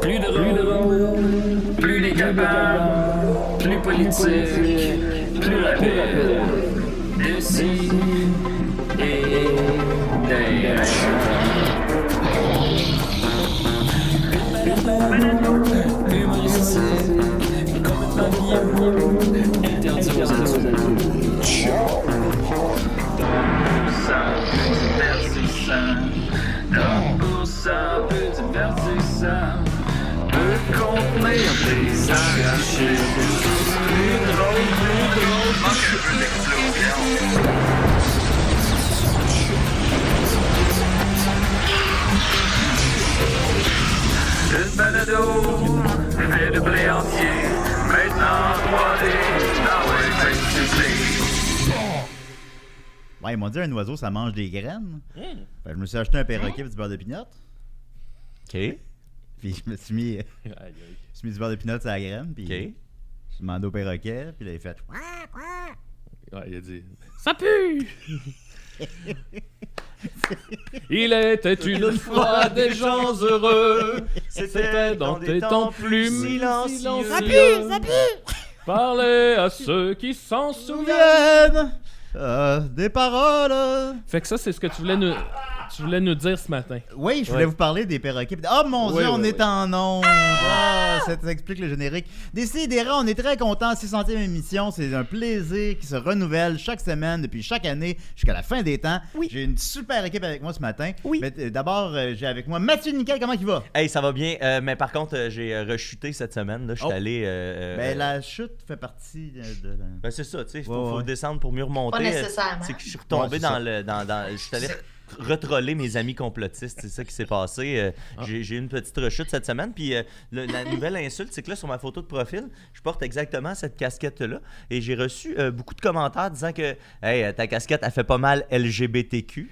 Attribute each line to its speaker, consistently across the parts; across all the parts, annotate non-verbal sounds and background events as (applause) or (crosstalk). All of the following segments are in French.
Speaker 1: Plus de rôle, plus décapable, plus politique, plus rapide. D'ici et d'ailleurs. Humoristique, complètement interdit aux adultes. Ça peut divertissant, donc pour ça peut divertissant, peut contenir des arachides. Plus drôle, plus drôle, manque un peu d'explosion. Une balado, fait de blé entier, maintenant 3D, dans le Facebook.
Speaker 2: Ouais, ils m'ont dit un oiseau, ça mange des graines.
Speaker 3: Hmm.
Speaker 2: Fait que je me suis acheté un perroquet et du beurre de pinot.
Speaker 4: OK.
Speaker 2: Puis je me suis mis, (laughs) je
Speaker 3: Aïe, aïe.
Speaker 2: me suis mis du beurre de pinot sur la graine. Puis
Speaker 4: OK.
Speaker 2: je demandé au perroquet. Puis là, il fait.
Speaker 3: Ouais, il a dit.
Speaker 4: Ça pue!
Speaker 3: Il était une fois des gens heureux. C'était dans des temps plus
Speaker 2: silencieux.
Speaker 3: Ça pue, ça pue. Parlez à ceux qui s'en souviennent.
Speaker 2: Souvienne euh, des paroles.
Speaker 3: Fait que ça, c'est ce que tu voulais nous, tu voulais nous dire ce matin.
Speaker 2: Oui, je voulais
Speaker 3: Ouais.
Speaker 2: vous parler des perroquets. Oh mon
Speaker 3: Oui,
Speaker 2: dieu,
Speaker 3: oui,
Speaker 2: on
Speaker 3: oui.
Speaker 2: est en ondes. Ah, ça explique le générique. Décidément, on est très contents. 600e émission, c'est un plaisir qui se renouvelle chaque semaine, depuis chaque année, jusqu'à la fin des temps.
Speaker 4: Oui.
Speaker 2: J'ai une super équipe avec moi ce matin.
Speaker 4: Oui.
Speaker 2: Mais, euh, D'abord, euh, j'ai avec moi Mathieu Nickel. Comment il va?
Speaker 4: Hey, ça va bien, euh, mais par contre, euh, j'ai euh, rechuté cette semaine. là. Je suis
Speaker 2: Oh.
Speaker 4: allé. euh, euh,
Speaker 2: Ben, la chute fait partie euh, de. la-
Speaker 4: ben, c'est ça, tu sais. Il faut,
Speaker 2: Ouais,
Speaker 4: faut
Speaker 2: ouais.
Speaker 4: descendre pour mieux remonter.
Speaker 5: Pas
Speaker 4: Euh,
Speaker 5: nécessairement.
Speaker 4: C'est que je suis retombé
Speaker 2: Ouais, c'est ça.
Speaker 4: dans le. Dans, dans- je suis allé retroller mes amis complotistes. C'est ça qui s'est passé. Euh,
Speaker 2: Ah.
Speaker 4: J'ai j'ai eu une petite rechute cette semaine. Puis euh, le- la nouvelle insulte, c'est que là, sur ma photo de profil, je porte exactement cette casquette-là. Et j'ai reçu euh, beaucoup de commentaires disant que Hey, euh, ta casquette, elle fait pas mal LGBTQ.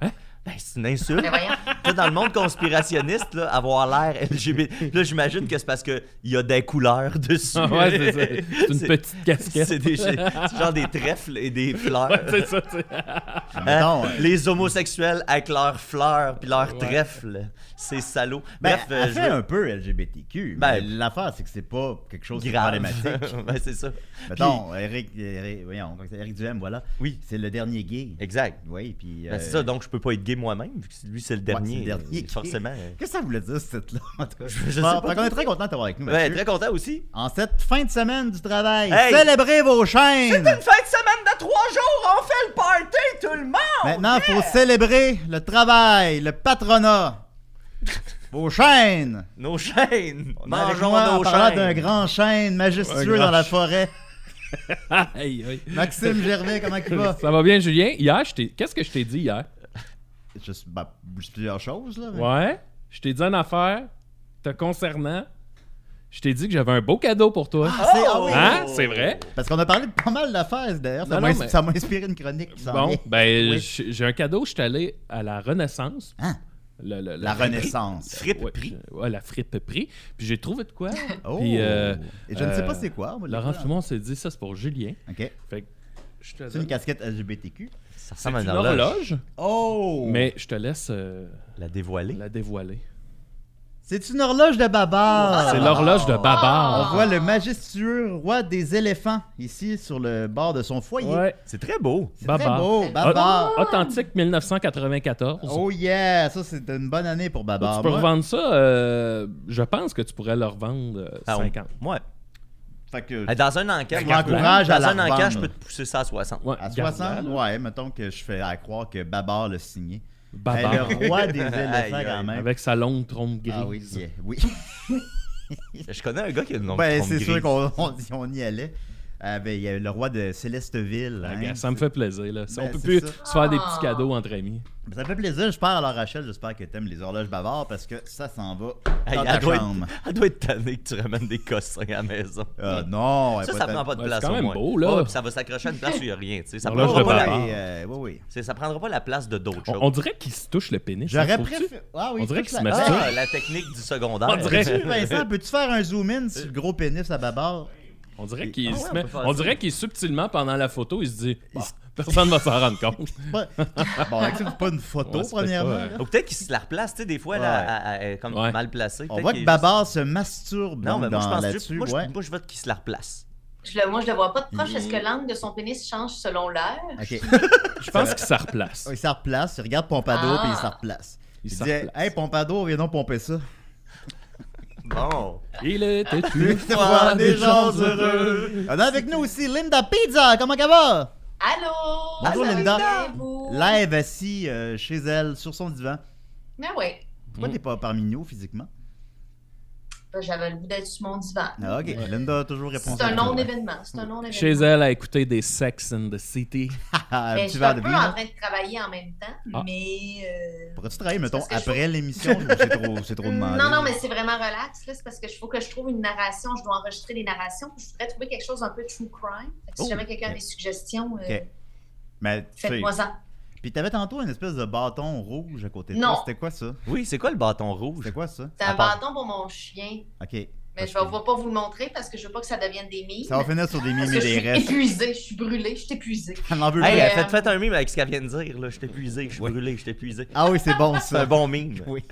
Speaker 2: Hein?
Speaker 4: Ben, c'est une insulte.
Speaker 5: Mais voyons.
Speaker 4: Là, dans le monde conspirationniste, là, avoir l'air LGBT. Puis Là, j'imagine que c'est parce qu'il y a des couleurs dessus.
Speaker 3: Ah (laughs) ouais, c'est ça. C'est une
Speaker 4: C'est-
Speaker 3: petite casquette.
Speaker 4: C'est des- c'est genre des trèfles et des
Speaker 3: (laughs)
Speaker 4: fleurs.
Speaker 3: Ouais, c'est ça, c'est-
Speaker 2: Ah,
Speaker 4: Hein?
Speaker 2: mettons, euh,
Speaker 4: Les homosexuels avec leurs fleurs puis leurs trèfles. C'est salaud.
Speaker 2: ben,
Speaker 4: Bref, euh,
Speaker 2: elle
Speaker 4: je
Speaker 2: fait un peu LGBTQ.
Speaker 4: Ben,
Speaker 2: mais l'affaire, c'est que c'est pas quelque chose qui est
Speaker 4: grave.
Speaker 2: problématique.
Speaker 4: (laughs) ben, c'est ça.
Speaker 2: Mettons, Eric, Eric, voyons, comment il s'appelle? Eric Duhem, voilà.
Speaker 4: Oui.
Speaker 2: C'est le dernier gay.
Speaker 4: Exact.
Speaker 2: Oui, puis.
Speaker 4: Ben,
Speaker 2: euh,
Speaker 4: c'est ça, donc je peux pas être gay moi-même, vu que lui c'est le
Speaker 2: ouais,
Speaker 4: dernier.
Speaker 2: c'est le dernier
Speaker 4: euh,
Speaker 2: gay.
Speaker 4: Forcément. euh.
Speaker 2: Qu'est-ce que ça voulait dire, ce titre-là, en tout cas?
Speaker 4: Je- je sais
Speaker 2: Bon,
Speaker 4: pas
Speaker 2: fait qu'on
Speaker 4: du
Speaker 2: est
Speaker 4: tout.
Speaker 2: Ben, très content de t'avoir avec nous,
Speaker 4: Ouais,
Speaker 2: Mathieu.
Speaker 4: très content aussi.
Speaker 2: En cette fin de semaine du travail,
Speaker 4: Hey!
Speaker 2: célébrez vos
Speaker 4: C'est une
Speaker 2: chaînes!
Speaker 4: fin de semaine de trois jours, on fait le party tout le monde!
Speaker 2: Maintenant, il faut célébrer le travail, le
Speaker 4: (laughs)
Speaker 2: patronat, vos chaînes!
Speaker 4: Nos chaînes!
Speaker 2: On est avec
Speaker 4: Mangeons
Speaker 2: moi en
Speaker 4: nos
Speaker 2: parlant d'un
Speaker 4: chaînes!
Speaker 2: grand chêne majestueux
Speaker 3: Un grand
Speaker 2: dans la
Speaker 3: chêne.
Speaker 2: forêt.
Speaker 3: Aïe, aïe.
Speaker 2: Maxime Gervais, comment tu (laughs) vas?
Speaker 3: Ça va bien, Julien? Hier, je t'ai- qu'est-ce que je t'ai dit hier?
Speaker 2: Je suis- ben, plusieurs choses, là. mais-
Speaker 3: Ouais, je t'ai dit une affaire te concernant. Je t'ai dit que j'avais un beau cadeau pour toi.
Speaker 2: Ah, c'est- ah oui.
Speaker 3: Hein? C'est vrai?
Speaker 2: Parce qu'on a parlé de pas mal d'affaires, d'ailleurs. Ça
Speaker 3: Non,
Speaker 2: m'a
Speaker 3: non, mais-
Speaker 2: ça m'a inspiré une chronique. qui s'en
Speaker 3: Bon,
Speaker 2: vient.
Speaker 3: ben,
Speaker 2: Oui.
Speaker 3: j'ai j'ai un cadeau. Je suis allé à la Renaissance.
Speaker 2: Hein?
Speaker 3: Le- le-
Speaker 2: La Renaissance.
Speaker 4: Frippe
Speaker 3: Ouais,
Speaker 4: pris.
Speaker 3: euh, ouais, la frippe prix. Puis j'ai trouvé de
Speaker 2: (laughs)
Speaker 3: quoi.
Speaker 2: Oh!
Speaker 3: Puis, euh,
Speaker 2: Et je ne sais
Speaker 3: euh,
Speaker 2: pas c'est quoi. on va
Speaker 3: Laurent
Speaker 2: l'écouter.
Speaker 3: Fumon s'est dit ça, c'est pour Julien.
Speaker 2: OK.
Speaker 3: Fait que je te
Speaker 2: C'est une
Speaker 3: laisse.
Speaker 2: casquette LGBTQ.
Speaker 4: Ça
Speaker 3: C'est une
Speaker 4: ressemble à une
Speaker 3: horloge,
Speaker 4: horloge.
Speaker 2: Oh!
Speaker 3: mais je te laisse euh,
Speaker 4: La dévoiler.
Speaker 3: la dévoiler.
Speaker 2: C'est une horloge de babar.
Speaker 3: C'est l'horloge de
Speaker 2: Ah. On
Speaker 3: Babar.
Speaker 2: voit le majestueux roi des éléphants ici sur le bord de son foyer.
Speaker 3: Ouais. Ah.
Speaker 4: C'est très beau.
Speaker 2: C'est très
Speaker 3: Babar.
Speaker 2: beau, Babar.
Speaker 3: Authentique 1994.
Speaker 2: Oh yeah, ça c'est une bonne année pour Babar.
Speaker 3: Oh, tu peux
Speaker 2: Ah, bah, Moi,
Speaker 3: revendre ça, euh, je pense que tu pourrais le revendre euh,
Speaker 4: Ah, on-
Speaker 3: 50.
Speaker 4: Ouais.
Speaker 2: fait que
Speaker 4: Euh, Dans un enquête,
Speaker 2: Je l'encourage à
Speaker 4: dans
Speaker 2: la
Speaker 4: un enquête, je
Speaker 2: revendre.
Speaker 4: peux te pousser ça à 60.
Speaker 3: Ouais,
Speaker 2: à
Speaker 3: garde-la,
Speaker 2: 60,
Speaker 3: là.
Speaker 2: ouais, mettons que je fais à croire que Babar l'a signé.
Speaker 3: Babar.
Speaker 2: Eh, le roi
Speaker 3: (laughs)
Speaker 2: des
Speaker 4: Aïe,
Speaker 2: éléphants
Speaker 4: aïe.
Speaker 2: quand même.
Speaker 3: Avec sa longue trompe grise.
Speaker 2: Ah oui, yeah,
Speaker 3: (laughs)
Speaker 2: oui.
Speaker 4: Je connais un gars qui a une longue
Speaker 2: Ben,
Speaker 4: trompe
Speaker 2: c'est sûr
Speaker 4: grise.
Speaker 2: qu'on on- on y allait. Ah, ben, il y a le roi de Célesteville.
Speaker 3: Ah,
Speaker 2: hein.
Speaker 3: gars, ça me fait plaisir. Là. Ça,
Speaker 2: Ben,
Speaker 3: on peut
Speaker 2: c'est
Speaker 3: plus
Speaker 2: ça.
Speaker 3: se faire des petits cadeaux entre amis.
Speaker 2: Ben, Ça fait plaisir, j'espère. Alors, Rachel, j'espère que t'aimes les horloges bavards parce que ça s'en va
Speaker 4: Hey,
Speaker 2: dans ta
Speaker 4: elle, doit
Speaker 2: chambre.
Speaker 4: être, elle doit être tannée que tu ramènes des cossins à la maison.
Speaker 2: Ah, non, elle
Speaker 4: ça,
Speaker 2: va
Speaker 4: ça
Speaker 2: être-
Speaker 4: prend pas de
Speaker 3: Ouais, c'est
Speaker 4: place
Speaker 3: quand
Speaker 4: au
Speaker 3: même
Speaker 4: moins.
Speaker 3: beau, là.
Speaker 4: Ouais, puis ça va s'accrocher à une place où il n'y a rien. tu sais. Ça,
Speaker 3: Horloge
Speaker 4: prendra
Speaker 3: de
Speaker 4: pas
Speaker 3: Babar.
Speaker 4: la-
Speaker 2: Oui, euh, oui, oui.
Speaker 4: c'est- ça prendra pas la place de d'autres
Speaker 3: On,
Speaker 4: choses.
Speaker 3: on dirait qu'il se touche le pénis. hein,
Speaker 2: J'aurais
Speaker 3: faut-tu?
Speaker 2: préféré. Ah oui,
Speaker 3: On dirait
Speaker 2: faut
Speaker 3: qu'il
Speaker 2: que
Speaker 3: se
Speaker 2: ça-
Speaker 3: masturbe.
Speaker 4: Ah, la technique du secondaire.
Speaker 3: On dirait-
Speaker 2: Ah, Vincent, peux-tu faire un zoom-in sur le gros pénis à babar?
Speaker 3: On dirait qu'il
Speaker 4: Ah ouais,
Speaker 3: se
Speaker 4: on
Speaker 3: met-
Speaker 4: peut faire
Speaker 3: on
Speaker 4: ça.
Speaker 3: dirait qu'il subtilement pendant la photo, il se dit Bah, Personne ne va s'en rendre
Speaker 2: (laughs)
Speaker 3: compte.
Speaker 2: Pas- Bon, Maxime, c'est pas une photo,
Speaker 3: Ouais, c'est
Speaker 2: premièrement.
Speaker 3: pas, euh,
Speaker 2: là.
Speaker 4: (laughs) Ou peut-être qu'il se la replace, tu sais, des fois,
Speaker 2: Ouais.
Speaker 4: là, à- à- elle est comme
Speaker 3: Ouais.
Speaker 4: mal placée.
Speaker 2: On
Speaker 4: Peut-être
Speaker 2: voit
Speaker 4: qu'il
Speaker 2: que
Speaker 4: est
Speaker 2: Babar se masturbe
Speaker 4: juste- Non,
Speaker 2: donc,
Speaker 4: mais moi, je
Speaker 2: dans-
Speaker 4: pense juste-
Speaker 2: là-dessus.
Speaker 4: moi, je-
Speaker 2: Ouais.
Speaker 4: moi, je vote qu'il se la replace.
Speaker 5: Je le, moi, je le vois pas de proche.
Speaker 2: Mhm.
Speaker 5: Est-ce que l'angle de son pénis change selon l'heure?
Speaker 2: Ok.
Speaker 3: Je pense qu'il s'en replace.
Speaker 2: Il se replace, il regarde Pompadour,
Speaker 5: Ah.
Speaker 2: puis il se replace.
Speaker 3: Il
Speaker 2: Il,
Speaker 3: s'en
Speaker 2: dit
Speaker 3: replace.
Speaker 2: Hey, Pompadour, viens donc pomper ça.
Speaker 4: Bon.
Speaker 3: Il
Speaker 2: (laughs)
Speaker 3: était
Speaker 2: Une
Speaker 3: une
Speaker 2: fois
Speaker 3: fois
Speaker 2: des gens
Speaker 3: heureux.
Speaker 2: On a avec nous aussi Linda Pizza, comment ça va
Speaker 5: Allô?
Speaker 2: Bonjour,
Speaker 5: Ça va
Speaker 2: Linda.
Speaker 5: bien, vous?
Speaker 2: Live assis euh, chez elle, sur son divan.
Speaker 5: Mais oui.
Speaker 2: Pourquoi
Speaker 3: Mm.
Speaker 2: t'es pas parmi nous physiquement
Speaker 5: Ben, J'avais le goût d'être sur mon divan.
Speaker 2: Ah, ok, Linda a toujours répondu.
Speaker 5: C'est un non-événement. C'est un non-événement.
Speaker 3: Chez elle, à écouter des Sex and the City.
Speaker 2: un
Speaker 5: Ben, je
Speaker 2: petit
Speaker 5: suis
Speaker 2: verre Ah,
Speaker 5: un
Speaker 2: de
Speaker 5: peu
Speaker 2: vin.
Speaker 5: en
Speaker 2: là.
Speaker 5: train de travailler en même temps,
Speaker 3: Ah.
Speaker 5: mais... euh,
Speaker 2: Pourrais-tu travailler, mettons,
Speaker 5: parce que je
Speaker 2: après l'émission
Speaker 5: (laughs)
Speaker 2: ou C'est trop, c'est trop demandé.
Speaker 5: Non, non, mais c'est vraiment relax. là. C'est parce que je faut que je trouve une narration. Je dois enregistrer les narrations. puis Je voudrais trouver quelque chose un peu true crime. Fait que
Speaker 2: Oh,
Speaker 5: si jamais quelqu'un
Speaker 2: ok.
Speaker 5: a des suggestions, euh,
Speaker 2: Ok. Mais, tu sais.
Speaker 5: faites-moi-en.
Speaker 2: Puis t'avais tantôt une espèce de bâton rouge à côté de
Speaker 5: Non.
Speaker 2: toi. C'était quoi ça
Speaker 4: Oui, c'est quoi le bâton rouge?
Speaker 2: C'était quoi ça
Speaker 5: C'est
Speaker 2: À
Speaker 5: un
Speaker 2: part-
Speaker 5: bâton pour mon chien.
Speaker 2: Ok.
Speaker 5: Mais Ben, je ne vais pas vous le montrer parce que je veux pas que ça devienne des mimes.
Speaker 2: Ça va finir sur des mimes
Speaker 5: Parce que
Speaker 2: et
Speaker 5: je
Speaker 2: des
Speaker 5: suis (laughs)
Speaker 2: restes.
Speaker 5: épuisée, je suis brûlée, je suis épuisée.
Speaker 2: Elle en veut
Speaker 4: Hey,
Speaker 2: plus.
Speaker 4: euh, faites, faites un mime avec ce qu'elle vient de dire, là. Je t'ai épuisé, je suis brûlé, je t'ai épuisé.
Speaker 2: Ah oui, c'est bon
Speaker 4: C'est un
Speaker 2: ça.
Speaker 4: (laughs) bon mime.
Speaker 2: (laughs) Oui.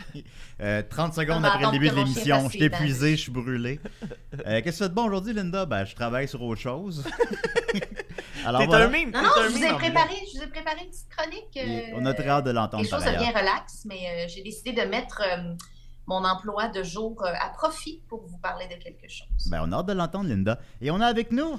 Speaker 2: Euh, 30 secondes
Speaker 5: Ah,
Speaker 2: après le
Speaker 5: donc,
Speaker 2: début de
Speaker 5: que mon chien
Speaker 2: l'émission.
Speaker 5: fasse
Speaker 2: Je
Speaker 5: ses
Speaker 2: suis
Speaker 5: dents.
Speaker 2: épuisé, je suis brûlé. Euh, Qu'est-ce que tu fais de bon aujourd'hui, Linda? Ben, je travaille sur autre chose. Alors,
Speaker 4: T'es
Speaker 2: voilà.
Speaker 4: un mime, t'es
Speaker 5: Non, non,
Speaker 4: un
Speaker 5: Ah, je vous
Speaker 4: mime.
Speaker 5: ai préparé, je vous ai préparé une petite chronique.
Speaker 2: Et
Speaker 5: euh,
Speaker 2: On a très hâte de l'entendre.
Speaker 5: Quelque chose
Speaker 2: par
Speaker 5: de bien
Speaker 2: ailleurs.
Speaker 5: relax, mais euh, j'ai décidé de mettre euh, mon emploi de jour euh, à profit pour vous parler de quelque chose.
Speaker 2: Ben, on a hâte de l'entendre, Linda. Et on a avec nous.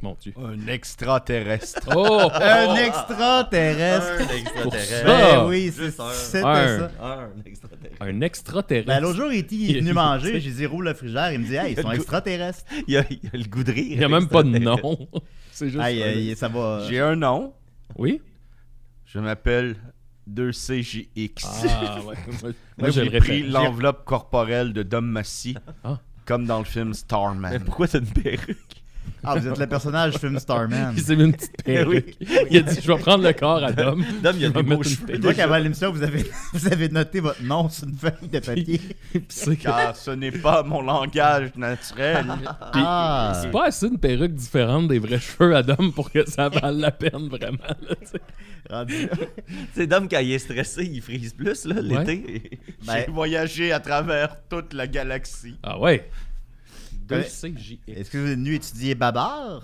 Speaker 3: Mon Dieu.
Speaker 6: Un extraterrestre.
Speaker 3: Oh!
Speaker 2: Un extraterrestre.
Speaker 4: (laughs) Un extraterrestre.
Speaker 2: Ben oui, c'est-
Speaker 4: Juste un.
Speaker 2: c'était
Speaker 3: Un.
Speaker 2: ça.
Speaker 4: Un extraterrestre.
Speaker 3: Un
Speaker 2: Ben,
Speaker 3: extraterrestre.
Speaker 2: l'autre jour, E.T. est
Speaker 3: (laughs)
Speaker 2: venu manger. J'ai dit, roule le frigère. Il me dit, hey, ils sont extraterrestres.
Speaker 4: Il y, a, il y a le goût de rire.
Speaker 3: Il n'y a même pas de nom. C'est juste.
Speaker 2: Hey, euh, ça va.
Speaker 6: J'ai un nom.
Speaker 3: Oui?
Speaker 6: Je m'appelle 2CJX. (laughs)
Speaker 3: Ah, ouais. Moi, je
Speaker 6: Moi, j'ai
Speaker 3: le
Speaker 6: pris
Speaker 3: répète.
Speaker 6: l'enveloppe corporelle de Dom Massy,
Speaker 3: Ah.
Speaker 6: comme dans le film
Speaker 4: Mais
Speaker 6: Starman.
Speaker 4: pourquoi t'as une perruque?
Speaker 2: Ah, vous êtes le personnage du film Starman.
Speaker 3: (laughs) Il s'est mis une petite perruque. Il a dit Je vais prendre le corps à
Speaker 4: (laughs)
Speaker 3: Dom.
Speaker 4: Dom, il y a
Speaker 3: Je vais
Speaker 4: des
Speaker 3: mettre
Speaker 4: beaux
Speaker 3: une
Speaker 4: cheveux.
Speaker 2: Je
Speaker 3: perruque.
Speaker 2: vois qu'avant l'émission, vous avez, (laughs) vous avez noté votre nom sur une feuille de
Speaker 3: (laughs)
Speaker 2: papier.
Speaker 3: Puis c'est-
Speaker 6: Car Ah, ce n'est pas mon langage naturel.
Speaker 2: Ah!
Speaker 3: C'est pas assez une perruque différente des vrais cheveux à Dom pour que ça vale la peine vraiment. là, tu sais.
Speaker 2: Rendu là.
Speaker 4: C'est Dom, quand il est stressé, il frise plus, là, l'été.
Speaker 6: J'ai
Speaker 2: Ben,
Speaker 6: voyagé à travers toute la galaxie.
Speaker 3: Ah ouais.
Speaker 2: Euh,
Speaker 3: 2CJX.
Speaker 2: Est-ce que vous êtes venu étudier Babar?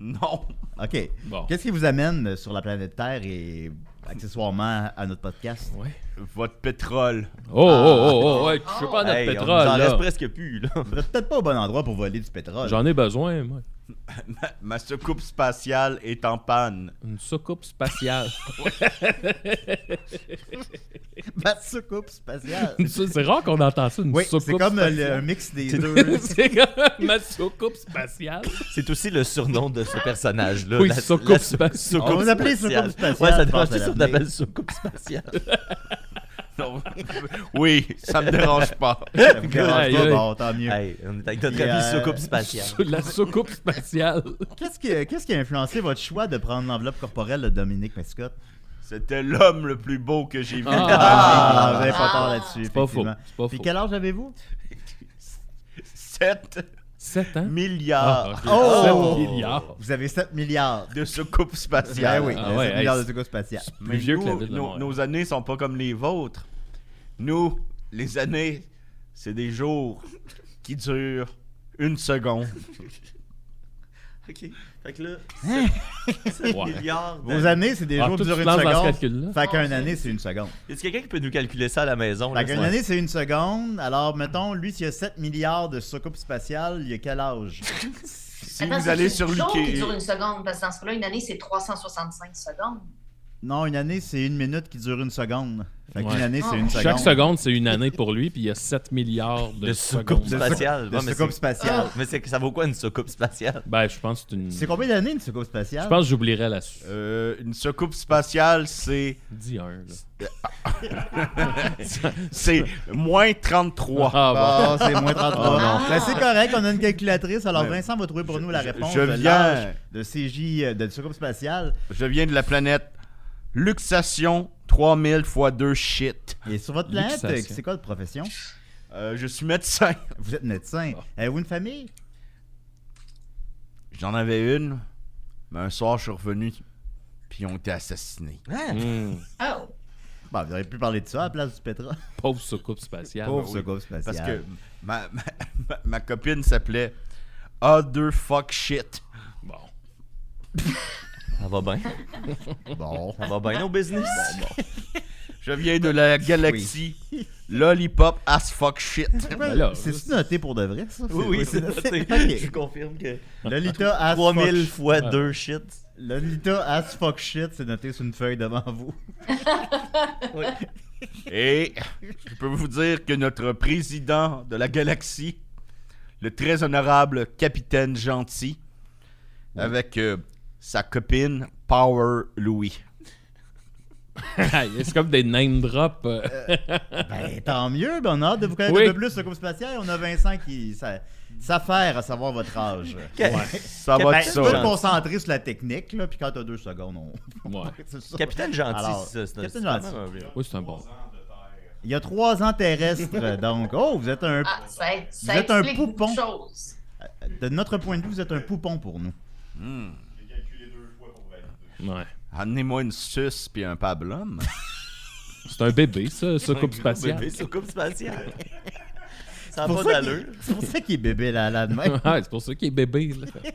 Speaker 6: Non.
Speaker 2: OK.
Speaker 3: Bon.
Speaker 2: Qu'est-ce qui vous amène sur la planète Terre et accessoirement à notre podcast?
Speaker 3: Ouais.
Speaker 6: Votre pétrole.
Speaker 3: Oh, oh, oh, oh, ouais, je suis pas à notre
Speaker 4: Hey, on nous
Speaker 3: pétrole,
Speaker 4: en reste
Speaker 3: là.
Speaker 4: presque plus, là.
Speaker 2: Vous êtes peut-être pas au bon endroit pour voler du pétrole. (laughs)
Speaker 3: J'en ai besoin, moi.
Speaker 6: Ma, ma soucoupe spatiale est en panne.
Speaker 3: Une soucoupe spatiale.
Speaker 2: Ma soucoupe spatiale.
Speaker 3: Ça, c'est rare qu'on entend ça, une
Speaker 2: Oui,
Speaker 3: soucoupe
Speaker 2: c'est comme euh, le- un
Speaker 3: spatiale.
Speaker 2: mix des
Speaker 3: (laughs)
Speaker 2: deux.
Speaker 3: c'est comme ma soucoupe spatiale.
Speaker 4: C'est aussi le surnom de ce personnage-là.
Speaker 3: Oui,
Speaker 4: la-
Speaker 3: soucoupe
Speaker 4: la sou-
Speaker 3: spatiale.
Speaker 4: soucoupe
Speaker 2: On va l'appeler
Speaker 4: spatiale.
Speaker 2: soucoupe spatiale,
Speaker 4: Ouais, ça
Speaker 2: je pense
Speaker 4: dérange
Speaker 2: à
Speaker 4: ça qu'on
Speaker 2: l'appeler.
Speaker 4: appelle soucoupe spatiale.
Speaker 6: Non. oui, ça me dérange pas.
Speaker 2: Ça vous dérange
Speaker 3: Aïe,
Speaker 2: pas?
Speaker 3: aïe.
Speaker 2: Bon, tant mieux.
Speaker 4: Hey, on est avec notre
Speaker 2: Et,
Speaker 4: ami
Speaker 2: euh,
Speaker 4: soucoupe spatiale.
Speaker 3: (laughs) La soucoupe spatiale.
Speaker 2: Qu'est-ce qui, qu'est-ce qui a influencé votre choix de prendre l'enveloppe corporelle de Dominique Mascotte?
Speaker 6: C'était l'homme le plus beau que j'ai vu.
Speaker 3: Ah.
Speaker 2: vous avez pas
Speaker 5: Ah.
Speaker 2: tort là-dessus.
Speaker 3: C'est pas faux.
Speaker 2: effectivement.
Speaker 3: C'est pas
Speaker 2: Puis
Speaker 3: faux.
Speaker 2: quel âge avez-vous?
Speaker 6: 7
Speaker 3: 7 ans?
Speaker 6: milliards
Speaker 3: Ah, ok.
Speaker 2: Oh!
Speaker 3: 7 milliards.
Speaker 2: Vous avez 7 milliards.
Speaker 6: de
Speaker 2: Ah
Speaker 6: soucoupes
Speaker 4: Ben
Speaker 6: spatiales.
Speaker 2: oui,
Speaker 3: Ah
Speaker 2: vous avez
Speaker 3: ouais,
Speaker 2: 7 milliards
Speaker 3: hey,
Speaker 2: de secours spatiales.
Speaker 3: Plus
Speaker 6: Mais
Speaker 3: vieux que la
Speaker 6: nous,
Speaker 3: ville de
Speaker 6: nos-
Speaker 3: Montréal.
Speaker 6: Nos années sont pas comme les vôtres. Nous, les années, c'est des jours qui durent une seconde.
Speaker 4: (laughs) OK. Fait que là,
Speaker 2: Hein?
Speaker 4: 7
Speaker 3: Ouais.
Speaker 4: milliards.
Speaker 2: Vos années, c'est des
Speaker 3: Ah,
Speaker 2: jours
Speaker 3: toi,
Speaker 2: qui durent
Speaker 3: tu
Speaker 2: une
Speaker 3: te lances dans ce
Speaker 2: seconde.
Speaker 3: calcul-là? Ah,
Speaker 2: Fait qu'une année, c'est une seconde.
Speaker 4: Est-ce quelqu'un qui peut nous calculer ça à la maison?
Speaker 2: Fait
Speaker 4: là,
Speaker 2: qu'une
Speaker 4: ça?
Speaker 2: année, c'est une seconde. Alors, mettons, lui, s'il y a 7 milliards de soucoupes spatiales, il a quel âge?
Speaker 6: Si
Speaker 5: Attends,
Speaker 6: vous
Speaker 5: c'est
Speaker 6: allez
Speaker 5: une
Speaker 6: sur
Speaker 5: chose qui
Speaker 6: l'Ikea,
Speaker 5: dure une seconde, parce que dans ce cas-là, une année, c'est 365 secondes.
Speaker 2: Non, une année, c'est une minute qui dure une seconde. Fait qu'une
Speaker 3: Ouais.
Speaker 2: année, c'est
Speaker 5: Ah.
Speaker 2: une seconde.
Speaker 3: Chaque seconde, c'est une année pour lui, puis il y a 7 milliards de,
Speaker 4: De soucoupe
Speaker 3: secondes.
Speaker 2: De
Speaker 4: spatiale.
Speaker 2: De Ah.
Speaker 4: Ouais, mais
Speaker 2: soucoupe
Speaker 4: c'est-
Speaker 2: spatiale.
Speaker 4: Mais c'est que ça vaut quoi une soucoupe spatiale?
Speaker 3: Ben, je pense que c'est une.
Speaker 2: C'est
Speaker 3: Je
Speaker 2: combien d'années une soucoupe spatiale?
Speaker 3: pense que j'oublierais la. su-
Speaker 6: euh, une soucoupe spatiale, c'est
Speaker 3: Dis un, là.
Speaker 6: c'est moins 33.
Speaker 3: Ah,
Speaker 2: Ah, c'est moins 33.
Speaker 5: Ah.
Speaker 2: Ben, c'est correct, on a une calculatrice. Alors,
Speaker 6: Mais-
Speaker 2: Vincent va trouver pour nous la réponse.
Speaker 6: je
Speaker 2: de
Speaker 6: viens-
Speaker 2: l'âge De CJ, euh, de soucoupe spatiale.
Speaker 6: Je viens de la planète Luxation 3000 x 2 shit.
Speaker 2: Et sur votre planète, euh,
Speaker 3: Luxation.
Speaker 2: c'est quoi votre profession?
Speaker 6: Euh, je suis médecin.
Speaker 2: Vous êtes médecin. Avez-vous une famille?
Speaker 6: J'en avais une, mais un soir, je suis revenu, puis ils ont été assassinés.
Speaker 2: Ah.
Speaker 3: Hum,
Speaker 5: Oh,
Speaker 2: Bon, vous auriez pu parler de ça à la place du pétrole.
Speaker 3: (laughs) Pauvre soucoupe spatiale.
Speaker 2: Pauvre
Speaker 6: oui.
Speaker 2: soucoupe spatiale.
Speaker 6: Parce que ma, ma, (laughs) ma- ma copine s'appelait Other Fuck Shit.
Speaker 3: Bon.
Speaker 4: Ça va bien.
Speaker 2: Bon.
Speaker 4: Ça va bien au business.
Speaker 6: Je viens de la galaxie Lollipop as Fuck Shit.
Speaker 3: Ben là,
Speaker 2: C'est-tu noté pour de vrai, ça?
Speaker 4: Oui, oui,
Speaker 2: (laughs)
Speaker 4: c'est
Speaker 2: noté.
Speaker 4: noté. Je confirme que
Speaker 2: Ok. Lolita as
Speaker 4: 3000
Speaker 2: fuck...
Speaker 4: fois 2 shit.
Speaker 2: Lolita as fuck shit, c'est noté sur une feuille devant vous.
Speaker 6: Et je peux vous dire que notre président de la galaxie, le très honorable capitaine Gentil, avec euh, sa copine Power Louis.
Speaker 3: Aïe, (laughs) c'est comme des name drop. euh.
Speaker 2: Ben, tant mieux, ben, on a hâte de vous connaître
Speaker 3: Oui.
Speaker 2: un peu plus, Soucoupe spatiale. On a Vincent qui s'a- s'affaire à savoir votre âge.
Speaker 6: Ça va
Speaker 4: Ben,
Speaker 6: de
Speaker 2: Tu peux te
Speaker 6: ça.
Speaker 2: concentrer sur la technique, là, puis quand t'as deux secondes, on... (laughs)
Speaker 3: Ouais.
Speaker 2: c'est ça.
Speaker 4: (laughs) Capitaine Gentil,
Speaker 2: Alors,
Speaker 4: c'est ça. c'est un-
Speaker 2: Capitaine
Speaker 4: c'est
Speaker 2: Gentil.
Speaker 4: vraiment un-
Speaker 3: Oui, c'est un bon.
Speaker 2: Il y a trois ans terrestres, donc... Oh, vous êtes un...
Speaker 5: ah, ça, ça
Speaker 2: Vous êtes un
Speaker 5: explique beaucoup
Speaker 2: poupon.
Speaker 5: de choses.
Speaker 2: De notre point de vue, vous êtes un poupon pour nous.
Speaker 3: Ouais.
Speaker 6: Amenez-moi une suce puis un pablum.
Speaker 3: C'est un bébé, ça, soucoupe
Speaker 4: spatial.
Speaker 3: spatiale.
Speaker 2: (laughs)
Speaker 4: Soucoupe spatiale. Ça
Speaker 2: C'est
Speaker 4: n'a
Speaker 2: pour
Speaker 4: Ah, pas
Speaker 2: ça
Speaker 4: d'allure. Ben,
Speaker 2: qu'il- C'est (laughs) pour ça qu'il est bébé, là, là, de
Speaker 3: (laughs)
Speaker 2: même.
Speaker 3: Ouais, c'est pour ça qu'il est bébé. Là.
Speaker 6: Je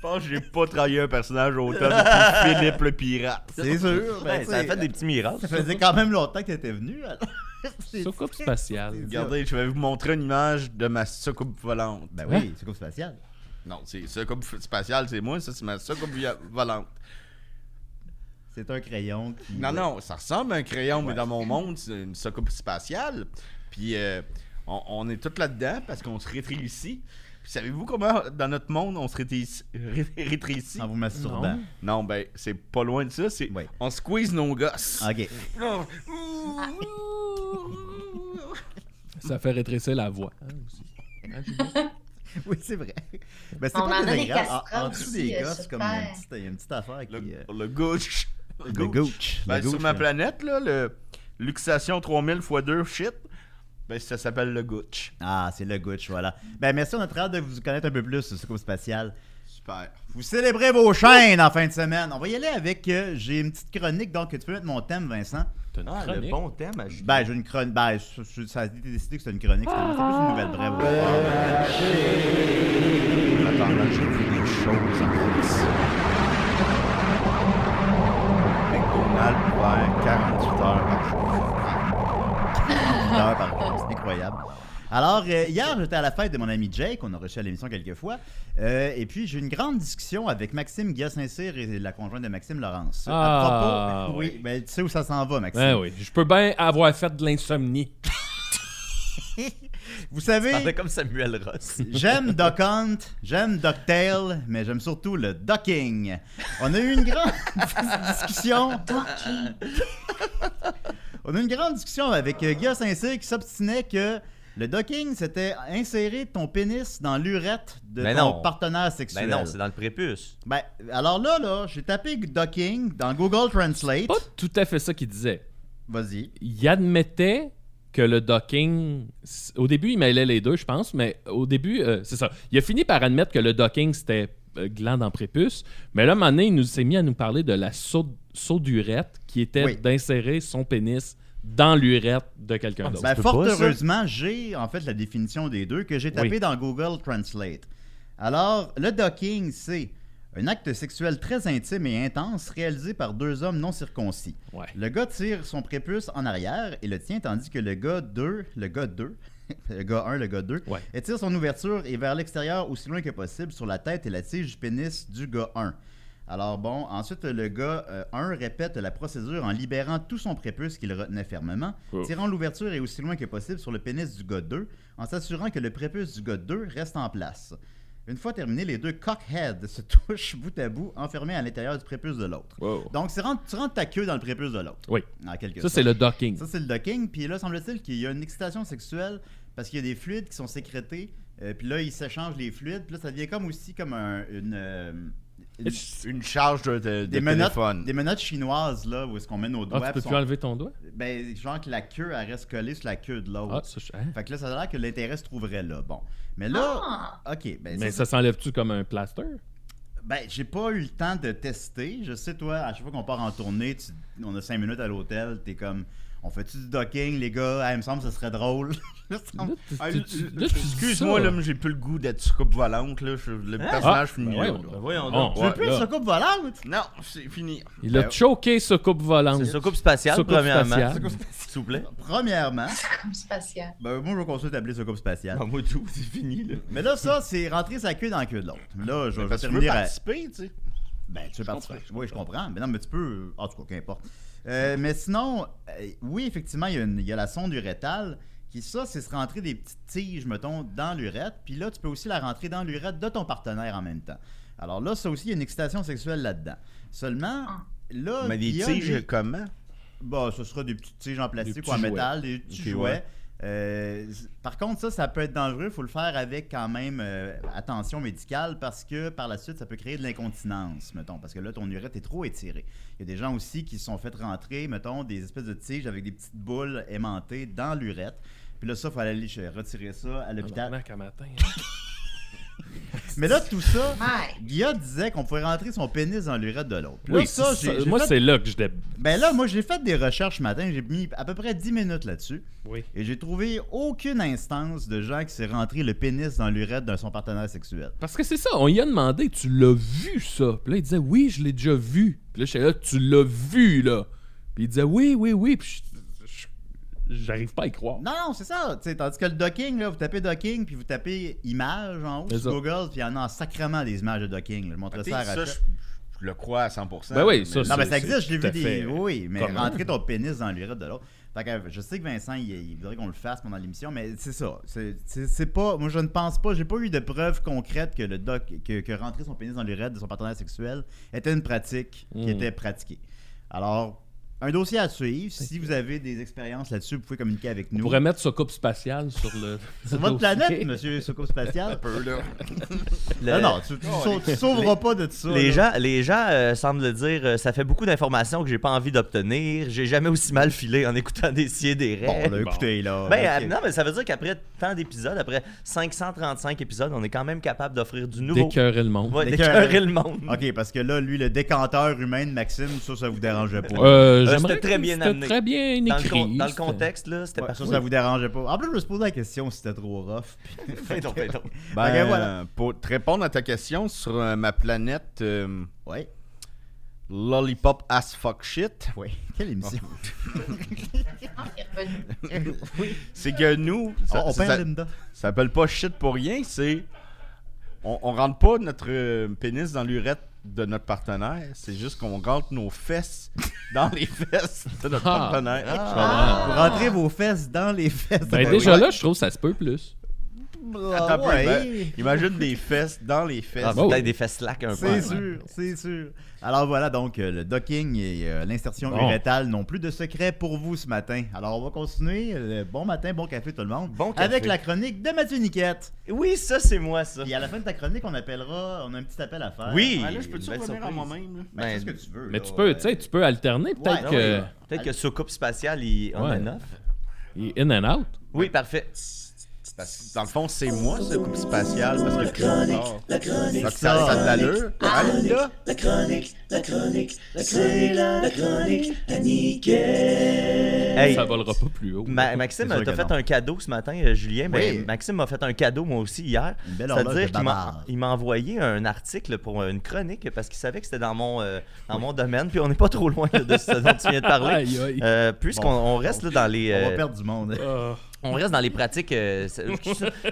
Speaker 6: pense que j'ai pas travaillé un personnage autant depuis Philippe le pirate.
Speaker 2: C'est sûr. ben,
Speaker 4: Ouais, ça a
Speaker 2: tu sais,
Speaker 4: fait des petits miracles.
Speaker 2: Ça faisait quand même longtemps que t'étais venu. alors. (laughs) C'est-
Speaker 3: Soucoupe spatiale.
Speaker 6: Regardez, je vais vous montrer une image de ma soucoupe volante.
Speaker 2: Ben oui, c'est comme spatial.
Speaker 6: Non, c'est soucoupe spatiale, c'est moi, ça c'est ma soucoupe via- volante.
Speaker 2: C'est un crayon qui.
Speaker 6: Non, non, ça ressemble à un crayon, mais dans mon monde, c'est une soucoupe spatiale. Puis euh, on, on est tous là-dedans parce qu'on se rétrécit. Puis savez-vous comment, dans notre monde, on se rétrécit- ré- rétrécit?
Speaker 2: En vous masturbant.
Speaker 6: Non, ben, c'est pas loin de ça, c'est...
Speaker 2: Ah Ouais.
Speaker 6: On squeeze nos gosses.
Speaker 2: Ok. (laughs)
Speaker 6: Oh.
Speaker 3: Ça fait rétrécir la voix. hein,
Speaker 2: Oui, c'est vrai. Ben, c'est
Speaker 5: On en
Speaker 2: pas
Speaker 5: a des
Speaker 2: désagréable. En- En,
Speaker 5: casseroles
Speaker 2: dessous
Speaker 5: aussi,
Speaker 2: des
Speaker 5: euh,
Speaker 2: gosses,
Speaker 5: sur
Speaker 2: comme il y, a une
Speaker 5: Terre.
Speaker 2: petite, il y a une petite affaire qui.
Speaker 6: (laughs) Le,
Speaker 2: euh,
Speaker 6: le gauche. Le
Speaker 2: le
Speaker 6: gauche.
Speaker 2: gooch.
Speaker 6: Ben,
Speaker 2: le
Speaker 6: sur
Speaker 2: gooch,
Speaker 6: ma
Speaker 2: là.
Speaker 6: planète, là, le luxation 3000 x 2 shit, ben, ça s'appelle le gooch.
Speaker 2: Ah, c'est le gooch, voilà. Ben, merci, on a très hâte de vous connaître un peu plus, ce scope spatial.
Speaker 6: Super.
Speaker 2: Vous célébrez vos chaînes en fin de semaine. On va y aller avec. euh, j'ai une petite chronique, donc tu peux mettre mon thème, Vincent.
Speaker 3: T'as une
Speaker 4: Ah, le
Speaker 3: chronique.
Speaker 4: bon thème à Julien.
Speaker 2: Ben, j'ai une chronique. Ben, je- je- ça a été décidé que c'était une chronique. C'était c'était plus une nouvelle brève. au départ.
Speaker 6: Attends, là, j'ai vu des choses en plus. McDonald's ouvert 48 heures par jour.
Speaker 2: Une heure par jour, C'est incroyable. Alors, euh, hier, j'étais à la fête de mon ami Jake, qu'on a reçu à l'émission quelques fois. Euh, et puis, j'ai eu une grande discussion avec Maxime Guilla-Saint-Cyr et la conjointe de Maxime Laurence.
Speaker 3: Ah,
Speaker 2: à propos. Oui, mais tu sais où ça s'en va, Maxime.
Speaker 3: Ben oui, je peux bien avoir fait de l'insomnie.
Speaker 2: Vous savez,
Speaker 4: Ça fait comme Samuel Ross.
Speaker 2: j'aime Duck Hunt, j'aime Ducktail, mais j'aime surtout le Ducking. On a eu une grande discussion. (laughs) On a eu une grande discussion avec euh, Guilla Saint-Cyr qui s'obstinait que le docking, c'était insérer ton pénis dans l'urette de
Speaker 4: Mais
Speaker 2: ton
Speaker 4: Ben non.
Speaker 2: partenaire sexuel.
Speaker 4: Ben non, c'est dans le prépuce.
Speaker 2: Ben, alors là, là, j'ai tapé docking dans Google Translate.
Speaker 3: Pas tout à fait ça qu'il disait.
Speaker 2: Vas-y.
Speaker 3: Il admettait que le docking. Au début, il mêlait les deux, je pense, mais au début, euh, c'est ça. Il a fini par admettre que le docking, c'était euh, gland en prépuce. Mais là, à un moment donné, il nous s'est mis à nous parler de la sau- saudurette qui était
Speaker 2: Oui.
Speaker 3: d'insérer son pénis dans l'urette de quelqu'un d'autre.
Speaker 2: Ben,
Speaker 4: peux
Speaker 2: fort
Speaker 4: pas, ça.
Speaker 2: heureusement, j'ai en fait la définition des deux que j'ai tapé
Speaker 3: Oui.
Speaker 2: dans Google Translate. Alors, le docking, c'est un acte sexuel très intime et intense réalisé par deux hommes non circoncis.
Speaker 3: Ouais.
Speaker 2: Le gars tire son prépuce en arrière et le tient, tandis que le gars 2, le gars 2, (laughs) le gars 1, le gars 2,
Speaker 3: Ouais.
Speaker 2: étire son ouverture et vers l'extérieur aussi loin que possible sur la tête et la tige du pénis du gars 1. Alors bon, ensuite le gars 1 répète la procédure en libérant tout son prépuce qu'il retenait fermement,
Speaker 3: Oh.
Speaker 2: tirant l'ouverture et aussi loin que possible sur le pénis du gars 2, en s'assurant que le prépuce du gars 2 reste en place. Une fois terminé, les deux cockheads se (laughs) touchent bout à bout, enfermés à l'intérieur du prépuce de l'autre.
Speaker 3: Wow.
Speaker 2: Donc, c'est rentre- tu rentres ta queue dans le prépuce de l'autre.
Speaker 3: Oui.
Speaker 2: En quelque
Speaker 3: Ça,
Speaker 2: sorte.
Speaker 3: c'est le docking.
Speaker 2: Ça, c'est le docking. Puis là, semble-t-il qu'il y a une excitation sexuelle parce qu'il y a des fluides qui sont sécrétés. euh, puis là, ils s'échangent les fluides. Puis là, ça devient comme aussi comme un- une, euh,
Speaker 3: Ah,
Speaker 2: une-
Speaker 6: Une charge de, de- de
Speaker 2: des, menottes,
Speaker 6: téléphone.
Speaker 2: des menottes chinoises, là, où est-ce qu'on met nos
Speaker 3: Ah,
Speaker 2: doigts.
Speaker 3: tu peux
Speaker 2: puis
Speaker 3: plus
Speaker 2: sont-
Speaker 3: enlever ton doigt?
Speaker 2: ben, genre que la queue, elle reste collée sur la queue de l'autre.
Speaker 3: Ah, ça, je- hein?
Speaker 2: Fait que là, ça a l'air que l'intérêt se trouverait là. Bon. Mais là,
Speaker 5: Ah,
Speaker 2: OK. Ben,
Speaker 3: Mais
Speaker 2: ça,
Speaker 3: ça s'enlève-tu comme un plaster?
Speaker 2: Ben, j'ai pas eu le temps de tester. Je sais, toi, à chaque fois qu'on part en tournée, tu- on a cinq minutes à l'hôtel, t'es comme. On fait-tu du docking, les gars? Ah, il me semble que ce serait drôle. (laughs) Il me semble-
Speaker 6: Ah,
Speaker 3: Tu-
Speaker 6: l-
Speaker 3: tu-
Speaker 6: l-
Speaker 3: là, tu dis
Speaker 6: Excuse-moi,
Speaker 3: ça.
Speaker 6: là, mais j'ai plus le goût d'être sur coupe volante. Là. Je- le personnage
Speaker 3: ben
Speaker 6: finit
Speaker 3: Ah, ouais,
Speaker 6: là,
Speaker 3: on-
Speaker 6: là.
Speaker 3: Bon.
Speaker 4: Voyons donc.
Speaker 2: Tu veux plus
Speaker 3: là.
Speaker 2: sur coupe volante?
Speaker 6: Non, c'est fini.
Speaker 3: Il a
Speaker 6: Ben,
Speaker 3: choqué ce coupe volante.
Speaker 4: C'est soucoupe spatiale,
Speaker 3: Soucoupe
Speaker 4: premièrement.
Speaker 3: spatiale.
Speaker 4: S'il vous plaît.
Speaker 2: Premièrement,
Speaker 5: comme spatial.
Speaker 2: ben, moi, je veux qu'on se tablé sur coupe spatiale.
Speaker 4: Non, moi, tout, c'est fini, là.
Speaker 2: Mais là, ça, c'est rentrer sa queue dans la queue de l'autre. Là, je je vais
Speaker 6: Parce que tu veux
Speaker 2: terminer à.
Speaker 6: participer, tu sais.
Speaker 2: Ben, tu veux participer. Oui, je comprends. Mais non, mais tu peux. En tout cas, qu'importe. Euh, mais sinon, euh, oui, effectivement, il y, a une- il y a la sonde urétale qui, ça, c'est se rentrer des petites tiges, mettons, dans l'urètre. Puis là, tu peux aussi la rentrer dans l'urètre de ton partenaire en même temps. Alors là, ça aussi, il y a une excitation sexuelle là-dedans. Seulement, là.
Speaker 6: Mais des
Speaker 2: Guillaume, lui-
Speaker 6: tiges, comment
Speaker 2: bah, ce sera des petites tiges en
Speaker 3: Des
Speaker 2: plastique
Speaker 3: petits
Speaker 2: ou en
Speaker 3: jouets.
Speaker 2: métal, des petits
Speaker 4: Ok,
Speaker 2: jouets.
Speaker 4: ouais.
Speaker 2: Euh, c- par contre, ça, ça peut être dangereux. Il faut le faire avec quand même euh, attention médicale parce que par la suite, ça peut créer de l'incontinence, mettons, parce que là, ton urètre est trop étiré. Il y a des gens aussi qui se sont fait rentrer, mettons, des espèces de tiges avec des petites boules aimantées dans l'urètre. Puis là, ça, il faut aller ch- retirer ça à l'hôpital.
Speaker 3: Tabarnak, Ah, un matin. hein.
Speaker 2: Mais là, tout ça,
Speaker 5: My.
Speaker 2: Guilla disait qu'on pouvait rentrer son pénis dans l'urètre de l'autre. Puis là,
Speaker 3: Oui,
Speaker 2: ça,
Speaker 3: c'est ça.
Speaker 2: j'ai- j'ai
Speaker 3: moi,
Speaker 2: fait-
Speaker 3: c'est là que je dé...
Speaker 2: Ben là, moi, j'ai fait des recherches ce matin. J'ai mis à peu près 10 minutes là-dessus.
Speaker 3: Oui.
Speaker 2: Et j'ai trouvé aucune instance de gens qui s'est rentré le pénis dans l'urètre de son partenaire sexuel.
Speaker 3: Parce que c'est ça, on y a demandé, tu l'as vu ça. Puis là, il disait, oui, je l'ai déjà vu. Puis là, je là, tu l'as vu, là. Puis il disait, oui, oui, oui. Puis je- je- j'arrive pas à y croire.
Speaker 2: Non, non, c'est ça. tu sais, tandis que le docking, là, vous tapez docking, puis vous tapez image en haut
Speaker 3: C'est
Speaker 2: sur
Speaker 3: ça.
Speaker 2: Google, puis il y en a en sacrement des images de docking. là. Je montre
Speaker 6: Tu sais,
Speaker 2: ça à
Speaker 6: Ça,
Speaker 2: Rachel.
Speaker 6: je je le crois à 100%.
Speaker 3: Ben oui,
Speaker 6: mais-
Speaker 3: ça,
Speaker 2: Non, mais
Speaker 3: C'est-
Speaker 2: ça existe,
Speaker 3: c'est
Speaker 2: je l'ai
Speaker 3: tout à
Speaker 2: vu des.
Speaker 3: fait
Speaker 2: Oui, mais
Speaker 3: commun.
Speaker 2: rentrer ton pénis dans l'urètre de l'autre. Fait que euh, je sais que Vincent, il, il voudrait qu'on le fasse pendant l'émission, mais c'est ça. C'est- C'est c'est pas. Moi, je ne pense pas. J'ai pas eu de preuves concrètes que le doc. que, que rentrer son pénis dans l'urètre de son partenaire sexuel était une pratique
Speaker 3: Hmm.
Speaker 2: qui était pratiquée. Alors, un dossier à suivre. Si vous avez des expériences là-dessus, vous pouvez communiquer avec
Speaker 3: On
Speaker 2: nous.
Speaker 3: pourrait mettre ce coupe spatiale sur le.
Speaker 2: Sur
Speaker 3: (laughs) le
Speaker 2: votre
Speaker 3: dossier.
Speaker 2: planète, monsieur Soko Spatial.
Speaker 6: peu, là.
Speaker 4: Le-
Speaker 2: Non, non, tu, tu, sau- tu sauveras pas de ça. là.
Speaker 4: Les gens, les gens euh, semblent le dire, euh, ça fait beaucoup d'informations que j'ai pas envie d'obtenir. J'ai jamais aussi mal filé en écoutant des sciés des
Speaker 2: Bon,
Speaker 4: (laughs) rêves.
Speaker 2: là, écoutez, là.
Speaker 4: Ben,
Speaker 2: ok.
Speaker 4: euh, non, mais ça veut dire qu'après tant d'épisodes, après 535 épisodes, on est quand même capable d'offrir du nouveau.
Speaker 3: D'écœurer le monde.
Speaker 4: Ouais,
Speaker 2: D'écœurer.
Speaker 4: d'écœurer le monde.
Speaker 2: OK, parce que là, lui, le décanteur humain de Maxime, ça, ça vous dérangeait pas.
Speaker 3: Euh,
Speaker 4: Euh,
Speaker 3: j'aimerais
Speaker 4: c'était
Speaker 3: que-
Speaker 4: très bien
Speaker 3: c'était
Speaker 4: amené.
Speaker 3: très bien écrit.
Speaker 4: Dans le, con- dans le
Speaker 3: c'était-
Speaker 4: contexte, là, c'était
Speaker 2: Ouais,
Speaker 4: parfait.
Speaker 2: ça,
Speaker 4: (laughs)
Speaker 2: ça vous dérangeait pas. En plus, je me suis posé la question si c'était trop rough.
Speaker 4: Fais donc, fais donc.
Speaker 6: Ben,
Speaker 2: Ok, voilà.
Speaker 6: euh, pour te répondre à ta question sur euh, ma planète euh,
Speaker 2: Ouais,
Speaker 6: Lollipop As Fuck Shit,
Speaker 2: ouais. Quelle émission.
Speaker 5: Ah, il est revenu.
Speaker 6: c'est que nous, ça,
Speaker 2: on on
Speaker 6: ça-
Speaker 2: perd
Speaker 6: ça-
Speaker 2: Linda.
Speaker 6: ça s'appelle pas shit pour rien, c'est. On, on rentre pas notre euh, pénis dans l'urette de notre partenaire, c'est juste qu'on rentre nos fesses (laughs) dans les fesses de notre
Speaker 3: Ah.
Speaker 6: partenaire.
Speaker 3: Ah.
Speaker 2: Vous rentrez vos fesses dans les fesses.
Speaker 3: Ben, déjà là, je trouve que ça se peut plus.
Speaker 6: Attends un peu,
Speaker 2: Ouais.
Speaker 6: ben, imagine des fesses dans les fesses.
Speaker 2: bah
Speaker 4: Ah, c'est
Speaker 3: Oh.
Speaker 4: peut-être des fesses slack un peu.
Speaker 2: C'est sûr, c'est sûr. Alors voilà, donc euh, le docking et euh, l'insertion
Speaker 3: Bon.
Speaker 2: urétale n'ont plus de secret pour vous ce matin. Alors on va continuer. Euh, Bon matin, bon café tout le monde.
Speaker 4: Bon café.
Speaker 2: Avec la chronique de Mathieu Niquette.
Speaker 4: Oui, ça, c'est moi, ça.
Speaker 2: Et à la fin de ta chronique, on appellera, on a un petit appel à faire.
Speaker 4: Oui.
Speaker 6: Ouais, là, je peux-tu
Speaker 4: Belle
Speaker 6: revenir à
Speaker 4: surprise.
Speaker 1: né?
Speaker 6: moi-même? là?
Speaker 2: Ben,
Speaker 4: Ben,
Speaker 2: fais ce que tu veux.
Speaker 3: Mais
Speaker 2: là.
Speaker 3: tu peux, tu sais, tu peux alterner.
Speaker 2: Ouais,
Speaker 3: Peut-être
Speaker 4: Ah oui,
Speaker 3: que.
Speaker 4: Peut-être que soucoupe spatiale, il on
Speaker 3: Ouais.
Speaker 4: en offre.
Speaker 3: il est In and out.
Speaker 4: Oui, parfait.
Speaker 6: Parce que dans le fond, c'est moi, ce coupe spatial, parce que je suis encore.
Speaker 2: Oh.
Speaker 7: La chronique, Ah,
Speaker 6: Fait que ça, ça a de l'allure. Allez, là.
Speaker 7: la chronique, la chronique, la chronique, la chronique, la
Speaker 4: Hey,
Speaker 3: Ça volera pas plus haut. (laughs)
Speaker 4: Ma-
Speaker 2: C'est
Speaker 4: Maxime,
Speaker 2: sûr
Speaker 4: t'as
Speaker 2: que
Speaker 4: fait
Speaker 2: non.
Speaker 4: un cadeau ce matin, euh, Julien. mais
Speaker 2: Oui.
Speaker 4: Maxime m'a fait un cadeau, moi aussi, hier.
Speaker 2: Une belle horloge
Speaker 4: C'est-à-dire
Speaker 2: de
Speaker 4: qu'il m'a
Speaker 2: Bavard.
Speaker 4: il m'a envoyé un article pour euh, une chronique parce qu'il savait que c'était dans mon, euh, dans mon domaine. Puis on n'est pas trop loin de ce dont tu
Speaker 2: (laughs)
Speaker 4: viens de parler.
Speaker 3: Aïe, aïe.
Speaker 4: Euh, Puisqu'on
Speaker 2: Bon.
Speaker 4: on reste là, dans les.
Speaker 2: On va
Speaker 4: euh,
Speaker 2: perdre du monde. hein.
Speaker 3: Ah.
Speaker 4: on reste dans les pratiques. euh, c'est-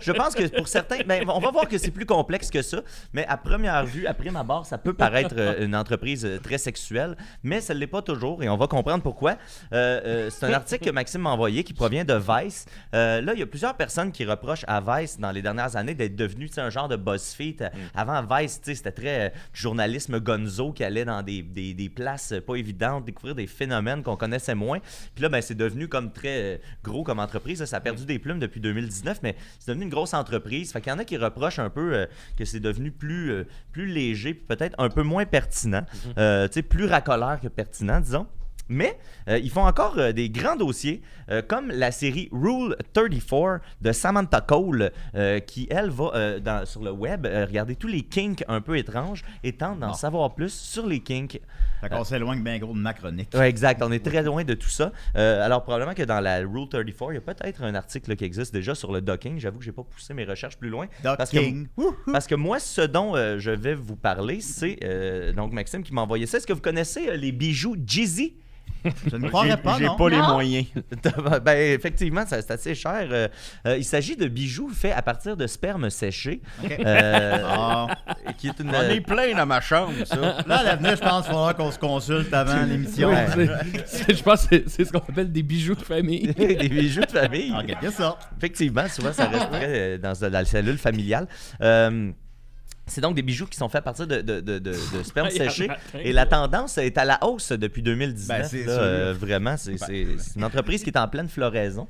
Speaker 4: je pense que pour certains, ben, on va voir que c'est plus complexe que ça, mais à première vue, à prime abord, ça peut paraître euh, une entreprise euh, très sexuelle, mais ça ne l'est pas toujours et on va comprendre pourquoi. Euh, euh, c'est un article que Maxime m'a envoyé qui provient de Vice. Euh, là, il y a plusieurs personnes qui reprochent à Vice dans les dernières années d'être devenu tu sais, un genre de BuzzFeed. Euh, Avant, Vice, tu sais, c'était très euh, journalisme gonzo qui allait dans des, des- des places euh, pas évidentes, découvrir des phénomènes qu'on connaissait moins. Puis là, ben, c'est devenu comme très euh, gros comme entreprise. là. Ça a perdu des plumes depuis 2019, mais c'est devenu une grosse entreprise. Fait qu'il y en a qui reprochent un peu euh, que c'est devenu plus, euh, plus léger, puis peut-être un peu moins pertinent. Euh, tu sais, plus racoleur que pertinent, disons. Mais euh, ils font encore euh, des grands dossiers, euh, comme la série Rule 34 de Samantha Cole, euh, qui, elle, va euh, dans- sur le web euh, regarder tous les kinks un peu étranges et tente d'en
Speaker 2: Bon.
Speaker 4: savoir plus sur les kinks.
Speaker 2: Fait qu'on s'éloigne bien gros de ma chronique.
Speaker 4: Ouais, exact. On est très loin de tout ça. Euh, alors, probablement que dans la Rule 34, il y a peut-être un article là, qui existe déjà sur le docking. J'avoue que j'ai pas poussé mes recherches plus loin. Parce que-
Speaker 2: Docking. Wouhou.
Speaker 4: Parce que moi, ce dont euh, je vais vous parler, c'est euh, donc Maxime qui m'a envoyé ça. Est-ce que vous connaissez euh, les bijoux Jeezy? (laughs)
Speaker 2: Je ne
Speaker 6: J'ai
Speaker 2: croirais pas,
Speaker 6: j'ai
Speaker 2: non?
Speaker 6: pas les
Speaker 5: Non.
Speaker 6: moyens.
Speaker 4: ben, effectivement, ça, c'est assez cher. Euh, euh, il s'agit de bijoux faits à partir de sperme séché,
Speaker 2: Ok.
Speaker 4: euh,
Speaker 2: Ah.
Speaker 4: qui est une...
Speaker 6: J'en ai plein dans ma chambre, ça.
Speaker 2: Là, à l'avenir, je pense qu'il faudra qu'on se consulte avant l'émission.
Speaker 4: Ouais.
Speaker 3: C'est- (laughs) c'est- Je pense que c'est- c'est ce qu'on appelle des bijoux de
Speaker 4: (laughs)
Speaker 3: famille.
Speaker 4: des bijoux de famille.
Speaker 2: Ok, bien ça.
Speaker 4: Effectivement, souvent, ça reste très, euh, dans, dans la cellule familiale. Euh, c'est donc des bijoux qui sont faits à partir de, de, de- de- de sperme
Speaker 3: Aïe,
Speaker 4: séché.
Speaker 3: matin.
Speaker 4: Et la tendance est à la hausse depuis 2019.
Speaker 2: Ben, c'est
Speaker 4: là,
Speaker 2: sûr.
Speaker 4: euh, vraiment, c'est c'est- c'est une entreprise qui est en pleine floraison.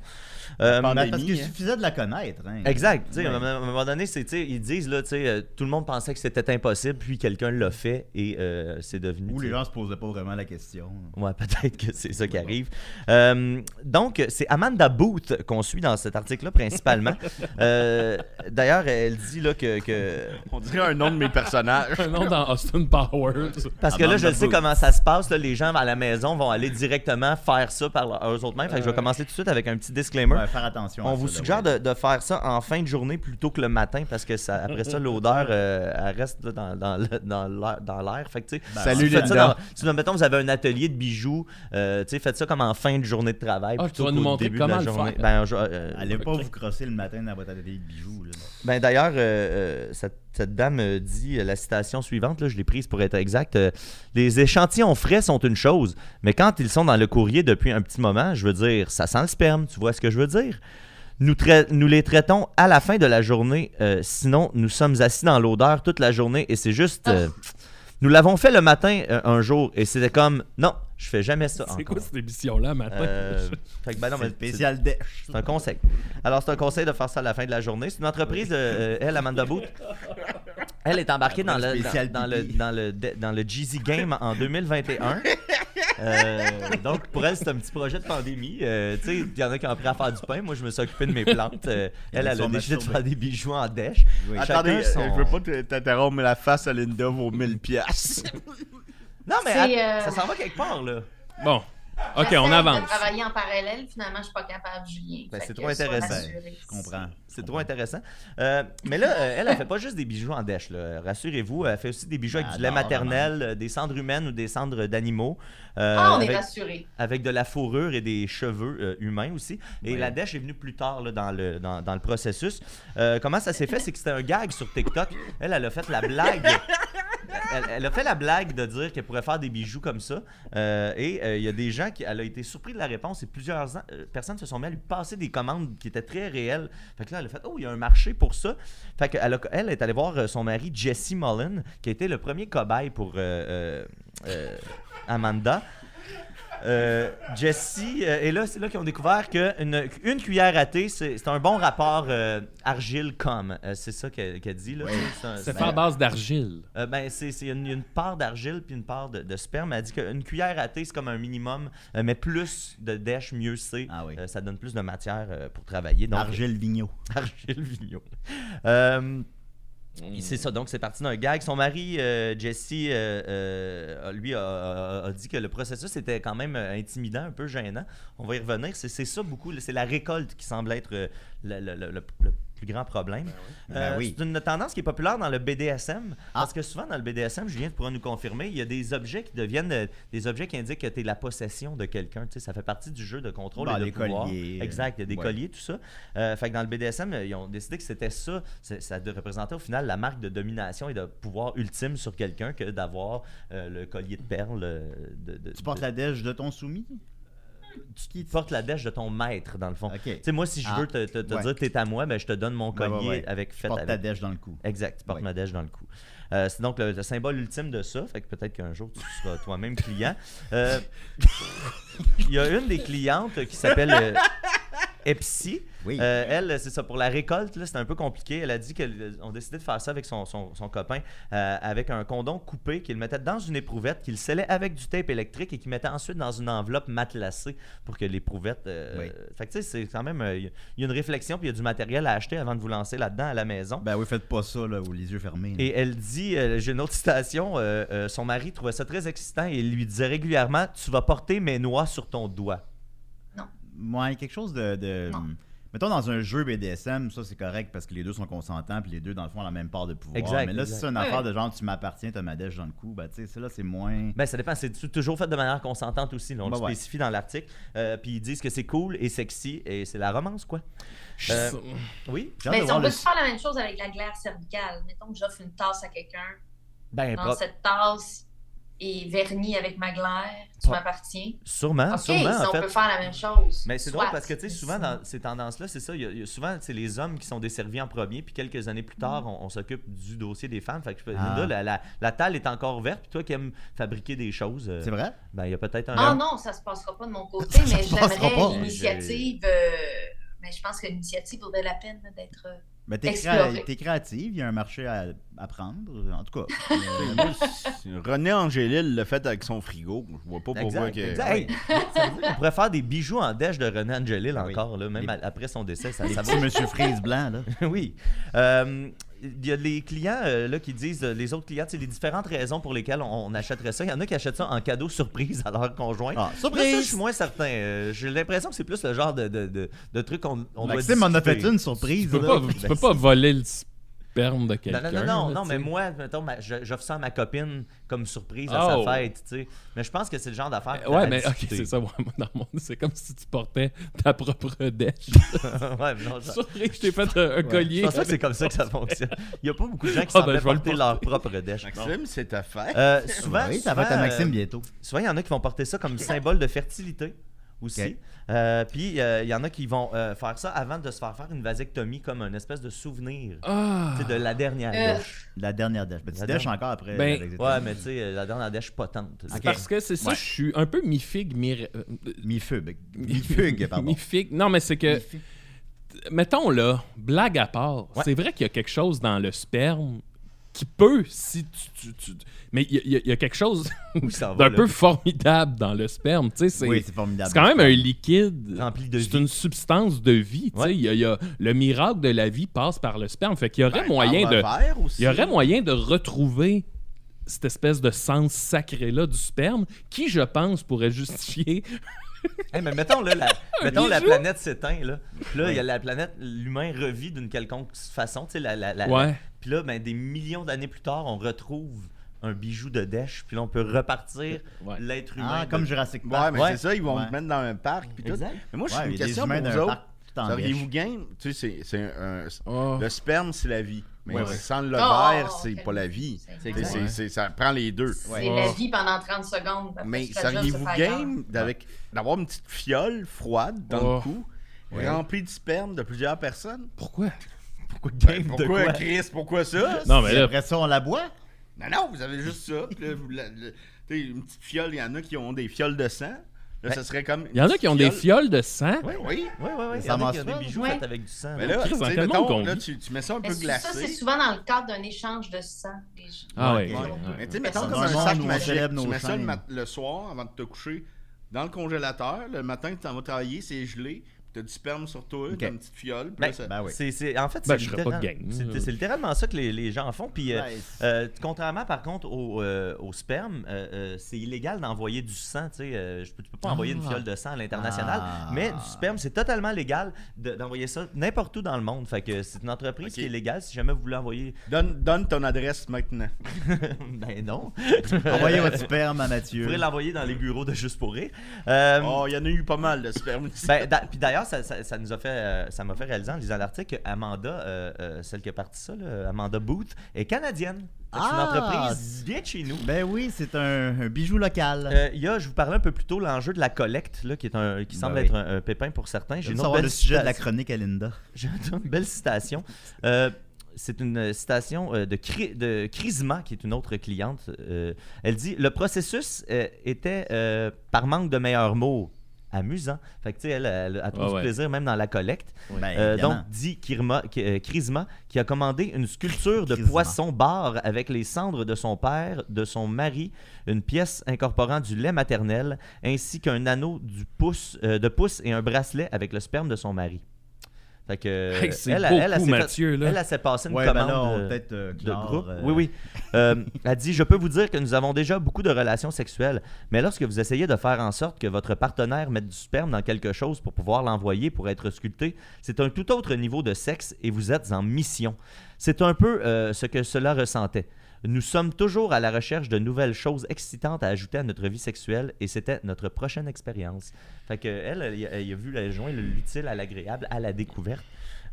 Speaker 4: Euh,
Speaker 2: Ben, parce
Speaker 6: pandémie,
Speaker 2: qu'il
Speaker 6: hein.
Speaker 2: suffisait de la connaître. hein.
Speaker 4: Exact. tu sais, À
Speaker 2: Ouais.
Speaker 4: un moment- à un moment donné, c'est, tu sais, ils disent, là, tu sais, euh, tout le monde pensait que c'était impossible, puis quelqu'un l'a fait et euh, c'est devenu...
Speaker 2: Ou les
Speaker 4: tu sais,
Speaker 2: gens se posaient pas vraiment la question.
Speaker 4: Ouais, (laughs) peut-être que c'est ça qui arrive. Euh, donc, c'est Amanda Booth qu'on suit dans cet
Speaker 2: (laughs)
Speaker 4: article-là principalement. Euh, D'ailleurs, elle dit là que. que-
Speaker 6: On dirait un nom de mes personnages.
Speaker 3: Un nom dans Austin Powers.
Speaker 4: Parce que là, je
Speaker 2: Amanda
Speaker 4: sais
Speaker 2: Booth.
Speaker 4: comment ça se passe. là, les gens à la maison vont aller directement faire ça par leur- eux autres mêmes. Fait que je vais commencer tout de suite avec un petit disclaimer.
Speaker 2: Euh, Ouais, faire attention.
Speaker 4: On
Speaker 2: à
Speaker 4: vous
Speaker 2: ça, là,
Speaker 4: suggère
Speaker 2: ouais.
Speaker 4: de, de faire ça en fin de journée plutôt que le matin parce que ça,
Speaker 2: (laughs)
Speaker 4: après ça, l'odeur euh, elle reste là, dans, dans le- dans l'air- dans l'air. Fait que, tu sais,
Speaker 2: Ben,
Speaker 4: si
Speaker 6: Salut,
Speaker 4: vous faites ça
Speaker 6: Linda.
Speaker 4: dans- si, mettons, vous avez un atelier de bijoux, euh, tu sais, faites ça comme en fin de journée de travail.
Speaker 3: Ah, tu
Speaker 4: plutôt
Speaker 3: vas nous
Speaker 4: qu'au
Speaker 3: montrer
Speaker 4: début de la
Speaker 3: comment le
Speaker 4: journée.
Speaker 3: faire.
Speaker 4: Ben, je- euh,
Speaker 2: Allez pas vous crosser le matin dans votre atelier de bijoux. là.
Speaker 4: ben, D'ailleurs, euh, euh, cette, cette dame euh, dit euh, la citation suivante, là, je l'ai prise pour être exact. euh, les échantillons frais sont une chose, mais quand ils sont dans le courrier depuis un petit moment, je veux dire, ça sent le sperme, tu vois ce que je veux dire? Nous, trai- nous les traitons à la fin de la journée, euh, sinon nous sommes assis dans l'odeur toute la journée et c'est juste... euh,
Speaker 3: Ah.
Speaker 4: nous l'avons fait le matin euh, un jour et c'était comme, non, je fais jamais ça.
Speaker 3: C'est
Speaker 4: encore.
Speaker 3: quoi cette émission-là, matin?
Speaker 4: Euh, fait que, ben non,
Speaker 2: C'est
Speaker 4: mais c'est-
Speaker 2: spécial dèche.
Speaker 4: c'est un conseil. Alors, c'est un conseil de faire ça à la fin de la journée. C'est une entreprise, euh, euh, elle, Amanda Booth. (laughs) Elle est embarquée dans le,
Speaker 2: Spécial
Speaker 4: dans, dans le,
Speaker 2: pipi.
Speaker 4: dans, le, de- dans le Jeezy Game en (laughs) 2021. Euh, donc, pour elle, c'est un petit projet de pandémie. Euh, tu sais, il y en a qui ont appris à faire du pain. Moi, je me suis occupé de mes plantes. Euh, elle, elle a
Speaker 2: sont
Speaker 4: décidé de
Speaker 2: masturbés.
Speaker 4: faire des bijoux en dèche.
Speaker 2: Oui.
Speaker 4: Chacun
Speaker 6: Attendez, euh,
Speaker 4: son-
Speaker 6: je veux pas te- t'interrompre, mais la face à Linda vaut 1000 piastres.
Speaker 4: (laughs)
Speaker 6: (laughs)
Speaker 4: Non, mais
Speaker 5: C'est,
Speaker 4: att-
Speaker 5: euh,
Speaker 4: ça s'en va quelque part, là.
Speaker 3: (laughs) Bon. OK,
Speaker 5: J'essaie
Speaker 3: on
Speaker 5: de
Speaker 3: avance.
Speaker 5: travailler en parallèle, finalement, je suis pas capable, Julien.
Speaker 4: Ben,
Speaker 5: Fait
Speaker 4: c'est
Speaker 5: que
Speaker 4: trop
Speaker 5: sois
Speaker 4: intéressant.
Speaker 5: rassuré.
Speaker 2: Je comprends.
Speaker 4: C'est trop intéressant. Euh, mais là, euh, elle, elle fait pas juste des bijoux en dèche. là. Rassurez-vous, elle fait aussi des bijoux avec du lait
Speaker 2: J'adore,
Speaker 4: maternel, euh, des cendres humaines ou des cendres d'animaux. euh,
Speaker 5: Ah, on est
Speaker 4: avec,
Speaker 5: rassuré.
Speaker 4: avec de la fourrure et des cheveux euh, humains aussi. Et
Speaker 2: Ouais.
Speaker 4: la dèche est venue plus tard là, dans, le, dans, dans le processus. Euh, comment ça s'est fait? C'est que c'était un gag sur TikTok. Elle, elle a fait la blague. Elle, elle a fait la blague de dire qu'elle pourrait faire des bijoux comme ça. Euh, et euh, il y a des gens qui. Elle a été surpris de la réponse et plusieurs an- euh, personnes se sont mis à lui passer des commandes qui étaient très réelles. Fait que là, elle a fait Oh, il y a un marché pour ça. Fait que elle, a- elle est allée voir euh, son mari Jesse Mullen, qui a été le premier cobaye pour euh, euh, euh, Amanda. Euh, Jesse, euh, et là, c'est là qu'ils ont découvert qu'une une cuillère à thé, c'est c'est un bon rapport euh, argile-com. Euh, c'est ça qu'elle qu'elle dit. là. C'est un-
Speaker 3: C'est
Speaker 4: c'est
Speaker 3: fait à base d'argile.
Speaker 4: euh, ben, c'est c'est une, une part d'argile puis une part de, de sperme. Elle dit qu'une cuillère à thé, c'est comme un minimum, euh, mais plus de dèche, mieux c'est.
Speaker 2: Ah oui.
Speaker 4: Euh, ça donne plus de matière euh, pour travailler. Donc,
Speaker 2: Argile Vigneault.
Speaker 4: (laughs) Argile Vigneault. Euh,
Speaker 2: Hmm.
Speaker 4: et C'est ça, donc c'est parti d'un gag. Son mari, euh, Jesse, euh, euh, lui, a, a- a dit que le processus était quand même euh, intimidant, un peu gênant. On va y revenir. C'est c'est ça beaucoup, c'est la récolte qui semble être euh, le, le- le- le- le plus grand problème. Euh,
Speaker 2: Ben oui.
Speaker 4: C'est une tendance qui est populaire dans le BDSM,
Speaker 2: Ah.
Speaker 4: parce que souvent dans le BDSM, Julien tu pourras nous confirmer, il y a des objets qui deviennent euh, des objets qui indiquent que tu es la possession de quelqu'un. Tu sais, ça fait partie du jeu de contrôle
Speaker 2: Ben,
Speaker 4: et de
Speaker 2: les
Speaker 4: pouvoir.
Speaker 2: colliers, euh,
Speaker 4: Exact, il y a des
Speaker 2: ouais.
Speaker 4: colliers, tout ça. Euh, fait que dans le BDSM, euh, ils ont décidé que c'était ça. c'est- Ça de- représentait au final la marque de domination et de pouvoir ultime sur quelqu'un que d'avoir euh, le collier de perles. euh, de- de-
Speaker 2: Tu portes
Speaker 4: de-
Speaker 2: la dèche de ton soumis?
Speaker 4: tu portes la dèche de ton maître, dans le fond.
Speaker 2: Ok.
Speaker 4: Tu sais, moi, si je
Speaker 2: Ah.
Speaker 4: veux te, te- te
Speaker 2: Ouais.
Speaker 4: dire t'es à moi, ben, je te donne mon
Speaker 2: Ouais,
Speaker 4: collier
Speaker 2: ouais, ouais.
Speaker 4: avec
Speaker 2: Tu
Speaker 4: fait
Speaker 2: portes ta
Speaker 4: avec.
Speaker 2: dèche dans le cou.
Speaker 4: Exact, tu portes
Speaker 2: Ouais.
Speaker 4: ma dèche dans le cou. Euh, c'est donc le, le symbole ultime de ça. Fait que peut-être qu'un jour, tu seras
Speaker 2: (laughs)
Speaker 4: toi-même client. Euh, Il y a une des clientes qui s'appelle. euh, Epsi.
Speaker 2: Oui.
Speaker 4: Euh, elle, c'est ça, pour la récolte, là, c'était un peu compliqué. Elle a dit qu'on décidait de faire ça avec son, son- son copain, euh, avec un condom coupé qu'il mettait dans une éprouvette, qu'il scellait avec du tape électrique et qu'il mettait ensuite dans une enveloppe matelassée pour que l'éprouvette. euh,
Speaker 2: Oui.
Speaker 4: Fait que tu sais, c'est quand même. euh, Il y a une réflexion, puis il y a du matériel à acheter avant de vous lancer là-dedans à la maison.
Speaker 2: Ben oui, faites pas ça, là, ou les yeux fermés. là.
Speaker 4: Et elle dit, euh, j'ai une autre citation, euh, euh, son mari trouvait ça très excitant et lui disait régulièrement Tu vas porter mes noix sur ton doigt.
Speaker 2: Ouais, quelque chose de. de-
Speaker 5: Non.
Speaker 2: Mettons dans un jeu BDSM, ça c'est correct parce que les deux sont consentants puis les deux dans le fond ont la même part de pouvoir.
Speaker 4: Exact,
Speaker 2: Mais là,
Speaker 4: exact.
Speaker 2: si c'est une
Speaker 5: Ouais,
Speaker 2: affaire
Speaker 5: ouais.
Speaker 2: de genre tu m'appartiens, t'as ma dèche dans le cou, ben tu sais, là c'est moins.
Speaker 4: Ben, ça dépend, c'est tu- toujours fait de manière consentante aussi, là, on
Speaker 2: Ben
Speaker 4: le
Speaker 2: ouais.
Speaker 4: spécifie dans l'article. Euh, Puis ils disent que c'est cool et sexy et c'est la romance, quoi.
Speaker 3: Je-
Speaker 4: Euh, Oui.
Speaker 2: J'ai hâte
Speaker 5: Mais
Speaker 2: de
Speaker 5: si on
Speaker 2: voir
Speaker 5: veut
Speaker 2: le-
Speaker 5: se faire la même chose avec la glaire cervicale, mettons que j'offre une tasse à quelqu'un,
Speaker 4: Ben,
Speaker 5: dans
Speaker 4: pro-
Speaker 5: cette tasse est vernie avec ma glaire, tu
Speaker 4: Pro-
Speaker 5: m'appartiens.
Speaker 4: sûrement,
Speaker 5: Ok,
Speaker 4: Ah, sûrement,
Speaker 5: si
Speaker 4: en
Speaker 5: on
Speaker 4: fait.
Speaker 5: peut faire la même chose.
Speaker 4: Mais c'est
Speaker 5: Soit.
Speaker 4: drôle parce que, tu sais, souvent dans ces tendances-là, c'est ça. Il y a- il y a souvent, c'est les hommes qui sont desservis en premier, puis quelques années plus
Speaker 5: Mm.
Speaker 4: tard, on, on s'occupe du dossier des femmes. Fait que, je peux-
Speaker 2: Ah.
Speaker 4: Linda, la, la, la table est encore ouverte, puis toi qui aimes fabriquer des choses, euh,
Speaker 2: C'est vrai?
Speaker 4: ben, il y a peut-être un.
Speaker 5: Ah non, ça se passera pas de mon côté, mais
Speaker 2: se passera pas.
Speaker 5: j'aimerais l'initiative. euh, Mais je pense que l'initiative vaudrait la peine là, d'être. euh,
Speaker 2: Ben t'es,
Speaker 5: Explorer.
Speaker 2: créa- t'es créative, il y a un marché à, à prendre, en tout cas. Euh,
Speaker 6: Moi, c'est- René Angélil l'a fait avec son frigo. Je vois pas pourquoi
Speaker 4: Exact,
Speaker 6: que.
Speaker 4: exact. Hey, (laughs) ça veut dire qu'on pourrait faire des bijoux en dèche de René Angelil
Speaker 2: Ah Oui.
Speaker 4: encore, là, même
Speaker 2: Les-
Speaker 4: à- après son décès. Ça,
Speaker 2: les
Speaker 4: ça
Speaker 2: petits monsieur frise blanc, là.
Speaker 4: (laughs) oui. Euh, Il y a les clients euh, là, qui disent, euh, les autres clients, c'est les différentes raisons pour lesquelles on, on achèterait ça. Il y en a qui achètent ça en cadeau surprise à leur conjoint.
Speaker 2: Ah,
Speaker 4: Là, ça, je
Speaker 2: surprise!
Speaker 4: suis moins certain. Euh, J'ai l'impression que c'est plus le genre de, de, de, de truc qu'on on doit
Speaker 2: Maxime en a fait
Speaker 4: discuter.
Speaker 2: une
Speaker 3: tu
Speaker 2: surprise.
Speaker 3: peux
Speaker 2: là.
Speaker 3: pas, tu peux pas voler le sperme de
Speaker 4: ben, Non,
Speaker 3: quelqu'un.
Speaker 4: non, non, non,
Speaker 3: là,
Speaker 4: non,
Speaker 3: tu
Speaker 4: mais
Speaker 3: sais.
Speaker 4: moi, mettons, ma- je- j'offre ça à ma copine comme surprise à
Speaker 3: Oh.
Speaker 4: sa fête, tu sais. Mais je pense que c'est le genre d'affaire. que
Speaker 3: Ouais,
Speaker 4: t'as
Speaker 3: mais
Speaker 4: à
Speaker 3: ok,
Speaker 4: discuter.
Speaker 3: c'est ça. ouais, moi, dans mon- c'est comme si tu portais ta propre
Speaker 4: (laughs)
Speaker 3: dèche.
Speaker 4: Ouais, mais non, ça-
Speaker 3: Surpris que je t'ai fait un, un collier.
Speaker 4: Je pense pas que c'est comme ça que ça fonctionne. Il n'y a pas
Speaker 3: (laughs)
Speaker 4: beaucoup de gens qui
Speaker 3: Ah,
Speaker 4: s'en
Speaker 3: ben,
Speaker 4: mettent
Speaker 3: je vais le
Speaker 4: porter leur propre dèche.
Speaker 6: Maxime, c'est ta fête.
Speaker 4: Euh, souvent,
Speaker 2: oui, ça va être à
Speaker 4: souvent,
Speaker 2: Maxime
Speaker 4: euh,
Speaker 2: bientôt.
Speaker 4: Souvent, il y en a qui vont porter ça comme symbole de fertilité aussi.
Speaker 2: Ok.
Speaker 4: Euh, puis, euh, il y en a qui vont euh, faire ça avant de se faire faire une vasectomie comme une espèce de souvenir
Speaker 3: Ah!
Speaker 4: tu sais, de la dernière
Speaker 5: Euh,
Speaker 4: dèche.
Speaker 2: La dernière dèche. Ben, tu
Speaker 4: La
Speaker 2: dèches
Speaker 4: dernière-
Speaker 2: encore après.
Speaker 3: Ben,
Speaker 2: avec-
Speaker 4: Ouais, mais tu sais, euh, la dernière dèche potente.
Speaker 2: Ok.
Speaker 3: Parce que c'est ça,
Speaker 2: Ouais.
Speaker 3: je suis un peu mi-figue, mi euh, (laughs)
Speaker 2: Mi-fugue. Mi-fugue, pardon.
Speaker 3: Mi-figue. Non, mais c'est que, mettons là, blague à part,
Speaker 4: Ouais.
Speaker 3: c'est vrai qu'il y a quelque chose dans le sperme qui peut, si tu. tu- tu- mais il y a- il y, a- il y a quelque chose
Speaker 4: Où ça va,
Speaker 3: d'un
Speaker 4: là?
Speaker 3: peu formidable dans le sperme. Tu sais, c'est.
Speaker 2: Oui, c'est formidable.
Speaker 3: c'est quand même un liquide.
Speaker 4: Rempli de
Speaker 3: C'est
Speaker 4: vie.
Speaker 3: une substance de vie. tu sais.
Speaker 4: Ouais.
Speaker 3: Il y a- il y a- le miracle de la vie passe par le sperme. Fait qu'il y aurait
Speaker 6: Ben,
Speaker 3: moyen
Speaker 2: Ah,
Speaker 6: par le
Speaker 3: de.
Speaker 6: verre aussi.
Speaker 3: Il y aurait moyen de retrouver cette espèce de sens sacré-là du sperme qui, je pense, pourrait justifier.
Speaker 4: Hey, mais mettons, là, la, mettons, la
Speaker 3: bijou?
Speaker 4: planète s'éteint. Là, Puis là il y a la planète, l'humain revit d'une quelconque façon. tu sais, La, la, la-
Speaker 3: Ouais.
Speaker 4: Puis là, ben, des millions d'années plus tard, on retrouve un bijou de dèche. Puis là, on peut repartir
Speaker 3: Ouais.
Speaker 4: l'être humain.
Speaker 2: Ah, comme
Speaker 4: de-
Speaker 2: Jurassic
Speaker 6: Ouais,
Speaker 2: Park.
Speaker 6: mais
Speaker 4: Ouais.
Speaker 6: c'est ça, ils vont
Speaker 2: Ouais.
Speaker 6: te mettre dans un parc. Puis tout.
Speaker 4: Exact.
Speaker 6: Mais moi, j'ai
Speaker 2: Ouais, il
Speaker 6: une
Speaker 2: y a des
Speaker 6: question pour
Speaker 2: humains
Speaker 6: vous
Speaker 2: d'un
Speaker 6: autres.
Speaker 2: parc tout en
Speaker 6: Seriez-vous
Speaker 2: dèche.
Speaker 6: game? Tu sais, c'est- c'est un- un,
Speaker 3: Oh.
Speaker 6: Le sperme, c'est la vie. Mais
Speaker 2: Ouais, ouais.
Speaker 6: sans le
Speaker 5: Oh,
Speaker 6: verre, c'est
Speaker 5: ok.
Speaker 6: pas la vie.
Speaker 5: C'est
Speaker 6: T'sais,
Speaker 5: vrai.
Speaker 6: c'est- c'est- ça prend les deux.
Speaker 5: C'est
Speaker 2: Ouais.
Speaker 5: la
Speaker 3: Oh.
Speaker 5: vie pendant 30 secondes. Après,
Speaker 6: Mais
Speaker 5: tu fais juste se
Speaker 6: seriez-vous
Speaker 5: faire gendre.
Speaker 6: game d'avec- d'avoir une petite fiole froide dans
Speaker 3: Oh.
Speaker 6: le cou,
Speaker 2: Ouais.
Speaker 6: remplie de sperme de plusieurs personnes?
Speaker 3: Pourquoi?
Speaker 6: Pourquoi
Speaker 4: game de
Speaker 6: Pourquoi,
Speaker 4: quoi?
Speaker 6: Chris? Pourquoi ça?
Speaker 3: Non, mais
Speaker 2: Et
Speaker 3: là,
Speaker 2: après ça, on la boit?
Speaker 6: Non, non, vous avez juste ça. puis là, vous la- le- t'sais, une petite fiole, il y en a qui ont des fioles de sang. Là,
Speaker 4: Ben,
Speaker 6: ça serait comme...
Speaker 3: il y en a qui ont des fioles de sang.
Speaker 6: Oui, Ben oui.
Speaker 4: Oui, oui, oui.
Speaker 2: Le
Speaker 4: Il y en a qui ont
Speaker 2: samassoir,
Speaker 4: des bijoux
Speaker 5: ouais.
Speaker 4: faits avec du sang.
Speaker 6: Mais
Speaker 4: là.
Speaker 6: là,
Speaker 3: Chris, dans quel
Speaker 6: t'sais, mettons,
Speaker 3: monde
Speaker 6: là,
Speaker 3: qu'on
Speaker 6: tu, tu mets ça un
Speaker 5: Mais
Speaker 6: peu
Speaker 5: Ça, c'est
Speaker 6: glacé.
Speaker 5: souvent dans le cadre d'un échange de sang. des gens.
Speaker 3: Ah ouais.
Speaker 6: Ouais.
Speaker 3: ok,
Speaker 6: Mais
Speaker 3: ouais.
Speaker 6: tu sais, mettons
Speaker 5: Dans
Speaker 6: comme
Speaker 5: un
Speaker 6: un
Speaker 5: monde
Speaker 6: sac
Speaker 5: où on
Speaker 6: magique.
Speaker 2: célèbre nos
Speaker 6: Tu mets ça le,
Speaker 2: chaînes.
Speaker 6: mat- le soir avant de te coucher dans le congélateur. Le matin, tu t'en vas travailler, c'est gelé. Tu as du sperme sur toi, t'as une petite fiole. puis là,
Speaker 4: Ben,
Speaker 6: ça-
Speaker 2: Ben oui.
Speaker 4: C'est, c'est- en fait,
Speaker 3: Ben,
Speaker 4: c'est,
Speaker 3: je serais pas
Speaker 4: littéral-
Speaker 3: gang.
Speaker 4: c'est- c'est littéralement ça que les, les gens font. Puis, euh,
Speaker 2: Ouais,
Speaker 4: euh, contrairement par contre au, euh, au sperme, euh, euh, c'est illégal d'envoyer du sang. Tu sais, euh, je peux, tu peux pas envoyer une
Speaker 3: Ah.
Speaker 4: fiole de sang à l'international,
Speaker 2: Ah.
Speaker 4: mais du sperme, c'est totalement légal de- d'envoyer ça n'importe où dans le monde. Fait que c'est une entreprise
Speaker 6: Ok.
Speaker 4: qui est légale si jamais vous voulez envoyer. (laughs)
Speaker 6: Donne, donne ton adresse maintenant.
Speaker 4: ben non.
Speaker 2: Envoyez votre sperme à Mathieu.
Speaker 4: Vous pourrez l'envoyer dans les bureaux de Juste pour rire. Euh,
Speaker 6: Oh, il y en a eu pas mal de sperme ici.
Speaker 4: Ben, d'a- puis d'ailleurs, ça, ça- ça nous a fait, euh, ça m'a fait réaliser en lisant l'article que Amanda, euh, euh, celle qui a parti ça, là, Amanda Booth, est canadienne. C'est
Speaker 2: Ah!
Speaker 4: une entreprise bien de chez nous.
Speaker 2: Ben oui, c'est un, un bijou local.
Speaker 4: Euh, il y a, je vous parlais un peu plus tôt, l'enjeu de la collecte, là, qui, est un, qui
Speaker 2: Ben
Speaker 4: semble
Speaker 2: oui.
Speaker 4: être un, un pépin pour certains.
Speaker 2: J'ai
Speaker 4: J'ai une, autre
Speaker 2: savoir
Speaker 4: belle
Speaker 2: le sujet de la
Speaker 4: citation- (laughs)
Speaker 2: chronique à Linda.
Speaker 4: J'ai une belle citation. Euh, c'est une citation euh, de, Cri- de Crisma, qui est une autre cliente. Euh, elle dit Le processus euh, était, euh, par manque de meilleurs mots, amusant. Fait que, tu sais, elle, elle, elle trouve
Speaker 3: Ouais,
Speaker 4: du
Speaker 3: ouais.
Speaker 4: plaisir même dans la collecte.
Speaker 2: Ben,
Speaker 4: Euh,
Speaker 2: évidemment.
Speaker 4: donc, dit Kirma, Ki- euh, Krisma, qui a commandé une sculpture de
Speaker 2: Krisma.
Speaker 4: poisson bar avec les cendres de son père, de son mari, une pièce incorporant du lait maternel, ainsi qu'un anneau du pouce, euh, de pouce et un bracelet avec le sperme de son mari. Fait que, euh,
Speaker 3: Hey, c'est
Speaker 4: elle,
Speaker 3: beaucoup,
Speaker 4: elle, elle s'est fait-
Speaker 3: Mathieu, là.
Speaker 4: elle, elle s'est passée une
Speaker 2: ouais, ben
Speaker 4: commande
Speaker 2: là, on
Speaker 4: euh,
Speaker 2: peut-être euh,
Speaker 4: de
Speaker 2: clore,
Speaker 4: groupe.
Speaker 2: euh,
Speaker 4: Oui, oui. Euh, elle dit Je peux vous dire que nous avons déjà beaucoup de relations sexuelles, mais lorsque vous essayez de faire en sorte que votre partenaire mette du sperme dans quelque chose pour pouvoir l'envoyer pour être sculpté, c'est un tout autre niveau de sexe et vous êtes en mission. C'est un peu euh, ce que cela ressentait. Nous sommes toujours à la recherche de nouvelles choses excitantes à ajouter à notre vie sexuelle et c'était notre prochaine expérience. Fait que elle, elle, elle a vu le joint l'utile à l'agréable, à la découverte.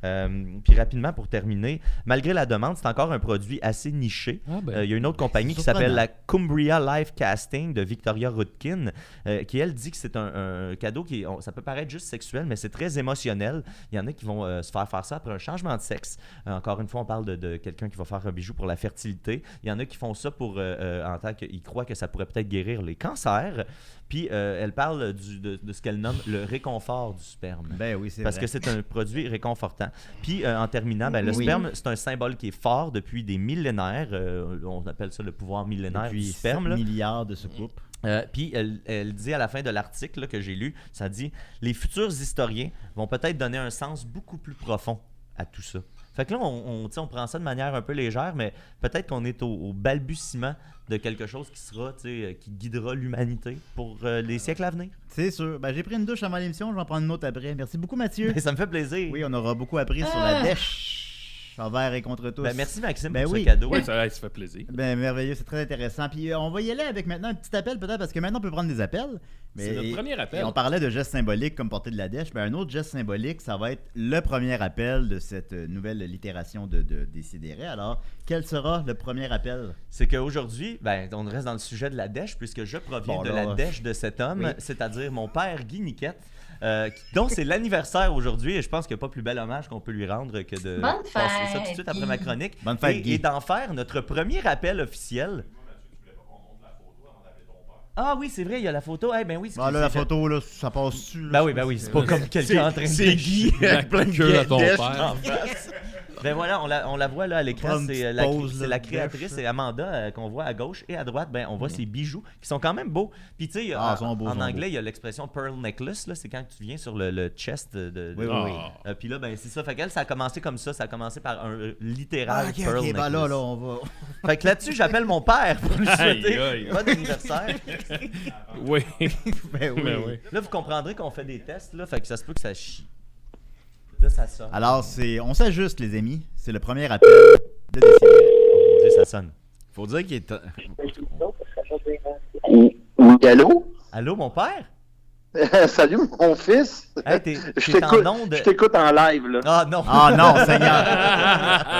Speaker 4: Euh, puis rapidement pour terminer, malgré la demande, c'est encore un produit assez niché.
Speaker 3: Ah, ben.
Speaker 4: Euh, il y a une autre compagnie qui
Speaker 2: Surprenant.
Speaker 4: s'appelle la Cumbria Life Casting de Victoria Rutkin, euh, qui elle dit que c'est un, un cadeau qui, est- on- ça peut paraître juste sexuel, mais c'est très émotionnel. Il y en a qui vont euh, se faire faire ça après un changement de sexe. Euh, encore une fois, on parle de, de quelqu'un qui va faire un bijou pour la fertilité. Il y en a qui font ça pour, euh, euh, en tant qu'ils croient que ça pourrait peut-être guérir les cancers. Puis euh, elle parle du- de, de ce qu'elle nomme le réconfort du sperme.
Speaker 2: Ben oui, c'est
Speaker 4: Parce
Speaker 2: vrai.
Speaker 4: que c'est un produit réconfortant. Puis, euh, en terminant, ben, le
Speaker 2: Oui.
Speaker 4: sperme, c'est un symbole qui est fort depuis des millénaires. Euh, on appelle ça le pouvoir millénaire
Speaker 2: Depuis
Speaker 4: du sperme.
Speaker 2: 7
Speaker 4: là.
Speaker 2: milliards de soucoupes.
Speaker 4: Euh, puis, elle, elle dit à la fin de l'article là, que j'ai lu, ça dit « Les futurs historiens vont peut-être donner un sens beaucoup plus profond à tout ça. » Fait que là, on, on, tu sais, on prend ça de manière un peu légère, mais peut-être qu'on est au, au balbutiement de quelque chose qui sera, tu sais, euh, qui guidera l'humanité pour euh, les siècles à venir.
Speaker 2: C'est sûr. Ben, j'ai pris une douche avant l'émission, je vais en prendre une autre après. Merci beaucoup, Mathieu.
Speaker 4: Et Ben, ça me fait plaisir.
Speaker 2: Oui, on aura beaucoup appris sur la dèche envers et contre tous.
Speaker 4: Ben, merci Maxime
Speaker 2: Ben
Speaker 4: pour
Speaker 2: oui.
Speaker 4: ce cadeau.
Speaker 3: Ouais, ça, hey, ça fait plaisir.
Speaker 2: Ben, merveilleux, c'est très intéressant. Puis euh, on va y aller avec maintenant un petit appel peut-être parce que maintenant on peut prendre des appels.
Speaker 3: C'est notre premier appel.
Speaker 2: et
Speaker 3: (laughs)
Speaker 2: on parlait de gestes symboliques comme porter de la dèche. Ben, un autre geste symbolique, ça va être le premier appel de cette euh, nouvelle littération de, de Décidéré. Alors, quel sera le premier appel
Speaker 4: C'est qu'aujourd'hui, ben, on reste dans le sujet de la dèche, puisque je proviens
Speaker 2: Bon,
Speaker 4: de
Speaker 2: là,
Speaker 4: la
Speaker 2: euh,
Speaker 4: dèche de cet homme,
Speaker 2: oui.
Speaker 4: c'est-à-dire mon père Guy Niquette, euh, qui- dont c'est l'anniversaire aujourd'hui, et je pense qu'il n'y a pas plus bel hommage qu'on peut lui rendre que de
Speaker 5: Bonne
Speaker 4: passer ça tout de
Speaker 5: fête,
Speaker 4: suite après
Speaker 5: Guy.
Speaker 4: ma chronique.
Speaker 2: Bonne fête,
Speaker 4: et,
Speaker 2: Guy.
Speaker 4: et d'en faire notre premier appel officiel. Ah oui, c'est vrai, il y a la photo. Eh ben oui, c'est
Speaker 2: Bon,
Speaker 4: que
Speaker 2: Ah, là,
Speaker 4: c'est
Speaker 2: la
Speaker 4: fait-
Speaker 2: photo, là, Ah, ça passe dessus.
Speaker 4: Ben oui, ben oui, c'est pas comme quelqu'un en train de
Speaker 6: C'est Guy
Speaker 2: (laughs)
Speaker 6: avec plein de
Speaker 3: queue à
Speaker 6: guêpes
Speaker 3: ton
Speaker 6: dèches.
Speaker 3: père.
Speaker 4: en face. Ben voilà, on la, on la voit là à l'écran,
Speaker 2: Prendre une
Speaker 4: c'est
Speaker 2: petite
Speaker 4: euh, la, cré-
Speaker 2: pause,
Speaker 4: c'est
Speaker 2: là,
Speaker 4: la
Speaker 2: de
Speaker 4: créatrice
Speaker 2: bref.
Speaker 4: et Amanda euh, qu'on voit à gauche et à droite, ben on voit ses bijoux qui sont quand même beaux. Puis tu sais,
Speaker 2: Ah,
Speaker 4: en-
Speaker 2: ils sont beaux, ils
Speaker 4: en
Speaker 2: sont beaux.
Speaker 4: anglais, il y a l'expression pearl necklace, là, c'est quand tu viens sur le, le chest de. de-
Speaker 2: Oui, oui,
Speaker 4: de-
Speaker 2: oui.
Speaker 3: Ah.
Speaker 4: Euh, puis là, ben c'est ça. Fait qu'elle, ça a commencé comme ça, ça a commencé par un euh,
Speaker 2: Ah,
Speaker 4: littéral
Speaker 2: ok,
Speaker 4: pearl
Speaker 2: ok, ben
Speaker 4: necklace.
Speaker 2: là, là, on va. (laughs)
Speaker 4: Fait que là-dessus, j'appelle mon père pour lui
Speaker 3: Aïe,
Speaker 4: souhaiter
Speaker 3: aïe.
Speaker 4: bon anniversaire.
Speaker 3: Oui. (laughs)
Speaker 2: Ben oui.
Speaker 3: Ben oui.
Speaker 4: Là, vous comprendrez qu'on fait des tests, là, fait que ça se peut que ça chie. Là, ça sonne.
Speaker 2: Alors, c'est, on s'ajuste, les amis. C'est le premier appel de Décidéré.
Speaker 4: Dieu, ça sonne.
Speaker 6: Faut dire qu'il est.
Speaker 8: Oui, allô?
Speaker 4: Allô, mon père?
Speaker 8: (laughs) Salut, mon fils.
Speaker 4: Hey, t'es
Speaker 8: Je
Speaker 4: t'es en
Speaker 8: t'écoute.
Speaker 4: onde.
Speaker 8: Je t'écoute en live, là.
Speaker 4: Ah non.
Speaker 2: Ah
Speaker 4: (laughs)
Speaker 2: non,
Speaker 3: (laughs)
Speaker 2: Seigneur!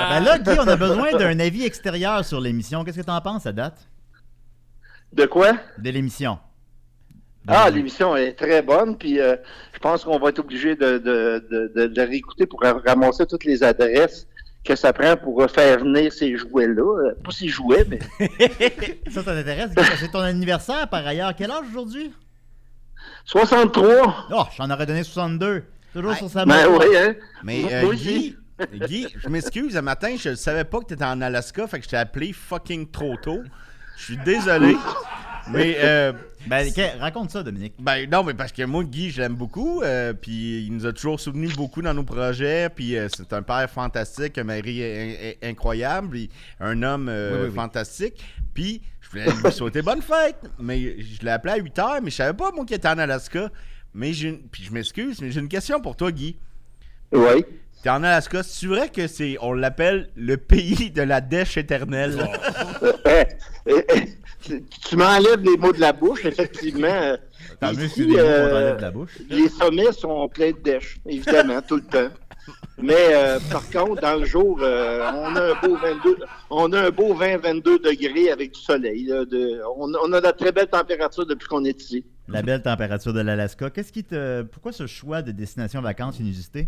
Speaker 2: ben là, Guy, on a besoin d'un avis extérieur sur l'émission. Qu'est-ce que t'en penses à date
Speaker 8: De quoi?
Speaker 2: de l'émission?
Speaker 4: Ben
Speaker 8: Ah, l'émission est très bonne, puis euh, je pense qu'on va être obligé de, de, de, de, de réécouter pour ra- ramasser toutes les adresses que ça prend pour euh, faire venir ces jouets-là. Euh, Pas ces jouets, mais
Speaker 2: Ça, ça t'intéresse? Guy? C'est ton anniversaire, par ailleurs. Quel âge aujourd'hui?
Speaker 8: 63.
Speaker 2: Oh, j'en aurais donné 62. Toujours
Speaker 6: Ah,
Speaker 2: sur sa
Speaker 8: Ben
Speaker 2: main.
Speaker 8: oui, hein?
Speaker 6: Mais
Speaker 8: Moi-
Speaker 6: euh,
Speaker 8: moi
Speaker 6: Guy, Guy, je m'excuse, un matin, je savais pas que t'étais en Alaska, fait que je t'ai appelé fucking trop tôt. Je suis désolé. Mais, euh,
Speaker 2: Ben, que- raconte ça, Dominique.
Speaker 6: ben non, mais parce que moi, Guy, je l'aime beaucoup, euh, puis il nous a toujours soutenus beaucoup dans nos projets, puis euh, c'est un père fantastique, un mari in- in- incroyable, puis un homme euh,
Speaker 2: Oui, oui, oui.
Speaker 6: fantastique, puis je voulais lui souhaiter bonne fête, mais je l'ai appelé à 8 heures, mais je savais pas, moi, qu'il était en Alaska. Mais j'ai une- Puis je m'excuse, mais j'ai une question pour toi, Guy.
Speaker 8: Oui.
Speaker 6: T'es en Alaska, c'est vrai que c'est, on l'appelle le pays de la dèche éternelle.
Speaker 8: Euh, euh, euh, tu m'enlèves les mots de la bouche, effectivement. Euh,
Speaker 2: Tant mieux que c'est
Speaker 8: ici,
Speaker 2: des mots qu'on
Speaker 8: euh,
Speaker 2: t'enlève de la bouche.
Speaker 8: Les sommets sont pleins de dèches, évidemment, tout le temps. Mais euh, par contre, dans le jour, euh, on a un beau 22, on a un beau 20-22 degrés avec du soleil. là, de- on, on a de la très belle température depuis qu'on est ici.
Speaker 2: La belle température de l'Alaska. Qu'est-ce qui te. Pourquoi ce choix de destination vacances inusité?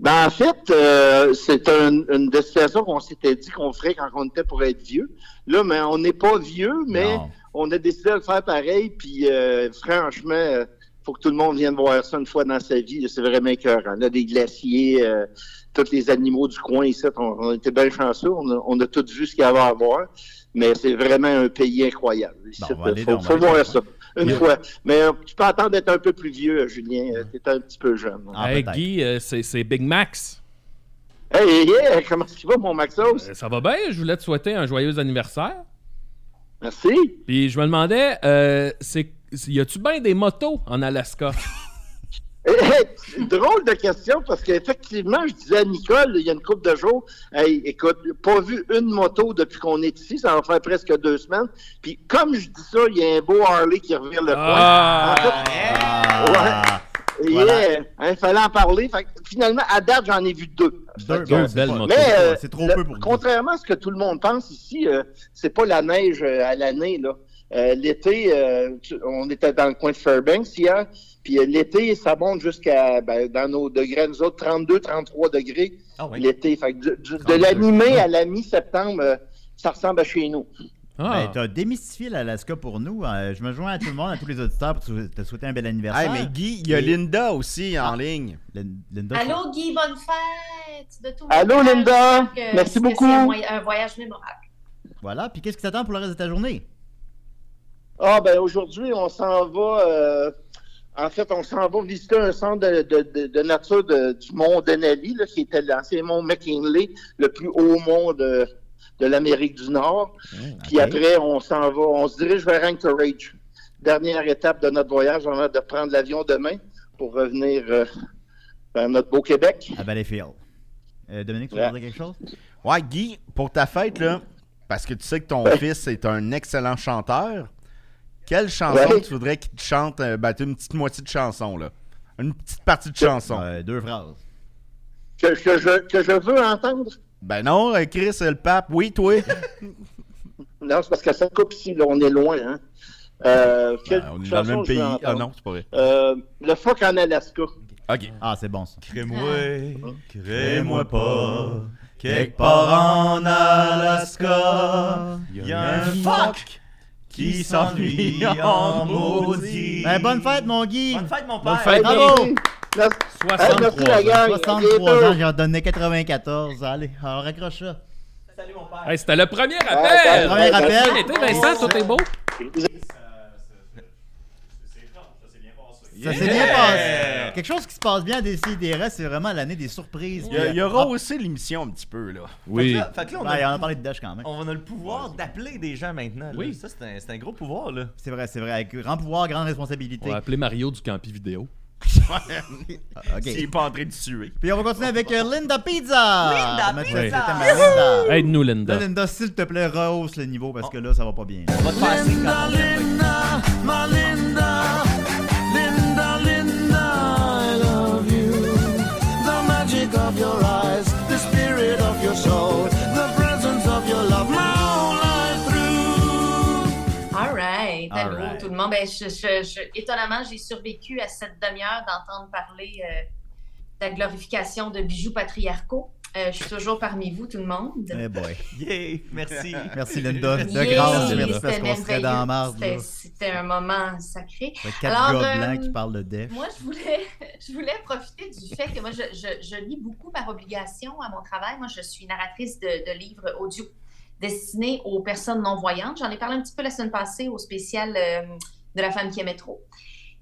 Speaker 8: Ben, en fait, euh, c'est un- une destination qu'on s'était dit qu'on ferait quand on était pour être vieux. Là, mais on n'est pas vieux, mais
Speaker 2: Non.
Speaker 8: on a décidé de le faire pareil. Puis euh, franchement, euh, faut que tout le monde vienne voir ça une fois dans sa vie. là, C'est vraiment écœurant. Là, des glaciers, euh, tous les animaux du coin ici, on, on était bien chanceux. On a, on a tous vu ce qu'il y avait à voir. Mais c'est vraiment un pays incroyable. Ici,
Speaker 2: on va aller- on
Speaker 8: faut,
Speaker 2: va
Speaker 8: faut
Speaker 2: aller
Speaker 8: voir
Speaker 2: voir.
Speaker 8: ça. Une
Speaker 2: Bien.
Speaker 8: fois. Mais euh, tu peux attendre d'être un peu plus vieux, euh, Julien. Euh, T'es un petit peu jeune.
Speaker 2: Ah,
Speaker 3: Hey,
Speaker 2: peut-être.
Speaker 3: Guy, euh, c'est c'est Big Max.
Speaker 8: Hey, hey, hey, comment tu vas, mon Maxos?
Speaker 3: Euh, Ça va bien, je voulais te souhaiter un joyeux anniversaire.
Speaker 8: Merci.
Speaker 3: Puis je me demandais, euh, c'est c'est- y a-tu bien des motos en Alaska?
Speaker 8: Eh, eh, Drôle de question, parce qu'effectivement, je disais à Nicole, il y a une couple de jours, hey, écoute, pas vu une moto depuis qu'on est ici, ça va faire presque deux semaines. Puis comme je dis ça, il y a un beau Harley qui revient le
Speaker 3: Ah!
Speaker 2: Ah,
Speaker 8: coin. Et,
Speaker 2: voilà.
Speaker 8: eh, hein, fallait en parler. Fait que finalement, à date, j'en ai vu deux.
Speaker 2: deux,
Speaker 3: Deux
Speaker 2: bon, c'est
Speaker 3: belles
Speaker 2: pas-
Speaker 3: motos.
Speaker 8: Mais euh,
Speaker 2: c'est trop
Speaker 8: le-
Speaker 2: peu pour Guy.
Speaker 8: contrairement à ce que tout le monde pense ici, euh, c'est pas la neige euh, à l'année là. Euh, l'été, euh, tu- on était dans le coin de Fairbanks hier, puis euh, l'été ça monte jusqu'à ben, dans nos degrés, nous autres 32, 33 degrés
Speaker 4: Ah oui.
Speaker 8: l'été. Fait que du- du- de
Speaker 4: 32.
Speaker 8: l'animé à la mi-septembre, euh, ça ressemble à chez nous.
Speaker 3: Ah.
Speaker 2: Ben, t'as démystifié l'Alaska pour nous. Euh, je me joins à tout le monde, à tous les auditeurs pour te te souhaiter un bel anniversaire.
Speaker 6: Hey, mais Guy, il y a
Speaker 2: Et- Ah.
Speaker 6: Linda aussi en ligne.
Speaker 2: Lin- Linda,
Speaker 5: Allô, Guy, bonne fête de tout mon
Speaker 8: Allô
Speaker 5: cœur.
Speaker 8: Linda,
Speaker 5: J'espère que-
Speaker 8: merci
Speaker 5: que
Speaker 8: beaucoup.
Speaker 5: C'est un, moy- un voyage mémorable.
Speaker 2: Voilà, puis qu'est-ce qui t'attend pour le reste de ta journée?
Speaker 8: Ah ben aujourd'hui, on s'en va. euh, en fait, on s'en va visiter un centre de, de- de- de nature de- du mont Denali, là, qui était l'ancien mont McKinley, le plus haut mont de, de l'Amérique du Nord.
Speaker 6: Mmh,
Speaker 8: Puis
Speaker 2: Ok.
Speaker 8: après, on s'en va, on se dirige vers Anchorage. Dernière étape de notre voyage avant de prendre l'avion demain pour revenir euh, vers notre beau Québec.
Speaker 2: À Valleyfield. ben, Euh, Dominique, tu veux
Speaker 8: Ouais.
Speaker 2: dire quelque chose?
Speaker 6: Ouais, Guy, pour ta fête, là, parce que tu sais que ton
Speaker 8: Ouais.
Speaker 6: fils est un excellent chanteur, quelle chanson
Speaker 8: Ouais.
Speaker 6: tu voudrais qu'il te chante euh, ben, t'as une petite moitié de chanson, là. Une petite partie de chanson.
Speaker 2: Euh, deux phrases.
Speaker 8: Que, que je, que je veux entendre.
Speaker 6: Ben non, euh, Chris, euh, le pape, oui, toi.
Speaker 8: Non, c'est parce que ça coupe ici, là, on est loin. Hein. Euh,
Speaker 6: (laughs)
Speaker 8: quelle
Speaker 6: Ben, on est dans le même
Speaker 8: chanson je veux
Speaker 6: pays. Ah
Speaker 8: entendre?
Speaker 6: non, c'est pas vrai.
Speaker 8: Euh, le fuck en Alaska.
Speaker 6: Ok.
Speaker 2: Ah, c'est bon ça.
Speaker 4: Crée-moi,
Speaker 6: Crée-moi pas,
Speaker 4: quelque part en
Speaker 6: Alaska,
Speaker 4: y a un fuck qui s'ennuie en maudit.
Speaker 2: Ben, bonne fête, mon Guy!
Speaker 4: Bonne fête, mon père!
Speaker 3: Bonne fête, Guy.
Speaker 2: Ben, Bravo!
Speaker 8: Merci, Hey, merci
Speaker 3: 63
Speaker 8: la
Speaker 3: ans.
Speaker 8: gang.
Speaker 2: 63 ans, j'en donnais 94. Allez, alors raccroche ça.
Speaker 4: Salut, mon père!
Speaker 3: Hey, C'était le premier
Speaker 8: c'était
Speaker 3: appel!
Speaker 8: le
Speaker 2: Premier
Speaker 8: Ouais,
Speaker 2: rappel.
Speaker 3: Hey, t'es Vincent, tout est beau?
Speaker 2: Ça s'est bien passé. Quelque chose qui se passe bien à Décideret, c'est vraiment l'année des surprises.
Speaker 6: Il y, a- il y aura aussi l'émission un petit peu, là.
Speaker 4: Fait que
Speaker 3: Oui.
Speaker 4: là, fait que là,
Speaker 2: Ah,
Speaker 4: on,
Speaker 2: ben,
Speaker 4: a,
Speaker 2: on a parlé de Dash quand même.
Speaker 4: on a le pouvoir d'appeler des gens maintenant. là.
Speaker 3: Oui.
Speaker 4: Ça, c'est un, c'est un gros pouvoir, là.
Speaker 2: C'est vrai, c'est vrai. Avec grand pouvoir, grande
Speaker 3: On
Speaker 2: responsabilité.
Speaker 3: va appeler Mario du Campi Vidéo.
Speaker 2: Ah, ok.
Speaker 6: S'il est pas en train de suer.
Speaker 2: Puis on va continuer avec euh, Linda Pizza.
Speaker 4: Linda
Speaker 2: On va mettre
Speaker 4: Pizza.
Speaker 2: un thème à Linda.
Speaker 3: Aide-nous,
Speaker 2: Là,
Speaker 3: Linda.
Speaker 2: Linda, s'il te plaît, rehausse le niveau
Speaker 6: Ah.
Speaker 2: parce que là, ça va pas bien.
Speaker 4: On va te passer quand on t'appelle.
Speaker 6: Ah,
Speaker 5: All right.
Speaker 2: All
Speaker 5: Allô,
Speaker 2: right.
Speaker 5: tout le monde. Ben, je, je- je- étonnamment, j'ai survécu à cette demi-heure d'entendre parler euh, de la glorification de bijoux patriarcaux. Euh, je suis toujours parmi vous, tout le monde.
Speaker 2: Eh boy.
Speaker 4: Yeah, merci.
Speaker 2: Merci, Linda. De
Speaker 5: Yay!
Speaker 2: grâce, merci parce
Speaker 5: C'était
Speaker 2: qu'on serait dans la marde. là.
Speaker 5: merveilleux. C'était- C'était un moment sacré.
Speaker 2: Il y a quatre
Speaker 5: Alors,
Speaker 2: gars
Speaker 5: euh,
Speaker 2: blancs qui parlent de Def.
Speaker 5: Moi, je voulais, (laughs) je voulais profiter du fait que moi, je, je- je lis beaucoup par obligation à mon travail. Moi, je suis narratrice de, de livres audio destinés aux personnes non-voyantes. J'en ai parlé un petit peu la semaine passée au spécial euh, de la femme qui aimait trop.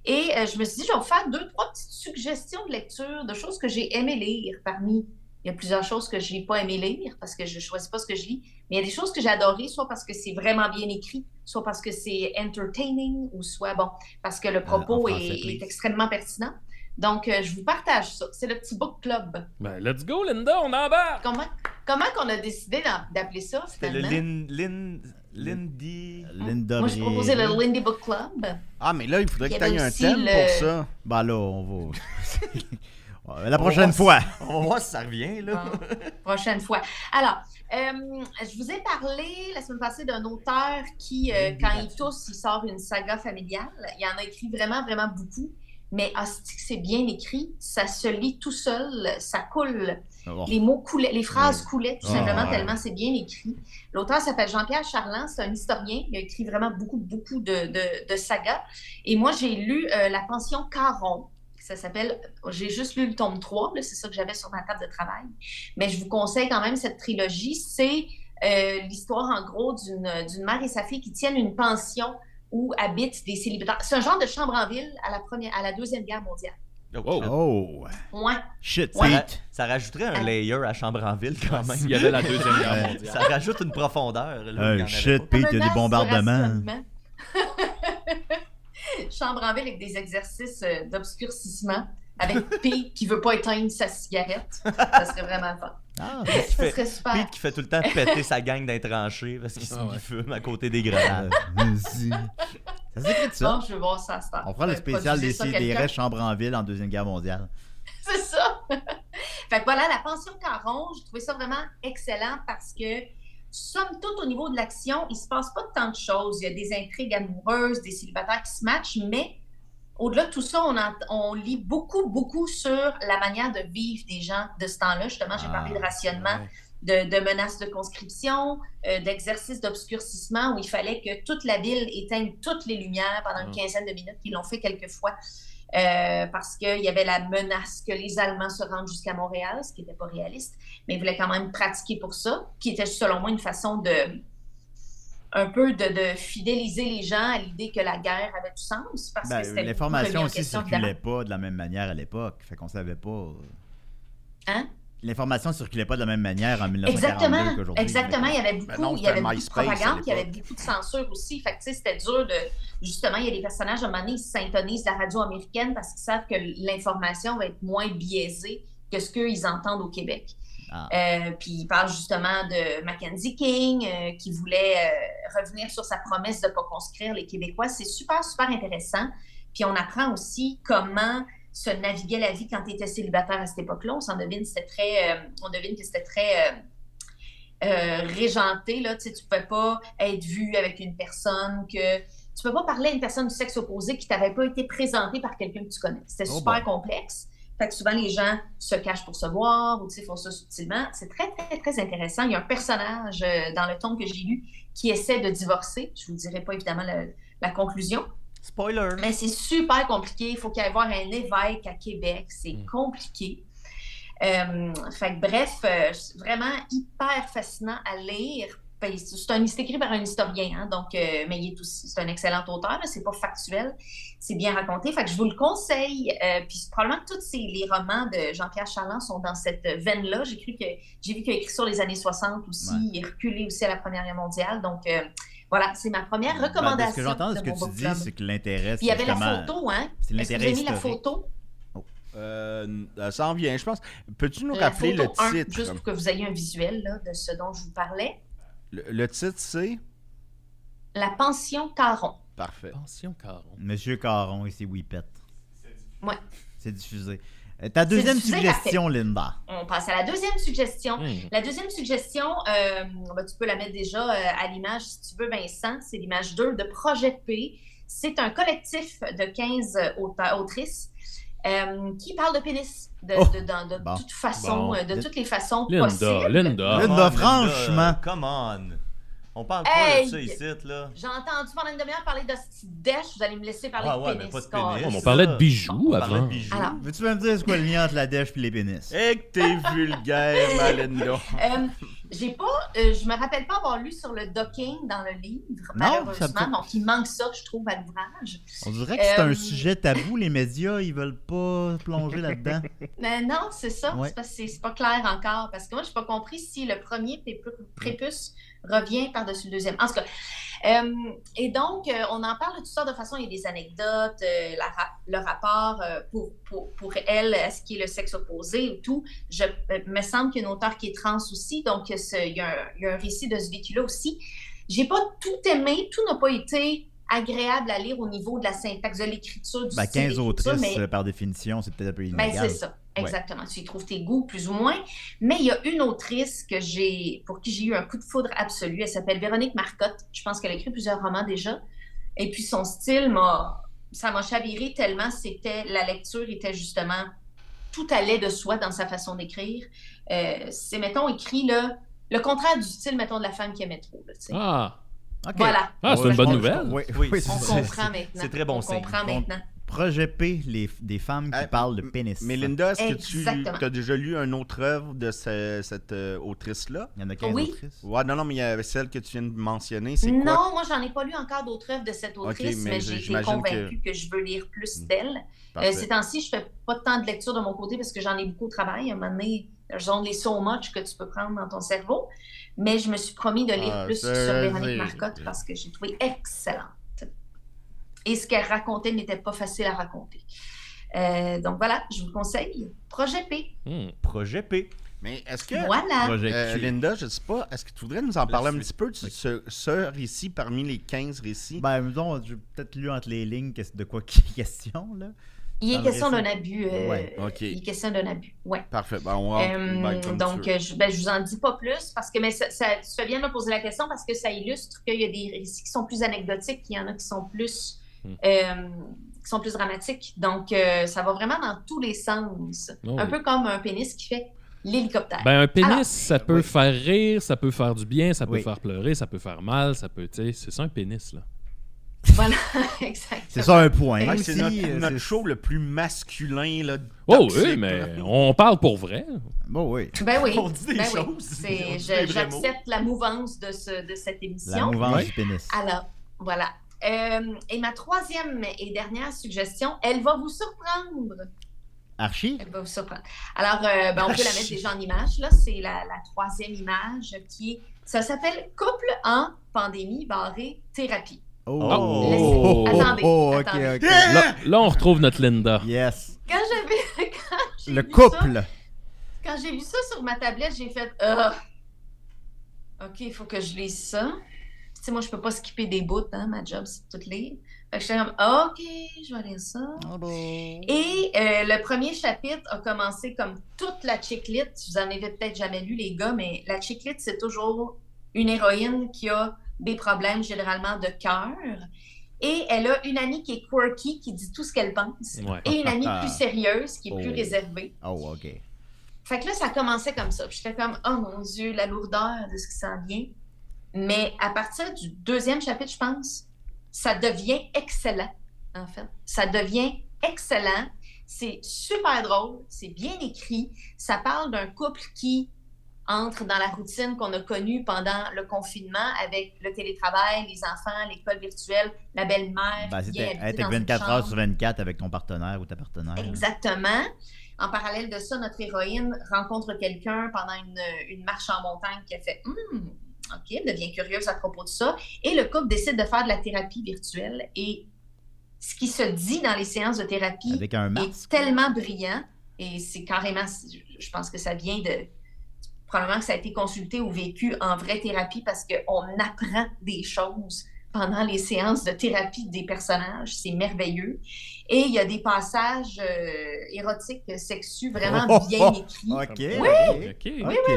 Speaker 5: Et euh, je me suis dit, je vais vous faire deux, trois petites suggestions de lecture, de choses que j'ai aimé lire parmi. Il y a plusieurs choses que je n'ai pas aimé lire parce que je ne choisis pas ce que je lis, mais il y a des choses que j'ai adorées, soit parce que c'est vraiment bien écrit, soit parce que c'est entertaining, ou soit, bon, parce que le propos
Speaker 2: Euh, français,
Speaker 5: est- est
Speaker 2: please.
Speaker 5: extrêmement pertinent. Donc, euh, je vous partage ça. C'est le petit book club.
Speaker 3: Ben, let's go, Linda, on embarque!
Speaker 5: Comment, comment qu'on a décidé d'en- d'appeler ça
Speaker 4: C'était le
Speaker 5: finalement?
Speaker 4: Lin... Lin... Lindy...
Speaker 2: Linda
Speaker 5: Moi, j'ai
Speaker 2: Brier.
Speaker 5: proposé le Lindy Book
Speaker 4: (laughs)
Speaker 5: Club.
Speaker 6: Ah, mais là, il faudrait que
Speaker 5: Il y
Speaker 6: tu
Speaker 5: avait
Speaker 6: aies un
Speaker 5: aussi
Speaker 6: thème
Speaker 5: le-
Speaker 6: pour ça.
Speaker 2: Bah là, on va. Ouais, La prochaine fois.
Speaker 4: On va voir si ça revient, là.
Speaker 5: Bon, prochaine fois. Alors, euh, je vous ai parlé la semaine passée d'un auteur qui, euh, quand il tousse, il sort une saga familiale. Il en a écrit vraiment, vraiment beaucoup. Mais hostie que c'est bien écrit, ça se lit tout seul, ça coule.
Speaker 2: Ah Bon.
Speaker 5: Les mots coulaient, les phrases coulaient tout
Speaker 2: Ah,
Speaker 5: simplement
Speaker 2: ouais.
Speaker 5: tellement c'est bien écrit. L'auteur s'appelle Jean-Pierre Charland, c'est un historien, il a écrit vraiment beaucoup, beaucoup de, de- de sagas. Et moi, j'ai lu euh, La Pension Caron. Ça s'appelle, j'ai juste lu le tome 3, là, c'est ça que j'avais sur ma table de travail. Mais je vous conseille quand même cette trilogie. C'est euh, l'histoire, en gros, d'une d'une mère et sa fille qui tiennent une pension où habitent des célibataires. C'est un genre de chambre en ville à la, première, à la Deuxième Guerre mondiale.
Speaker 2: Oh,
Speaker 5: Ouais.
Speaker 2: shit,
Speaker 4: Ça, ra-
Speaker 2: Pete.
Speaker 4: ça rajouterait un layer à Chambre-en-Ville quand même.
Speaker 3: S'il y avait la Deuxième Guerre mondiale.
Speaker 4: Ça rajoute une profondeur. là, où il y en
Speaker 2: Hey,
Speaker 4: avait
Speaker 2: Euh, shit,
Speaker 4: pas.
Speaker 2: Pete, il y a
Speaker 5: Menace
Speaker 2: des
Speaker 5: de
Speaker 2: bombardements.
Speaker 5: rationnement. (laughs) Chambre en ville avec des exercices euh, d'obscurcissement,
Speaker 2: (laughs)
Speaker 5: avec Pete qui veut pas éteindre sa cigarette. Ça serait vraiment fun.
Speaker 2: Ah,
Speaker 5: Ça
Speaker 4: fait-
Speaker 5: serait super.
Speaker 4: Pete qui fait tout le temps péter sa gang d'un tranché parce qu'il se
Speaker 3: Ah ouais.
Speaker 4: fume à côté des
Speaker 5: (laughs)
Speaker 4: grenades.
Speaker 2: Euh, vas-y. Ça s'écrit de
Speaker 5: Bon,
Speaker 2: ça.
Speaker 5: je veux voir ça, ça. Euh,
Speaker 2: On fera le spécial des, des restes chambre en ville en Deuxième Guerre mondiale.
Speaker 5: (laughs) C'est ça. fait que voilà, la pension Caron, j'ai trouvé ça vraiment excellent parce que, somme toute, au niveau de l'action, il se passe pas tant de choses. Il y a des intrigues amoureuses, des célibataires qui se matchent, mais au-delà de tout ça, on, en- on lit beaucoup, beaucoup sur la manière de vivre des gens de ce temps-là. Justement, j'ai
Speaker 2: Ah,
Speaker 5: parlé de rationnement, de, de menaces de conscription, euh, d'exercices d'obscurcissement où il fallait que toute la ville éteigne toutes les lumières pendant
Speaker 2: Mm.
Speaker 5: une
Speaker 3: Ah.
Speaker 5: quinzaine de minutes. Ils l'ont fait quelques fois euh, parce qu'il y avait la menace que les Allemands se rendent jusqu'à Montréal, ce qui n'était pas réaliste, mais ils voulaient quand même pratiquer pour ça, qui était selon moi une façon de un peu de, de fidéliser les gens à l'idée que la guerre avait du sens. Parce
Speaker 2: Ben,
Speaker 5: que c'était
Speaker 2: L'information
Speaker 5: remis en
Speaker 2: aussi
Speaker 5: question,
Speaker 2: circulait pas de la même manière à l'époque. Fait qu'on savait pas.
Speaker 5: Hein?
Speaker 2: L'information circulait pas de la même manière en 1942
Speaker 5: Exactement,
Speaker 2: qu'aujourd'hui.
Speaker 5: exactement. Il y avait beaucoup,
Speaker 6: Ben non,
Speaker 5: il y avait
Speaker 6: c'était
Speaker 5: beaucoup de
Speaker 6: MySpace à
Speaker 5: propagande, il y avait
Speaker 6: l'époque.
Speaker 5: beaucoup de censure aussi. Fait que, tu sais, c'était dur de. Justement, il y a des personnages, à un moment donné, ils se syntonisent de la radio américaine parce qu'ils savent que l'information va être moins biaisée que ce qu'ils entendent au Québec.
Speaker 2: Ah.
Speaker 5: Euh, puis il parle justement de Mackenzie King euh, qui voulait euh, revenir sur sa promesse de ne pas conscrire les Québécois. C'est super, super intéressant. Puis on apprend aussi comment se naviguait la vie quand tu étais célibataire à cette époque-là. On s'en devine, c'était très, euh, on devine que c'était très euh, euh, régenté. Là. Tu sais, tu ne pouvais pas être vu avec une personne que... Tu ne peux pas parler à une personne du sexe opposé qui t'avait pas été présentée par quelqu'un que tu connais. C'était
Speaker 2: Oh,
Speaker 5: super complexe. Fait que souvent, les gens se cachent pour se voir ou tu sais, font ça subtilement. C'est très, très, très intéressant. Il y a un personnage euh, dans le tome que j'ai lu qui essaie de divorcer. Je vous dirai pas évidemment le- la conclusion,
Speaker 4: Spoiler!
Speaker 5: mais c'est super compliqué. Il faut qu'il y ait avoir un évêque à Québec. C'est
Speaker 2: Hmm.
Speaker 3: Mm.
Speaker 5: compliqué. Euh, fait que bref, euh, c'est vraiment hyper fascinant à lire. Ben, C'est c'est un- c'est écrit par un historien, hein, donc, euh, mais il est aussi, c'est un excellent auteur. là. C'est pas factuel, c'est bien raconté. Fait que je vous le conseille. Euh, puis probablement que tous ces, les romans de Jean-Pierre Charland sont dans cette veine-là. J'ai cru que j'ai vu qu'il a écrit sur les années 60 aussi.
Speaker 2: Ouais.
Speaker 5: Il est reculé aussi à la Première Guerre mondiale. Donc euh, voilà, c'est ma première
Speaker 2: Ben,
Speaker 5: recommandation.
Speaker 2: de ce que j'entends, de ce
Speaker 5: de mon
Speaker 2: que tu
Speaker 5: book
Speaker 2: dis,
Speaker 5: club.
Speaker 2: c'est que l'intérêt,
Speaker 5: Puis il y
Speaker 2: c'est
Speaker 5: avait la
Speaker 2: justement-
Speaker 5: photo, hein?
Speaker 2: c'est
Speaker 5: Est-ce que
Speaker 2: l'intérêt
Speaker 5: vous avez mis la
Speaker 2: historique.
Speaker 5: photo?
Speaker 6: Euh, ça en vient, je pense. Peux-tu nous
Speaker 5: Euh, la
Speaker 6: rappeler
Speaker 5: photo
Speaker 6: le
Speaker 5: 1,
Speaker 6: titre?
Speaker 5: juste pour que vous ayez un visuel là, de ce dont je vous parlais.
Speaker 6: Le, le titre, c'est...
Speaker 5: La pension Caron.
Speaker 6: Parfait.
Speaker 3: Pension Caron.
Speaker 2: Monsieur Caron et ses whippets.
Speaker 5: Ouais.
Speaker 2: C'est diffusé. Euh, ta deuxième
Speaker 5: diffusé,
Speaker 2: suggestion, Linda.
Speaker 5: On passe à la deuxième suggestion.
Speaker 3: Hmm.
Speaker 5: La deuxième suggestion, euh, ben, tu peux la mettre déjà euh, à l'image si tu veux, Vincent. C'est l'image 2 de Projet P. C'est un collectif de 15 auteurs, autrices euh, qui parle de pénis de,
Speaker 2: Oh!
Speaker 5: de- dans- de
Speaker 2: Bon.
Speaker 5: toute façon,
Speaker 3: Bon.
Speaker 5: euh, de toutes les façons
Speaker 3: Linda,
Speaker 5: possibles.
Speaker 3: Linda.
Speaker 2: Linda,
Speaker 4: Come on,
Speaker 2: franchement.
Speaker 4: Come on! On parle pas
Speaker 5: Hey!
Speaker 4: de ça ici, là.
Speaker 5: J'ai entendu pendant une demi-heure parler de petite dèche. Vous allez me laisser parler
Speaker 4: Ah
Speaker 5: de
Speaker 4: ouais, mais
Speaker 5: pénis.
Speaker 4: pas de
Speaker 5: Carl.
Speaker 4: pénis.
Speaker 3: Oh, mais on parlait de bijoux
Speaker 4: On parlait
Speaker 3: avant.
Speaker 4: de bijoux.
Speaker 5: Alors,
Speaker 2: Veux-tu me dire c'est quoi le lien entre la dèche et les pénis?
Speaker 3: Eh.
Speaker 6: Et que t'es
Speaker 5: (laughs)
Speaker 6: vulgaire, Malinda.
Speaker 5: Euh, j'ai pas, euh, je me rappelle pas avoir lu sur le docking dans le livre,
Speaker 2: Non, ça me
Speaker 5: malheureusement.
Speaker 2: fait-
Speaker 5: Donc, il manque ça, je trouve, à l'ouvrage.
Speaker 2: On dirait que c'est
Speaker 5: Euh,
Speaker 2: un sujet tabou, les médias, ils veulent pas plonger
Speaker 5: (laughs)
Speaker 2: là-dedans.
Speaker 5: Mais non, c'est ça.
Speaker 2: Ouais.
Speaker 5: C'est parce que C'est, c'est pas clair encore. Parce que moi, j'ai pas compris si le premier prépu- prépuce revient par-dessus le deuxième. En tout cas. euh, et donc, euh, on en parle de toutes sortes de façons. Il y a des anecdotes, euh, la rap- le rapport euh, pour, pour, pour elle, à ce qui est le sexe opposé ou tout. Je, euh, me semble qu'il y a une auteure qui est trans aussi. Donc, euh, ce- il y, a un- il y a un récit de ce vécu-là aussi. J'ai pas tout aimé. Tout n'a pas été agréable à lire au niveau de la syntaxe, de l'écriture, du
Speaker 2: Ben,
Speaker 5: style
Speaker 2: 15
Speaker 5: d'écriture,
Speaker 2: autrices,
Speaker 5: mais-
Speaker 2: euh, par définition, c'est peut-être un peu
Speaker 5: ben,
Speaker 2: illégal.
Speaker 5: c'est ça, exactement. Tu y trouves tes goûts, plus ou moins. Mais il y a une autrice que j'ai, pour qui j'ai eu un coup de foudre absolu. Elle s'appelle Véronique Marcotte. Je pense qu'elle a écrit plusieurs romans déjà. Et puis son style m'a ça m'a chaviré tellement c'était la lecture était justement tout allait de soi dans sa façon d'écrire. Euh, c'est mettons écrit là le contraire du style mettons de la femme qui aimait trop. là, tu sais.
Speaker 3: Ah,
Speaker 2: OK.
Speaker 5: Voilà,
Speaker 3: ah c'est une
Speaker 2: Ouais,
Speaker 3: bonne
Speaker 2: je-
Speaker 3: nouvelle.
Speaker 2: Oui,
Speaker 4: Oui,
Speaker 2: oui,
Speaker 4: c'est-
Speaker 5: on
Speaker 2: (laughs) c'est-
Speaker 5: comprend maintenant.
Speaker 4: c'est très bon
Speaker 5: on
Speaker 4: signe.
Speaker 5: comprend
Speaker 2: Donc,
Speaker 5: maintenant.
Speaker 2: Projet P, les, des femmes qui
Speaker 6: Ah,
Speaker 2: parlent de pénis.
Speaker 6: Mais Linda, est-ce que tu
Speaker 5: Exactement.
Speaker 6: as déjà lu un autre œuvre de ce- cette euh, autrice-là?
Speaker 2: Il y en a 15
Speaker 5: Oui.
Speaker 2: autrices.
Speaker 6: Ouais, non, non, mais il y avait celle que tu viens de mentionner. C'est quoi?
Speaker 5: Non, moi j'en ai pas lu encore d'autres œuvres de cette autrice,
Speaker 6: mais
Speaker 5: mais, j'ai été
Speaker 6: j'imagine que-
Speaker 5: convaincue que... je veux lire plus
Speaker 6: Mm.
Speaker 5: d'elle.
Speaker 6: Parfait.
Speaker 5: Euh, ces temps-ci, je fais pas tant de lecture de mon côté parce que j'en ai beaucoup au travail. À un moment donné, j'en ai so much que tu peux prendre dans ton cerveau. Mais je me suis promis de lire
Speaker 6: Ah,
Speaker 5: plus sur
Speaker 6: ça, c'est-
Speaker 5: Véronique Marcotte parce que j'ai trouvé excellente. Et ce qu'elle racontait n'était pas facile à raconter. Euh, donc voilà, je vous conseille Projet P.
Speaker 3: Hmm.
Speaker 4: Projet P.
Speaker 6: Mais est-ce que,
Speaker 5: Voilà.
Speaker 2: Projet
Speaker 6: euh,
Speaker 2: Q.
Speaker 6: Linda, je sais pas, est-ce que tu voudrais nous en parler un
Speaker 4: suite.
Speaker 6: petit peu de ce, ce récit parmi les 15 récits?
Speaker 2: Ben, disons, j'ai peut-être lu entre les lignes qu'est- de quoi qui est question, là.
Speaker 5: Il
Speaker 2: dans
Speaker 5: est
Speaker 2: le
Speaker 5: question
Speaker 2: récit.
Speaker 5: d'un abus. euh,
Speaker 2: Ouais,
Speaker 6: ok.
Speaker 5: Il est question d'un abus. Ouais.
Speaker 6: Parfait. Ben, on va
Speaker 5: Euh,
Speaker 6: ben, comme tu
Speaker 5: donc,
Speaker 6: veux.
Speaker 5: euh, je, ben, je vous en dis pas plus parce que mais ça, ça- tu fais bien de me poser la question parce que ça illustre qu'il y a des récits qui sont plus anecdotiques, qu'il y en a qui sont plus
Speaker 3: Hmm.
Speaker 5: euh, qui sont plus dramatiques. Donc, euh, ça va vraiment dans tous les sens.
Speaker 3: Oh
Speaker 5: Un
Speaker 3: oui.
Speaker 5: peu comme un pénis qui fait l'hélicoptère. (laughs)
Speaker 3: Ben, un pénis,
Speaker 5: Alors-
Speaker 3: ça peut
Speaker 2: Oui.
Speaker 3: faire rire, ça peut faire du bien, ça peut
Speaker 2: Oui.
Speaker 3: faire pleurer, ça peut faire mal, ça peut. tu sais, C'est ça un pénis, là.
Speaker 5: Voilà, exactement.
Speaker 2: C'est ça un point.
Speaker 6: Hey,
Speaker 2: Même
Speaker 6: c'est
Speaker 2: si,
Speaker 6: notre,
Speaker 2: euh,
Speaker 6: notre
Speaker 2: c'est-
Speaker 6: show le plus masculin. Là,
Speaker 3: Oh
Speaker 6: toxique,
Speaker 3: oui, mais
Speaker 6: là.
Speaker 3: on parle pour vrai.
Speaker 2: Bon, oui.
Speaker 5: Ben oui.
Speaker 6: (laughs) On dit des
Speaker 5: ben oui.
Speaker 6: choses,
Speaker 5: C'est-
Speaker 6: on dit
Speaker 5: je-
Speaker 6: des vrais mots.
Speaker 5: J'accepte la mouvance de, ce- de cette
Speaker 2: La
Speaker 5: émission.
Speaker 2: mouvance
Speaker 3: Oui.
Speaker 2: du pénis.
Speaker 5: Alors, voilà. Euh, et ma troisième et dernière suggestion, elle va vous surprendre.
Speaker 2: Archie?
Speaker 5: Elle va vous surprendre. ben, Alors, euh, ben, on peut la mettre déjà en image. Là, c'est la, la troisième image qui est. Ça s'appelle Couple en pandémie barré thérapie.
Speaker 2: Oh!
Speaker 5: Laissez- attendez,
Speaker 2: oh, ok,
Speaker 5: attendez.
Speaker 2: ok.
Speaker 3: Là, là, on retrouve notre Linda.
Speaker 2: Yes.
Speaker 5: Quand j'avais. (laughs) Quand j'ai
Speaker 2: Le
Speaker 5: vu ça-
Speaker 2: couple. Ben,
Speaker 5: quand j'ai vu ça sur ma tablette, j'ai fait. Ah! OK, il faut que je lise ça. Tu sais, moi, je peux pas skipper des bouts, hein, ma job, c'est de tout lire. Fait que j'étais comme, OK, je vais lire ça. Et euh, le premier chapitre a commencé comme toute la chiclite. Vous en avez peut-être jamais lu, les gars, mais la chiclite, c'est toujours une héroïne qui a des problèmes généralement de cœur. Et elle a une amie qui est quirky, qui dit tout ce qu'elle pense.
Speaker 3: Ouais.
Speaker 5: Et une
Speaker 6: Ah.
Speaker 5: amie plus sérieuse, qui est plus
Speaker 2: Oh.
Speaker 5: réservée.
Speaker 2: Oh, ok.
Speaker 5: Fait que là, ça commençait comme ça. Puis j'étais comme, oh mon Dieu, la lourdeur de ce qui s'en vient. Mais à partir du deuxième chapitre, je pense, ça devient excellent, en fait. Ça devient excellent. C'est super drôle, c'est bien écrit. Ça parle d'un couple qui entre dans la routine qu'on a connue pendant le confinement avec le télétravail, les enfants, l'école virtuelle, la belle-mère.
Speaker 2: Ben,
Speaker 5: qui
Speaker 2: c'était
Speaker 5: vient habiter
Speaker 2: être
Speaker 5: dans une
Speaker 2: 24 heures
Speaker 5: chambre.
Speaker 2: sur 24 avec ton partenaire ou ta partenaire.
Speaker 5: Exactement. En parallèle de ça, notre héroïne rencontre quelqu'un pendant une, une marche en montagne qui a fait Hum, OK, elle devient curieuse à propos de ça. Et le couple décide de faire de la thérapie virtuelle. Et ce qui se dit dans les séances de thérapie
Speaker 2: Avec un
Speaker 5: est
Speaker 2: masque.
Speaker 5: tellement brillant. Et c'est carrément, je pense que ça vient de. Probablement que ça a été consulté ou vécu en vraie thérapie parce qu'on apprend des choses pendant les séances de thérapie des personnages. C'est merveilleux. Et il y a des passages euh, érotiques, sexus, vraiment
Speaker 2: Oh, oh, oh.
Speaker 5: bien écrits.
Speaker 2: Ok.
Speaker 3: Oui.
Speaker 2: ok.
Speaker 3: Ok.
Speaker 2: Ok,
Speaker 5: Je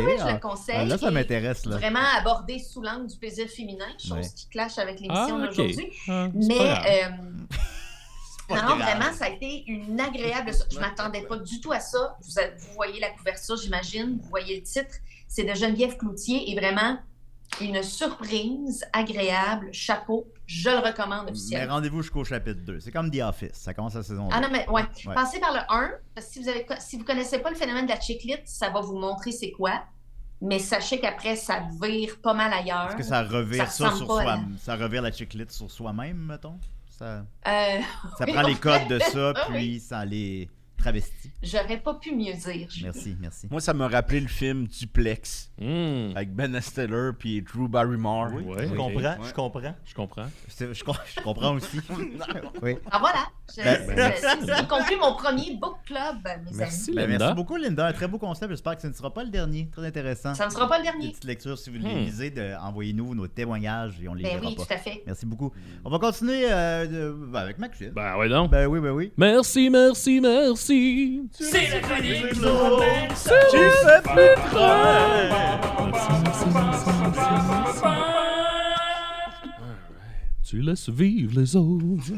Speaker 5: le
Speaker 2: ah, ah,
Speaker 5: conseille.
Speaker 2: là, ça
Speaker 5: Et
Speaker 2: m'intéresse, là.
Speaker 5: Vraiment abordé sous l'angle du plaisir féminin, chose
Speaker 2: Ouais.
Speaker 5: qui clash avec l'émission
Speaker 3: Ah, ok.
Speaker 5: d'aujourd'hui.
Speaker 3: Ah, c'est
Speaker 5: Mais
Speaker 3: pas grave.
Speaker 5: euh, non, non, vraiment, ça a été une agréable. Je m'attendais pas du tout à ça. Vous, a- vous voyez la couverture, j'imagine. Vous voyez le titre. C'est de Geneviève Cloutier et vraiment une surprise agréable. Chapeau, je le recommande
Speaker 2: Mais
Speaker 5: officiellement.
Speaker 2: rendez-vous jusqu'au chapitre 2. C'est comme The Office. Ça commence la saison 2.
Speaker 5: Ah non, mais ouais.
Speaker 2: Ouais.
Speaker 5: Passez par le 1, parce que si vous avez si vous connaissez pas le phénomène de la chiclite, ça va vous montrer c'est quoi. Mais sachez qu'après, ça vire pas mal ailleurs.
Speaker 2: Est-ce que ça revire ça,
Speaker 5: ressemble
Speaker 2: sur
Speaker 5: pas à
Speaker 2: soi
Speaker 5: la-
Speaker 2: Ça revire la chiclite sur soi-même, mettons? Ça,
Speaker 5: Euh,
Speaker 2: ça
Speaker 5: Oui,
Speaker 2: prend les
Speaker 5: on
Speaker 2: codes de ça,
Speaker 5: (laughs) Ah
Speaker 2: puis
Speaker 5: oui.
Speaker 2: ça les travestit.
Speaker 5: J'aurais pas pu mieux dire. Julie.
Speaker 2: Merci, merci.
Speaker 6: Moi, ça m'a rappelé le film Duplex
Speaker 3: Hmm.
Speaker 6: avec Ben Stiller puis Drew Barrymore.
Speaker 3: Oui.
Speaker 4: je
Speaker 3: ok.
Speaker 4: comprends,
Speaker 6: Ouais.
Speaker 4: je comprends.
Speaker 3: Je comprends.
Speaker 2: C'est- Je, com- je comprends
Speaker 6: (laughs)
Speaker 2: aussi. Ben, oui.
Speaker 5: Ah voilà, Je-
Speaker 2: Ben,
Speaker 5: je-
Speaker 2: ben,
Speaker 5: j'ai conclu mon premier book club, mes
Speaker 3: Merci,
Speaker 5: amis.
Speaker 2: Ben,
Speaker 3: Linda.
Speaker 2: merci beaucoup, Linda. Un très beau concept. J'espère que ce ne sera pas le dernier. Très intéressant.
Speaker 5: Ça ne sera pas le
Speaker 2: Des
Speaker 5: dernier.
Speaker 2: petites lectures, si vous
Speaker 3: Hmm.
Speaker 2: les lisez, de- envoyez-nous nos témoignages et on les
Speaker 5: Ben
Speaker 2: lira
Speaker 5: oui,
Speaker 2: pas.
Speaker 5: tout à fait.
Speaker 2: Merci beaucoup. On va continuer euh, de- ben, avec Maxime.
Speaker 3: Ben ouais, donc.
Speaker 2: Ben oui, ben oui.
Speaker 3: Merci, merci, merci.
Speaker 7: C'est la chronique
Speaker 3: Tu laisses vivre les autres. (laughs)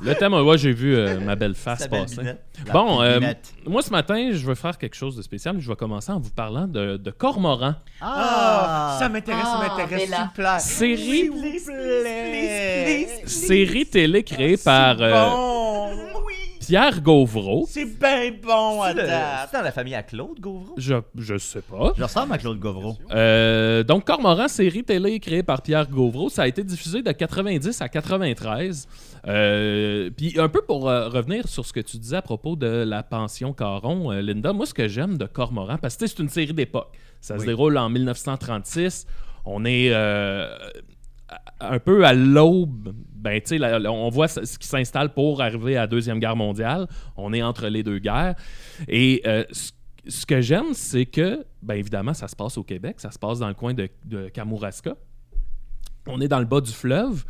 Speaker 3: Le thème, ouais, j'ai vu euh, ma belle face
Speaker 4: Sa belle
Speaker 3: passer.
Speaker 4: binette.
Speaker 2: La
Speaker 3: Bon,
Speaker 2: petite
Speaker 3: euh,
Speaker 2: lunette.
Speaker 3: moi ce matin, je veux faire quelque chose de spécial. Je vais commencer en vous parlant de, de Cormoran.
Speaker 2: Ah!
Speaker 6: ça m'intéresse, ça
Speaker 5: Ah,
Speaker 6: m'intéresse,
Speaker 5: Bella.
Speaker 6: s'il vous
Speaker 3: Série,
Speaker 6: plaît. Please, please, please.
Speaker 3: série télé créée par euh,
Speaker 6: Bon, oui,
Speaker 3: Pierre Gauvreau.
Speaker 6: c'est bien bon à
Speaker 4: C'est le-
Speaker 6: date.
Speaker 4: c'est dans la famille à Claude Gauvreau?
Speaker 3: Je, je sais pas.
Speaker 2: Je ressemble à Claude Govreau.
Speaker 3: Euh, donc, Cormoran, série télé créée par Pierre Gauvreau, ça a été diffusé de 90 à 93. Euh, Puis, un peu pour euh, revenir sur ce que tu disais à propos de la pension Caron, euh, Linda, moi, ce que j'aime de Cormoran, parce que tu sais, c'est une série d'époque. Ça se déroule en 1936. On est euh, à- un peu à l'aube. Ben, tu sais, la- la- on voit ce ce qui s'installe pour arriver à la Deuxième Guerre mondiale. On est entre les deux guerres. Et euh, ce, ce que j'aime, c'est que, bien évidemment, ça se passe au Québec, ça se passe dans le coin de, de Kamouraska. On est dans le bas du fleuve.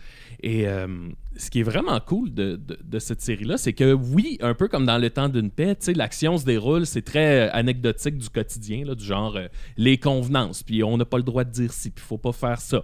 Speaker 3: Et euh, ce qui est vraiment cool de, de- de cette série-là, c'est que oui, un peu comme dans Le temps d'une paix, tu sais, l'action se déroule, c'est très euh, anecdotique du quotidien, là, du genre euh, les convenances, puis on n'a pas le droit de dire si, puis faut pas faire ça.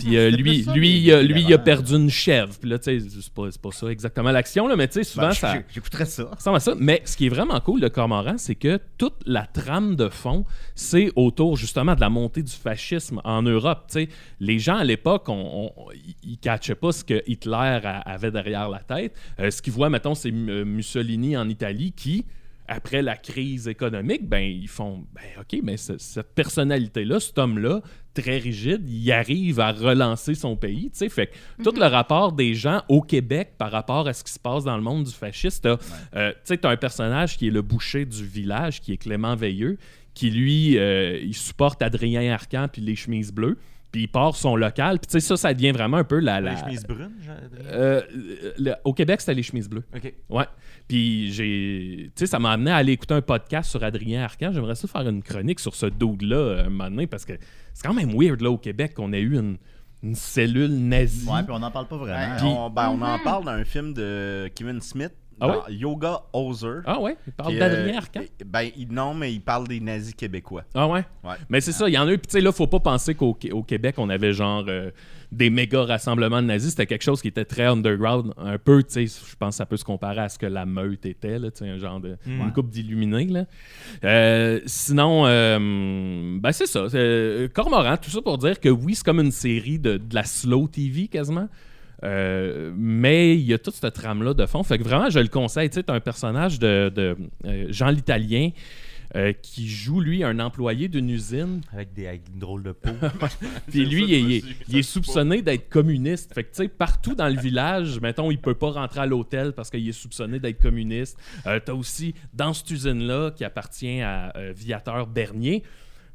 Speaker 3: Puis euh,
Speaker 2: C'est
Speaker 3: lui,
Speaker 2: plus ça,
Speaker 3: lui,
Speaker 2: les-
Speaker 3: euh,
Speaker 2: les
Speaker 3: lui, il a
Speaker 2: erreurs.
Speaker 3: perdu une chèvre. Puis là, tu sais, c'est pas, c'est pas ça exactement l'action, là, mais tu sais, souvent,
Speaker 2: Ben,
Speaker 3: ça
Speaker 2: j- J'écouterais ça.
Speaker 3: ressemble à ça. Mais ce qui est vraiment cool de Cormoran, c'est que toute la trame de fond, c'est autour justement de la montée du fascisme en Europe. Tu sais, les gens à l'époque, on- on- ils- ils ne catchaient pas ce que Hitler a- avait derrière la tête. Euh, ce qu'ils voient, mettons, c'est M- euh, Mussolini en Italie qui. Après la crise économique, ben ils font, ben ok, mais ce- cette personnalité-là, cet homme-là, très rigide, il arrive à relancer son pays, tu sais, fait que
Speaker 4: Mhm.
Speaker 3: tout le rapport des gens au Québec par rapport à ce qui se passe dans le monde du fasciste, t'as euh, tu sais, t'as un personnage qui est le boucher du village, qui est Clément Veilleux, qui lui, euh, il supporte Adrien Arcan puis les chemises bleues, puis il part son local. Puis tu sais, ça, ça devient vraiment un peu la. la-
Speaker 4: Les chemises brunes, genre, Adrien?
Speaker 3: Euh, le- au Québec, c'était les chemises bleues.
Speaker 4: OK.
Speaker 3: Ouais. Puis j'ai. Tu sais, ça m'a amené à aller écouter un podcast sur Adrien Arcan. J'aimerais ça faire une chronique sur ce dude-là euh, un moment donné, parce que c'est quand même weird, là, au Québec, qu'on ait eu une, une cellule nazie.
Speaker 2: Ouais, puis on n'en parle pas
Speaker 6: Hmm. Ouais,
Speaker 2: vraiment.
Speaker 3: Puis-
Speaker 6: on, ben, on en parle dans un film de Kevin Smith,
Speaker 3: Ah
Speaker 6: dans Yoga Ozer.
Speaker 3: Ah ouais, il parle
Speaker 6: Puis,
Speaker 3: d'Adrien
Speaker 6: euh,
Speaker 3: Arcan.
Speaker 6: Ben, il- non, mais il parle des nazis québécois.
Speaker 3: Ah ouais?
Speaker 6: Ouais.
Speaker 3: Mais c'est ça, il y en a eu. Puis tu sais, là, faut pas penser qu'au Qué- au Québec, on avait genre euh, des méga rassemblements de nazis. C'était quelque chose qui était très underground, un peu, tu sais, je pense que ça peut se comparer à ce que la meute était, là, tu sais, un genre de. Une coupe d'illuminés, là. Euh, sinon, euh, ben c'est ça. euh, Cormoran, tout ça pour dire que oui, c'est comme une série de, de la slow TV quasiment. Euh, mais il y a toute cette trame-là de fond. Fait que vraiment, je le conseille. Tu sais, t'as un personnage de, de, euh, Jean l'Italien euh, qui joue, lui, un employé d'une usine.
Speaker 4: Avec, des, avec une drôle de peau.
Speaker 3: Puis lui, il, est- il est- il est soupçonné d'être communiste. Fait que, tu sais, partout dans le village, mettons, il peut pas rentrer à l'hôtel parce qu'il est soupçonné d'être communiste. Euh, T'as aussi, dans cette usine-là, qui appartient à euh, Viateur Bernier,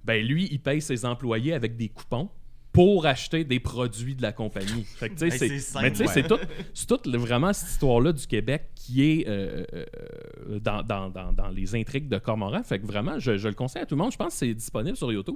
Speaker 3: ben lui, il paye ses employés avec des coupons pour acheter des produits de la compagnie. Fait que, tu sais,
Speaker 4: Hey,
Speaker 3: c'est-
Speaker 4: c'est simple,
Speaker 3: mais tu sais,
Speaker 4: ouais.
Speaker 3: c'est tout, c'est tout le- vraiment cette histoire-là du Québec qui est euh, euh, euh, dans, dans- dans- dans les intrigues de Cormoran. Fait que vraiment, je, je le conseille à tout le monde. Je pense que c'est disponible sur YouTube.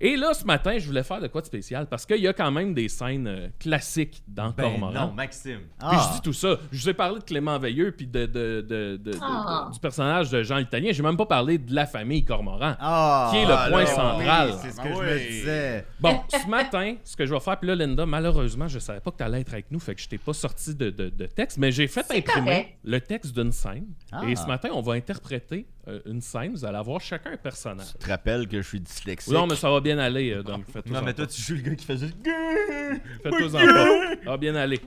Speaker 3: Et là, ce matin, je voulais faire de quoi de spécial parce qu'il y a quand même des scènes euh, classiques dans
Speaker 4: Ben
Speaker 3: Cormoran.
Speaker 4: non, Maxime.
Speaker 3: Puis
Speaker 2: Ah.
Speaker 3: je dis tout ça. Je vous ai parlé de Clément Veilleux puis de, de- de- de- de-
Speaker 5: Ah.
Speaker 3: du personnage de Jean l'Italien. J'ai même pas parlé de la famille Cormoran.
Speaker 2: Ah,
Speaker 3: Qui est le
Speaker 2: ah,
Speaker 3: point
Speaker 2: là,
Speaker 3: central.
Speaker 2: oui, C'est ce que
Speaker 6: Ah
Speaker 2: je
Speaker 6: oui.
Speaker 2: me disais.
Speaker 3: Bon, ce matin, ce que je vais faire, puis là, Linda, malheureusement, je savais pas que tu allais être avec nous, fait que je t'ai pas sorti de, de- de texte, mais j'ai fait
Speaker 5: C'est
Speaker 3: imprimer
Speaker 5: correct.
Speaker 3: le texte d'une scène.
Speaker 2: Ah.
Speaker 3: Et ce matin, on va interpréter euh, une scène. Vous allez avoir chacun un personnage.
Speaker 6: Je te rappelle que je suis dyslexique.
Speaker 3: Non, mais ça va bien aller, euh, donc faites-vous
Speaker 4: Non,
Speaker 3: en
Speaker 4: mais
Speaker 3: pas.
Speaker 4: toi, tu joues le gars qui fait juste.
Speaker 3: Faites-vous en pas. Ça va bien aller.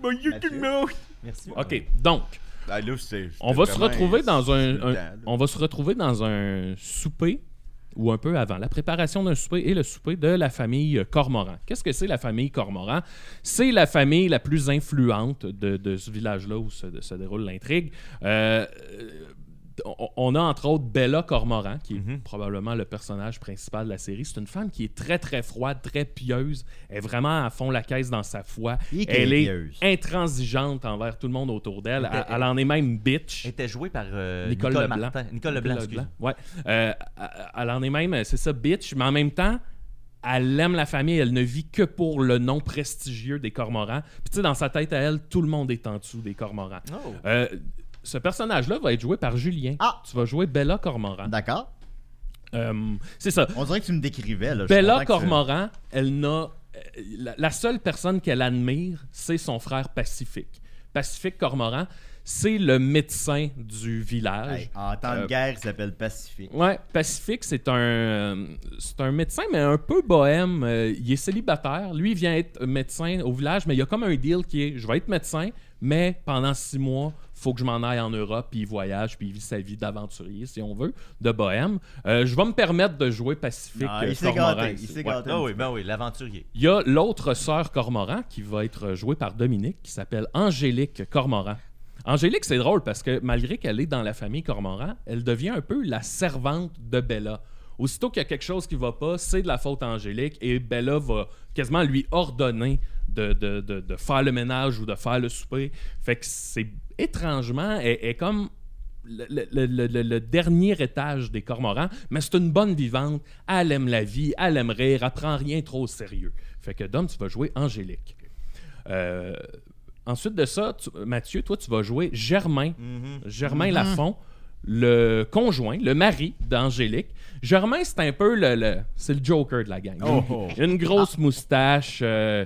Speaker 4: Merci.
Speaker 3: OK, donc,
Speaker 6: Ah, là, c'est-
Speaker 3: on va se
Speaker 6: vraiment
Speaker 3: retrouver dans un,
Speaker 6: insultant,
Speaker 3: un-
Speaker 6: là.
Speaker 3: on va se retrouver dans un souper ou un peu avant la préparation d'un souper et le souper de la famille Cormoran. Qu'est-ce que c'est la famille Cormoran C'est la famille la plus influente de, de ce village-là où se, se déroule l'intrigue. Euh, on- on a entre autres Bella Cormoran, qui est
Speaker 4: Mhm.
Speaker 3: probablement le personnage principal de la série. C'est une femme qui est très, très froide, très pieuse. Elle est vraiment à fond la caisse dans sa foi.
Speaker 2: Et qu'elle
Speaker 3: Elle
Speaker 2: est
Speaker 3: est
Speaker 2: pieuse.
Speaker 3: intransigeante envers tout le monde autour d'elle.
Speaker 4: Elle
Speaker 3: Elle,
Speaker 4: était-
Speaker 3: elle en est même bitch.
Speaker 4: Elle était jouée par euh,
Speaker 3: Nicole
Speaker 4: Nicole,
Speaker 3: Leblanc.
Speaker 4: Martin. Nicole Leblanc, excuse.
Speaker 3: Ouais. Euh, elle en est même, c'est ça, bitch, mais en même temps, elle aime la famille, elle ne vit que pour le nom prestigieux des cormorans. Puis tu sais, dans sa tête à elle, tout le monde est en dessous des cormorans.
Speaker 4: Oh.
Speaker 3: Euh, ce personnage-là va être joué par Julien.
Speaker 2: Ah!
Speaker 3: Tu vas jouer Bella Cormoran.
Speaker 2: D'accord.
Speaker 3: Euh, c'est ça.
Speaker 2: On dirait que tu me décrivais. Là. Je suis
Speaker 3: Bella
Speaker 2: content que tu-
Speaker 3: Cormoran, elle n'a. euh, La, la seule personne qu'elle admire, c'est son frère Pacifique. Pacifique Cormoran, c'est le médecin du village.
Speaker 2: Hey, en temps de
Speaker 3: Euh,
Speaker 2: guerre, il s'appelle Pacifique.
Speaker 3: Ouais, Pacifique, c'est un, euh, c'est un médecin, mais un peu bohème. Euh, il est célibataire. Lui, il vient être médecin au village, mais il y a comme un deal qui est je vais être médecin, mais pendant six mois, faut que je m'en aille en Europe, puis il voyage, puis il vit sa vie d'aventurier, si on veut, de bohème. Euh, je vais me permettre de jouer Pacifique.
Speaker 2: Ah,
Speaker 3: euh,
Speaker 2: il s'est
Speaker 3: Cormoran
Speaker 2: gâté.
Speaker 3: ici.
Speaker 2: Il s'est
Speaker 3: Ouais.
Speaker 2: gâté.
Speaker 4: Ah oui, ben oui, l'aventurier.
Speaker 3: Il y a l'autre sœur Cormoran qui va être jouée par Dominique, qui s'appelle Angélique Cormoran. Angélique, c'est drôle parce que malgré qu'elle est dans la famille Cormoran, elle devient un peu la servante de Bella. Aussitôt qu'il y a quelque chose qui va pas, c'est de la faute à Angélique et Bella va quasiment lui ordonner de, de- de- de faire le ménage ou de faire le souper. Fait que c'est étrangement, elle elle est comme le, le- le- le- le dernier étage des cormorans, mais c'est une bonne vivante. Elle aime la vie, elle aime rire, elle prend rien trop au sérieux. Fait que Dom, tu vas jouer Angélique. Euh, ensuite de ça, tu- Mathieu, toi, tu vas jouer Germain.
Speaker 4: Mm-hmm.
Speaker 3: Germain Lafont, le conjoint, le mari d'Angélique. Germain, c'est un peu le, le- c'est le Joker de la gang.
Speaker 2: Oh, oh.
Speaker 3: Il a une grosse moustache. euh,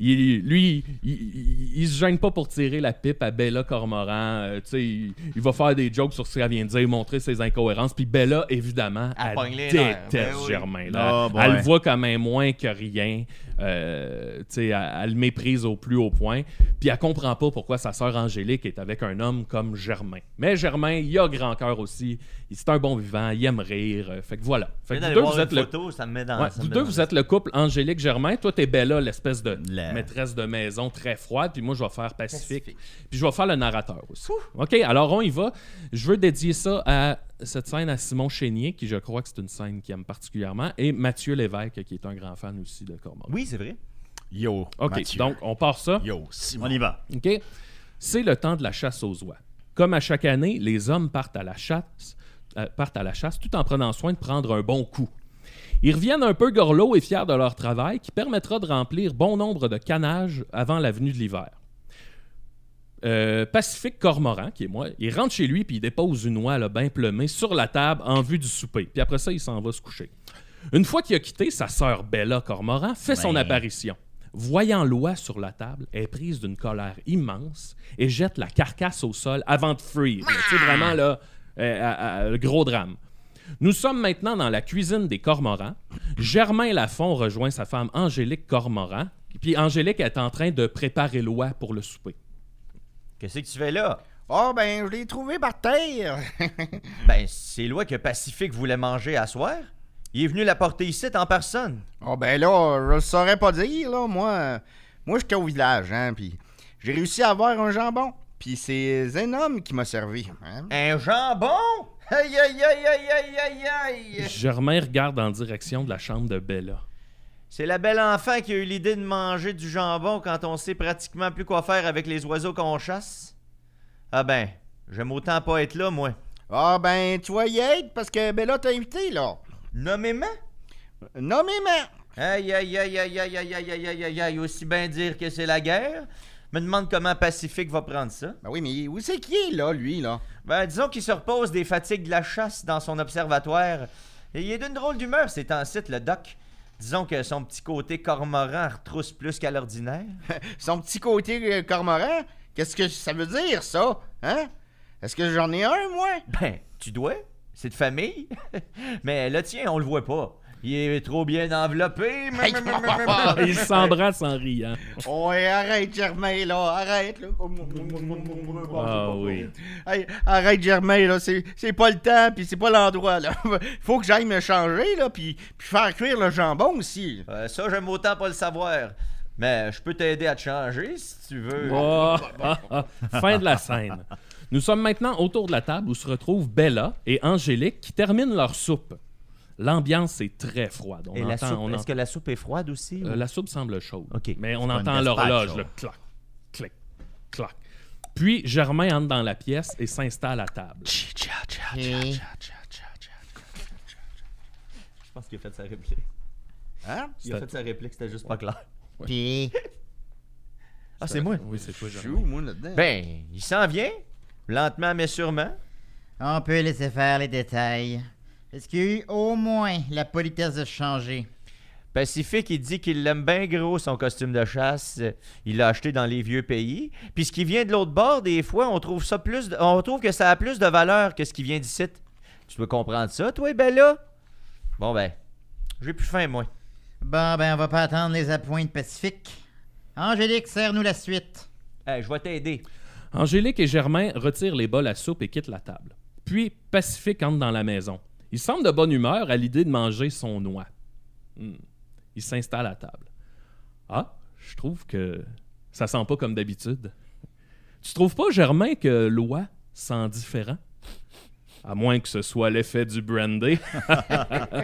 Speaker 3: il- lui, il, il- il se gêne pas pour tirer la pipe à Bella Cormoran. euh, tu sais, il, il va faire des jokes sur ce qu'elle vient de dire, montrer ses incohérences. Puis Bella, évidemment,
Speaker 4: Elle pogne
Speaker 3: elle
Speaker 4: les
Speaker 3: déteste
Speaker 4: nerfs. Ben oui.
Speaker 3: Germain. là.
Speaker 2: Oh boy.
Speaker 3: elle le voit comme un moins que rien. Euh, tu sais, elle, elle le méprise au plus haut point. Puis elle comprend pas pourquoi sa sœur Angélique est avec un homme comme Germain. Mais Germain, il a grand cœur aussi. Il- C'est un bon vivant. Il aime rire. Euh, Fait que voilà. Fait
Speaker 4: Fait
Speaker 3: que
Speaker 4: d'aller
Speaker 3: vous deux,
Speaker 4: voir
Speaker 3: vous
Speaker 4: une
Speaker 3: êtes le
Speaker 4: photo, ça me met dans.
Speaker 3: Ouais,
Speaker 4: ça me
Speaker 3: vous
Speaker 4: met
Speaker 3: deux,
Speaker 4: dans-
Speaker 3: vous êtes le couple Angélique-Germain. Toi, t'es Bella, l'espèce de
Speaker 2: La-
Speaker 3: maîtresse de maison très froide. Puis moi, je vais faire Pacifique. Puis je vais faire le narrateur aussi. OK, alors on y va. Je veux dédier ça à cette scène à Simon Chénier, qui je crois que c'est une scène qu'il aime particulièrement, et Mathieu Lévesque, qui est un grand fan aussi de Cormoran.
Speaker 4: Oui, c'est vrai.
Speaker 6: Yo,
Speaker 3: OK,
Speaker 6: Mathieu.
Speaker 3: donc on part ça.
Speaker 6: Yo, Simon.
Speaker 2: On y va.
Speaker 3: OK? C'est le temps de la chasse aux oies. Comme à chaque année, les hommes partent à la chasse, euh, partent à la chasse tout en prenant soin de prendre un bon coup. Ils reviennent un peu gorlots et fiers de leur travail qui permettra de remplir bon nombre de canages avant la venue de l'hiver. Euh, Pacifique Cormoran, qui est moi, il rentre chez lui puis il dépose une oie là, bien plumée sur la table en vue du souper. Puis après ça, il s'en va se coucher. Une fois qu'il a quitté, sa sœur Bella Cormoran fait son
Speaker 2: Ouais.
Speaker 3: apparition. Voyant l'oie sur la table, elle est prise d'une colère immense et jette la carcasse au sol avant de fuir. là. Tu sais, vraiment, là, euh, à- à- le gros drame. Nous sommes maintenant dans la cuisine des cormorans. Germain Lafont rejoint sa femme Angélique Cormoran. Puis Angélique est en train de préparer l'oie pour le souper.
Speaker 4: Qu'est-ce que tu fais là?
Speaker 6: Oh, ben, je l'ai trouvé par terre.
Speaker 4: Ben, c'est loi que Pacifique voulait manger à soir. Il est venu la porter ici en personne.
Speaker 6: Oh, ben là, je le saurais pas dire, là. Moi, moi j'étais au village, hein, puis j'ai réussi à avoir un jambon. Puis c'est Zenom qui m'a servi. hein.
Speaker 4: Un jambon? Aïe, aïe, aïe, aïe, aïe, aïe, aïe.
Speaker 3: Germain regarde en direction de la chambre de Bella.
Speaker 4: C'est la belle enfant qui a eu l'idée de manger du jambon quand on sait pratiquement plus quoi faire avec les oiseaux qu'on chasse. Ah ben, j'aime autant pas être là, moi.
Speaker 6: Ah, ben, tu vas y être parce que Bella t'a invité, là.
Speaker 4: Nommément?
Speaker 6: Nommément.
Speaker 4: Aïe, aïe, aïe, aïe, aïe, aïe, aïe, aïe, aïe, aïe, aïe, aussi bien dire que c'est la guerre. Me demande comment Pacifique va prendre ça.
Speaker 6: Ben oui, mais où c'est qui est, là, lui, là?
Speaker 4: Ben, disons qu'il se repose des fatigues de la chasse dans son observatoire. Et il est d'une drôle d'humeur ces temps-ci, le doc. Disons que son petit côté cormoran retrousse plus qu'à l'ordinaire.
Speaker 6: Son petit côté euh, cormoran? Qu'est-ce que ça veut dire, ça? Hein? Est-ce que j'en ai un, moi?
Speaker 4: Ben, tu dois, c'est de famille. (laughs) Mais le tien, on le voit pas. Il est trop bien enveloppé.
Speaker 3: Ah, Il (laughs) s'embrasse en riant.
Speaker 6: Ouais, arrête, Germain, là, arrête, là.
Speaker 3: Ah oui.
Speaker 6: Hey, arrête, Germain, là, c'est c'est pas le temps, puis c'est pas l'endroit, là. (laughs) Faut que j'aille me changer, là, puis puis faire cuire le jambon aussi.
Speaker 4: Euh, ça, j'aime autant pas le savoir. Mais je peux t'aider à te changer si tu veux.
Speaker 3: Oh, ah, ah. (laughs) fin de la scène. Nous sommes maintenant autour de la table où se retrouvent Bella et Angélique qui terminent leur soupe. L'ambiance est très froide. On
Speaker 4: Et
Speaker 3: entend,
Speaker 4: la soupe,
Speaker 3: on
Speaker 4: est-ce
Speaker 3: entend-
Speaker 4: que la soupe est froide aussi?
Speaker 3: Euh, la soupe semble chaude.
Speaker 4: Ok.
Speaker 3: Mais on
Speaker 2: pas une
Speaker 3: entend
Speaker 2: gazpacho.
Speaker 3: l'horloge, le clac, clac, clac. Puis Germain entre dans la pièce et s'installe à table.
Speaker 4: Je pense qu'il a fait sa réplique.
Speaker 6: Hein?
Speaker 4: Il a fait sa réplique, c'était juste pas clair.
Speaker 6: Puis,
Speaker 4: (laughs) Ah, c'est moi?
Speaker 3: Oui, c'est toi,
Speaker 6: je
Speaker 3: Germain.
Speaker 6: joue, moi, là-dedans.
Speaker 4: Ben, il s'en vient, lentement mais sûrement.
Speaker 9: On peut laisser faire les détails. Est-ce qu'il y a eu au moins la politesse de changer?
Speaker 4: Pacifique, il dit qu'il l'aime bien gros, son costume de chasse. Euh, Il l'a acheté dans les vieux pays. Puis ce qui vient de l'autre bord, des fois, on trouve ça plus. On trouve que ça a plus de valeur que ce qui vient d'ici. Tu peux comprendre ça, toi, Bella? Bon, ben, j'ai plus faim, moi.
Speaker 2: Bon, ben, on va pas attendre les appoints de Pacifique. Angélique, serre-nous la suite.
Speaker 4: Hey, je vais t'aider.
Speaker 3: Angélique et Germain retirent les bols à soupe et quittent la table. Puis Pacifique entre dans la maison. Il semble de bonne humeur à l'idée de manger son noix. Hmm. Il s'installe à table. Ah, je trouve que ça sent pas comme d'habitude. Tu trouves pas, Germain, que l'oie sent différent? À moins que ce soit l'effet du brandy.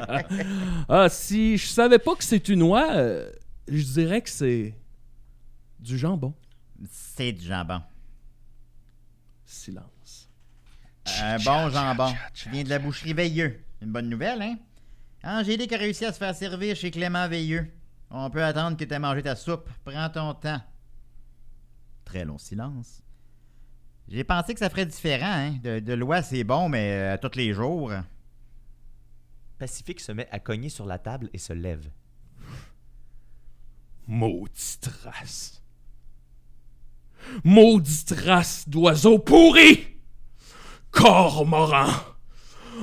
Speaker 3: (laughs) ah, si je savais pas que c'est une oie, euh, je dirais que c'est du jambon.
Speaker 2: C'est du jambon.
Speaker 3: Silence.
Speaker 2: Un bon jambon. Je viens de la boucherie Veilleux. Une bonne nouvelle, hein? Angélique a réussi à se faire servir chez Clément Veilleux. On peut attendre que t'aies mangé ta soupe. Prends ton temps. Très long silence. J'ai pensé que ça ferait différent, hein? De, de loi, c'est bon, mais euh, à tous les jours.
Speaker 4: Pacifique se met à cogner sur la table et se lève.
Speaker 3: Maudite race. Maudite race d'oiseaux pourris! Cormoran!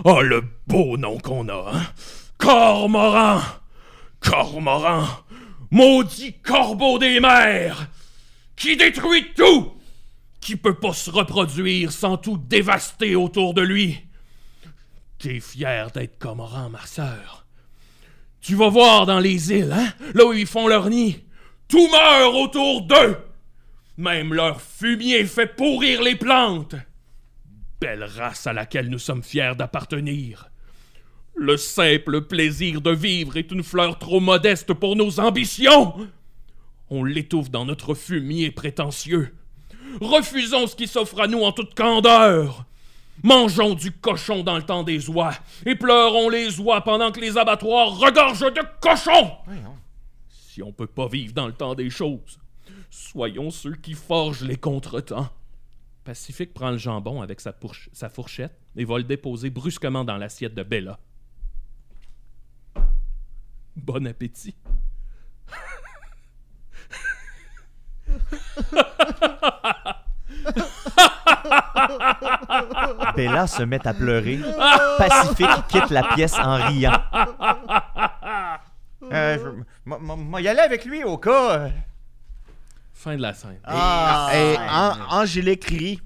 Speaker 3: Oh, le beau nom qu'on a, hein? Cormoran! Cormoran! Maudit corbeau des mers! Qui détruit tout! Qui peut pas se reproduire sans tout dévaster autour de lui! T'es fier d'être cormoran, ma sœur. Tu vas voir dans les îles, hein, là où ils font leur nid. Tout meurt autour d'eux. Même leur fumier fait pourrir les plantes. Belle race à laquelle nous sommes fiers d'appartenir. Le simple plaisir de vivre est une fleur trop modeste pour nos ambitions. On l'étouffe dans notre fumier prétentieux. Refusons ce qui s'offre à nous en toute candeur. Mangeons du cochon dans le temps des oies et pleurons les oies pendant que les abattoirs regorgent de cochons. Si on peut pas vivre dans le temps des choses, soyons ceux qui forgent les contretemps. Pacifique prend le jambon avec sa, pourche- sa fourchette et va le déposer brusquement dans l'assiette de Bella. Bon appétit.
Speaker 4: Bella se met à pleurer. Pacifique quitte la pièce en riant. Euh, je- m- m- m- y aller avec lui au cas. euh.
Speaker 3: Fin de la scène.
Speaker 2: Ah!
Speaker 6: Et An- Angélique rit.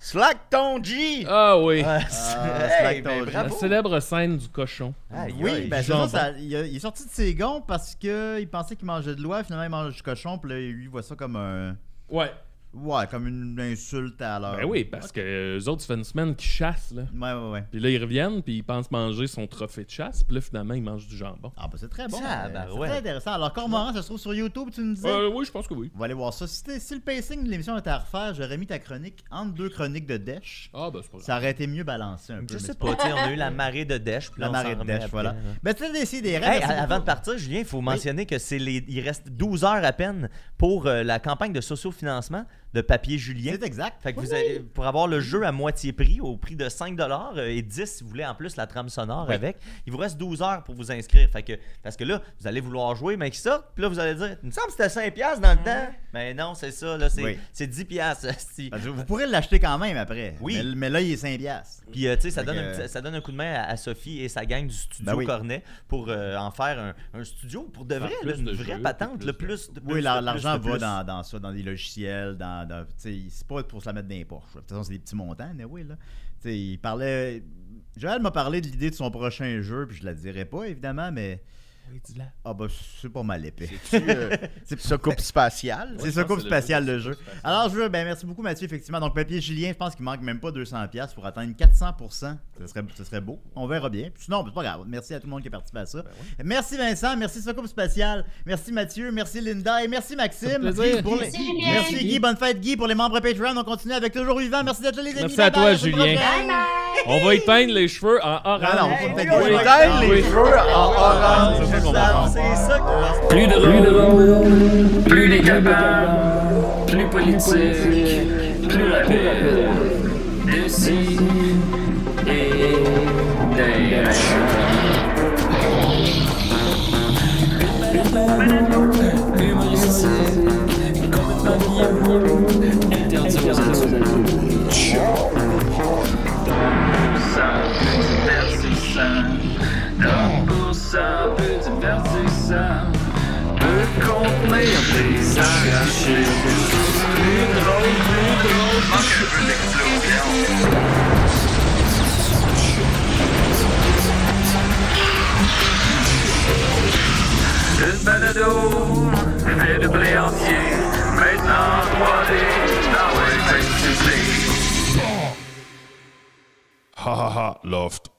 Speaker 6: Slack ton G!
Speaker 3: Ah oui,
Speaker 4: Ah,
Speaker 2: slack
Speaker 4: hey,
Speaker 2: ton
Speaker 4: ben,
Speaker 2: jeu.
Speaker 3: la
Speaker 4: bravo.
Speaker 3: célèbre scène du cochon.
Speaker 4: Aïe,
Speaker 2: Oui,
Speaker 4: aïe.
Speaker 2: ben c'est ça,
Speaker 3: jambon.
Speaker 2: ça- il, a- il est sorti de ses gonds parce que il pensait qu'il mangeait de l'oie, finalement il mange du cochon, puis là, lui il voit ça comme un.
Speaker 3: Ouais.
Speaker 2: Ouais, comme une insulte à l'heure.
Speaker 3: Ben oui, parce que euh, eux autres, ça fait une semaine qu'ils chassent, là.
Speaker 2: Ouais, ouais, ouais.
Speaker 3: Puis là, ils reviennent, puis ils pensent manger son trophée de chasse, puis là, finalement, ils mangent du jambon.
Speaker 2: Ah, bah c'est très bon.
Speaker 4: Ça,
Speaker 2: euh,
Speaker 4: bah,
Speaker 2: c'est
Speaker 4: ouais.
Speaker 2: très intéressant. Alors, Cormoran, ça se trouve sur YouTube, tu me disais
Speaker 3: Euh, oui, je pense que oui.
Speaker 2: On va aller voir ça. Si, t'es- si le pacing de l'émission était à refaire, j'aurais mis ta chronique entre deux chroniques de Desch.
Speaker 3: Ah, ben, c'est pas grave.
Speaker 2: Ça aurait été mieux balancé un peu.
Speaker 4: Je
Speaker 2: mais
Speaker 4: sais
Speaker 2: c'est
Speaker 4: pas, tu sais, on a eu la marée de Desch. puis
Speaker 2: La
Speaker 4: là, on s'en
Speaker 2: marée de
Speaker 4: remet
Speaker 2: Desch,
Speaker 4: après,
Speaker 2: voilà.
Speaker 4: là.
Speaker 2: Ben, tu sais, d'essayer des
Speaker 4: Hey, à- avant de partir, Julien, il faut mentionner que c'est les, il reste 12 heures à peine pour euh, la campagne de sociofinancement de Papier Julien.
Speaker 2: C'est exact.
Speaker 4: Fait que vous avez, pour avoir le jeu à moitié prix, au prix de 5 euh, et 10 si vous voulez en plus la trame sonore avec, il vous reste 12 heures pour vous inscrire. Fait que, parce que là, vous allez vouloir jouer, mais qui sortent, puis là, vous allez dire, il me semble que c'était 5 piastres dans le temps. Mais non, c'est ça, là, c'est
Speaker 2: Oui.
Speaker 4: c'est 10 piastres. (laughs) asti.
Speaker 2: Parce que Vous pourrez l'acheter quand même après.
Speaker 4: Oui.
Speaker 2: Mais, mais là, il est 5 piastres.
Speaker 4: Puis, euh, tu sais, ça,
Speaker 2: Fait
Speaker 4: donne
Speaker 2: que-
Speaker 4: un petit- ça donne un coup de main à, à Sophie et sa gang du studio
Speaker 2: Ben oui.
Speaker 4: Cornet pour euh, en faire un, un studio pour de vrai,
Speaker 3: plus
Speaker 4: là, une
Speaker 3: de
Speaker 4: vraie
Speaker 3: jeux,
Speaker 4: patente.
Speaker 3: plus
Speaker 4: le
Speaker 3: de-
Speaker 4: plus, de plus,
Speaker 2: Oui,
Speaker 4: de
Speaker 2: l'ar-
Speaker 4: plus,
Speaker 2: l'argent
Speaker 4: de plus.
Speaker 2: va dans, dans ça, dans des logiciels, dans, dans- tu sais, c'est pas pour se la mettre dans les poches. De toute façon, c'est des petits montants, mais oui, là. Tu sais, il parlait... Joël m'a parlé de l'idée de son prochain jeu, puis je la dirai pas, évidemment, mais...
Speaker 3: Oui, dis-la.
Speaker 2: Ah bah, c'est pas mal épais. (laughs) C'est
Speaker 6: Soucoupe spatiale.
Speaker 2: C'est ça, coupe spatiale, le jeu. Alors, je veux, ben, merci beaucoup, Mathieu, effectivement. Donc, papier Julien, je pense qu'il manque même pas 200$ pour atteindre 400%. Ce serait, ce serait beau. On verra bien. Puis Sinon, c'est pas grave. Merci à tout le monde qui a participé à ça. Merci, Vincent. Merci, Soucoupe spatiale. Merci, Mathieu. Merci, Linda. Et merci, Maxime.
Speaker 3: Ça fait plaisir.
Speaker 2: Pour les-
Speaker 5: Merci, Julien.
Speaker 2: Merci, Guy. Bonne fête, Guy. Pour les membres Patreon, on continue avec Toujours Vivant. Merci d'être là, les amis.
Speaker 3: Merci à
Speaker 2: Bye-bye,
Speaker 3: toi,
Speaker 2: la semaine
Speaker 3: Julien.
Speaker 2: prochaine.
Speaker 3: On va éteindre les cheveux en orange.
Speaker 2: Ah non, on va
Speaker 4: Hey,
Speaker 2: peut-être
Speaker 4: oui, Ah, on
Speaker 2: jouer.
Speaker 6: éteint
Speaker 3: les
Speaker 6: jeux en orange.
Speaker 2: C'est ça qu'on va faire.
Speaker 4: Ça, C'est ça qu'on va
Speaker 7: Plus de rôle,
Speaker 1: Plus les cabanes, plus politique, plus rapide. D'ici et d'ailleurs. interdit aux adultes. Sans petit verdissant, donc pour ça, petit verdissant, peut contenir des arachides. Plus drôle, plus drôle, manque un peu d'explosion. Une balado fait de blé entier, maintenant 3D dans les festivals.
Speaker 9: Ha ha ha, Loft.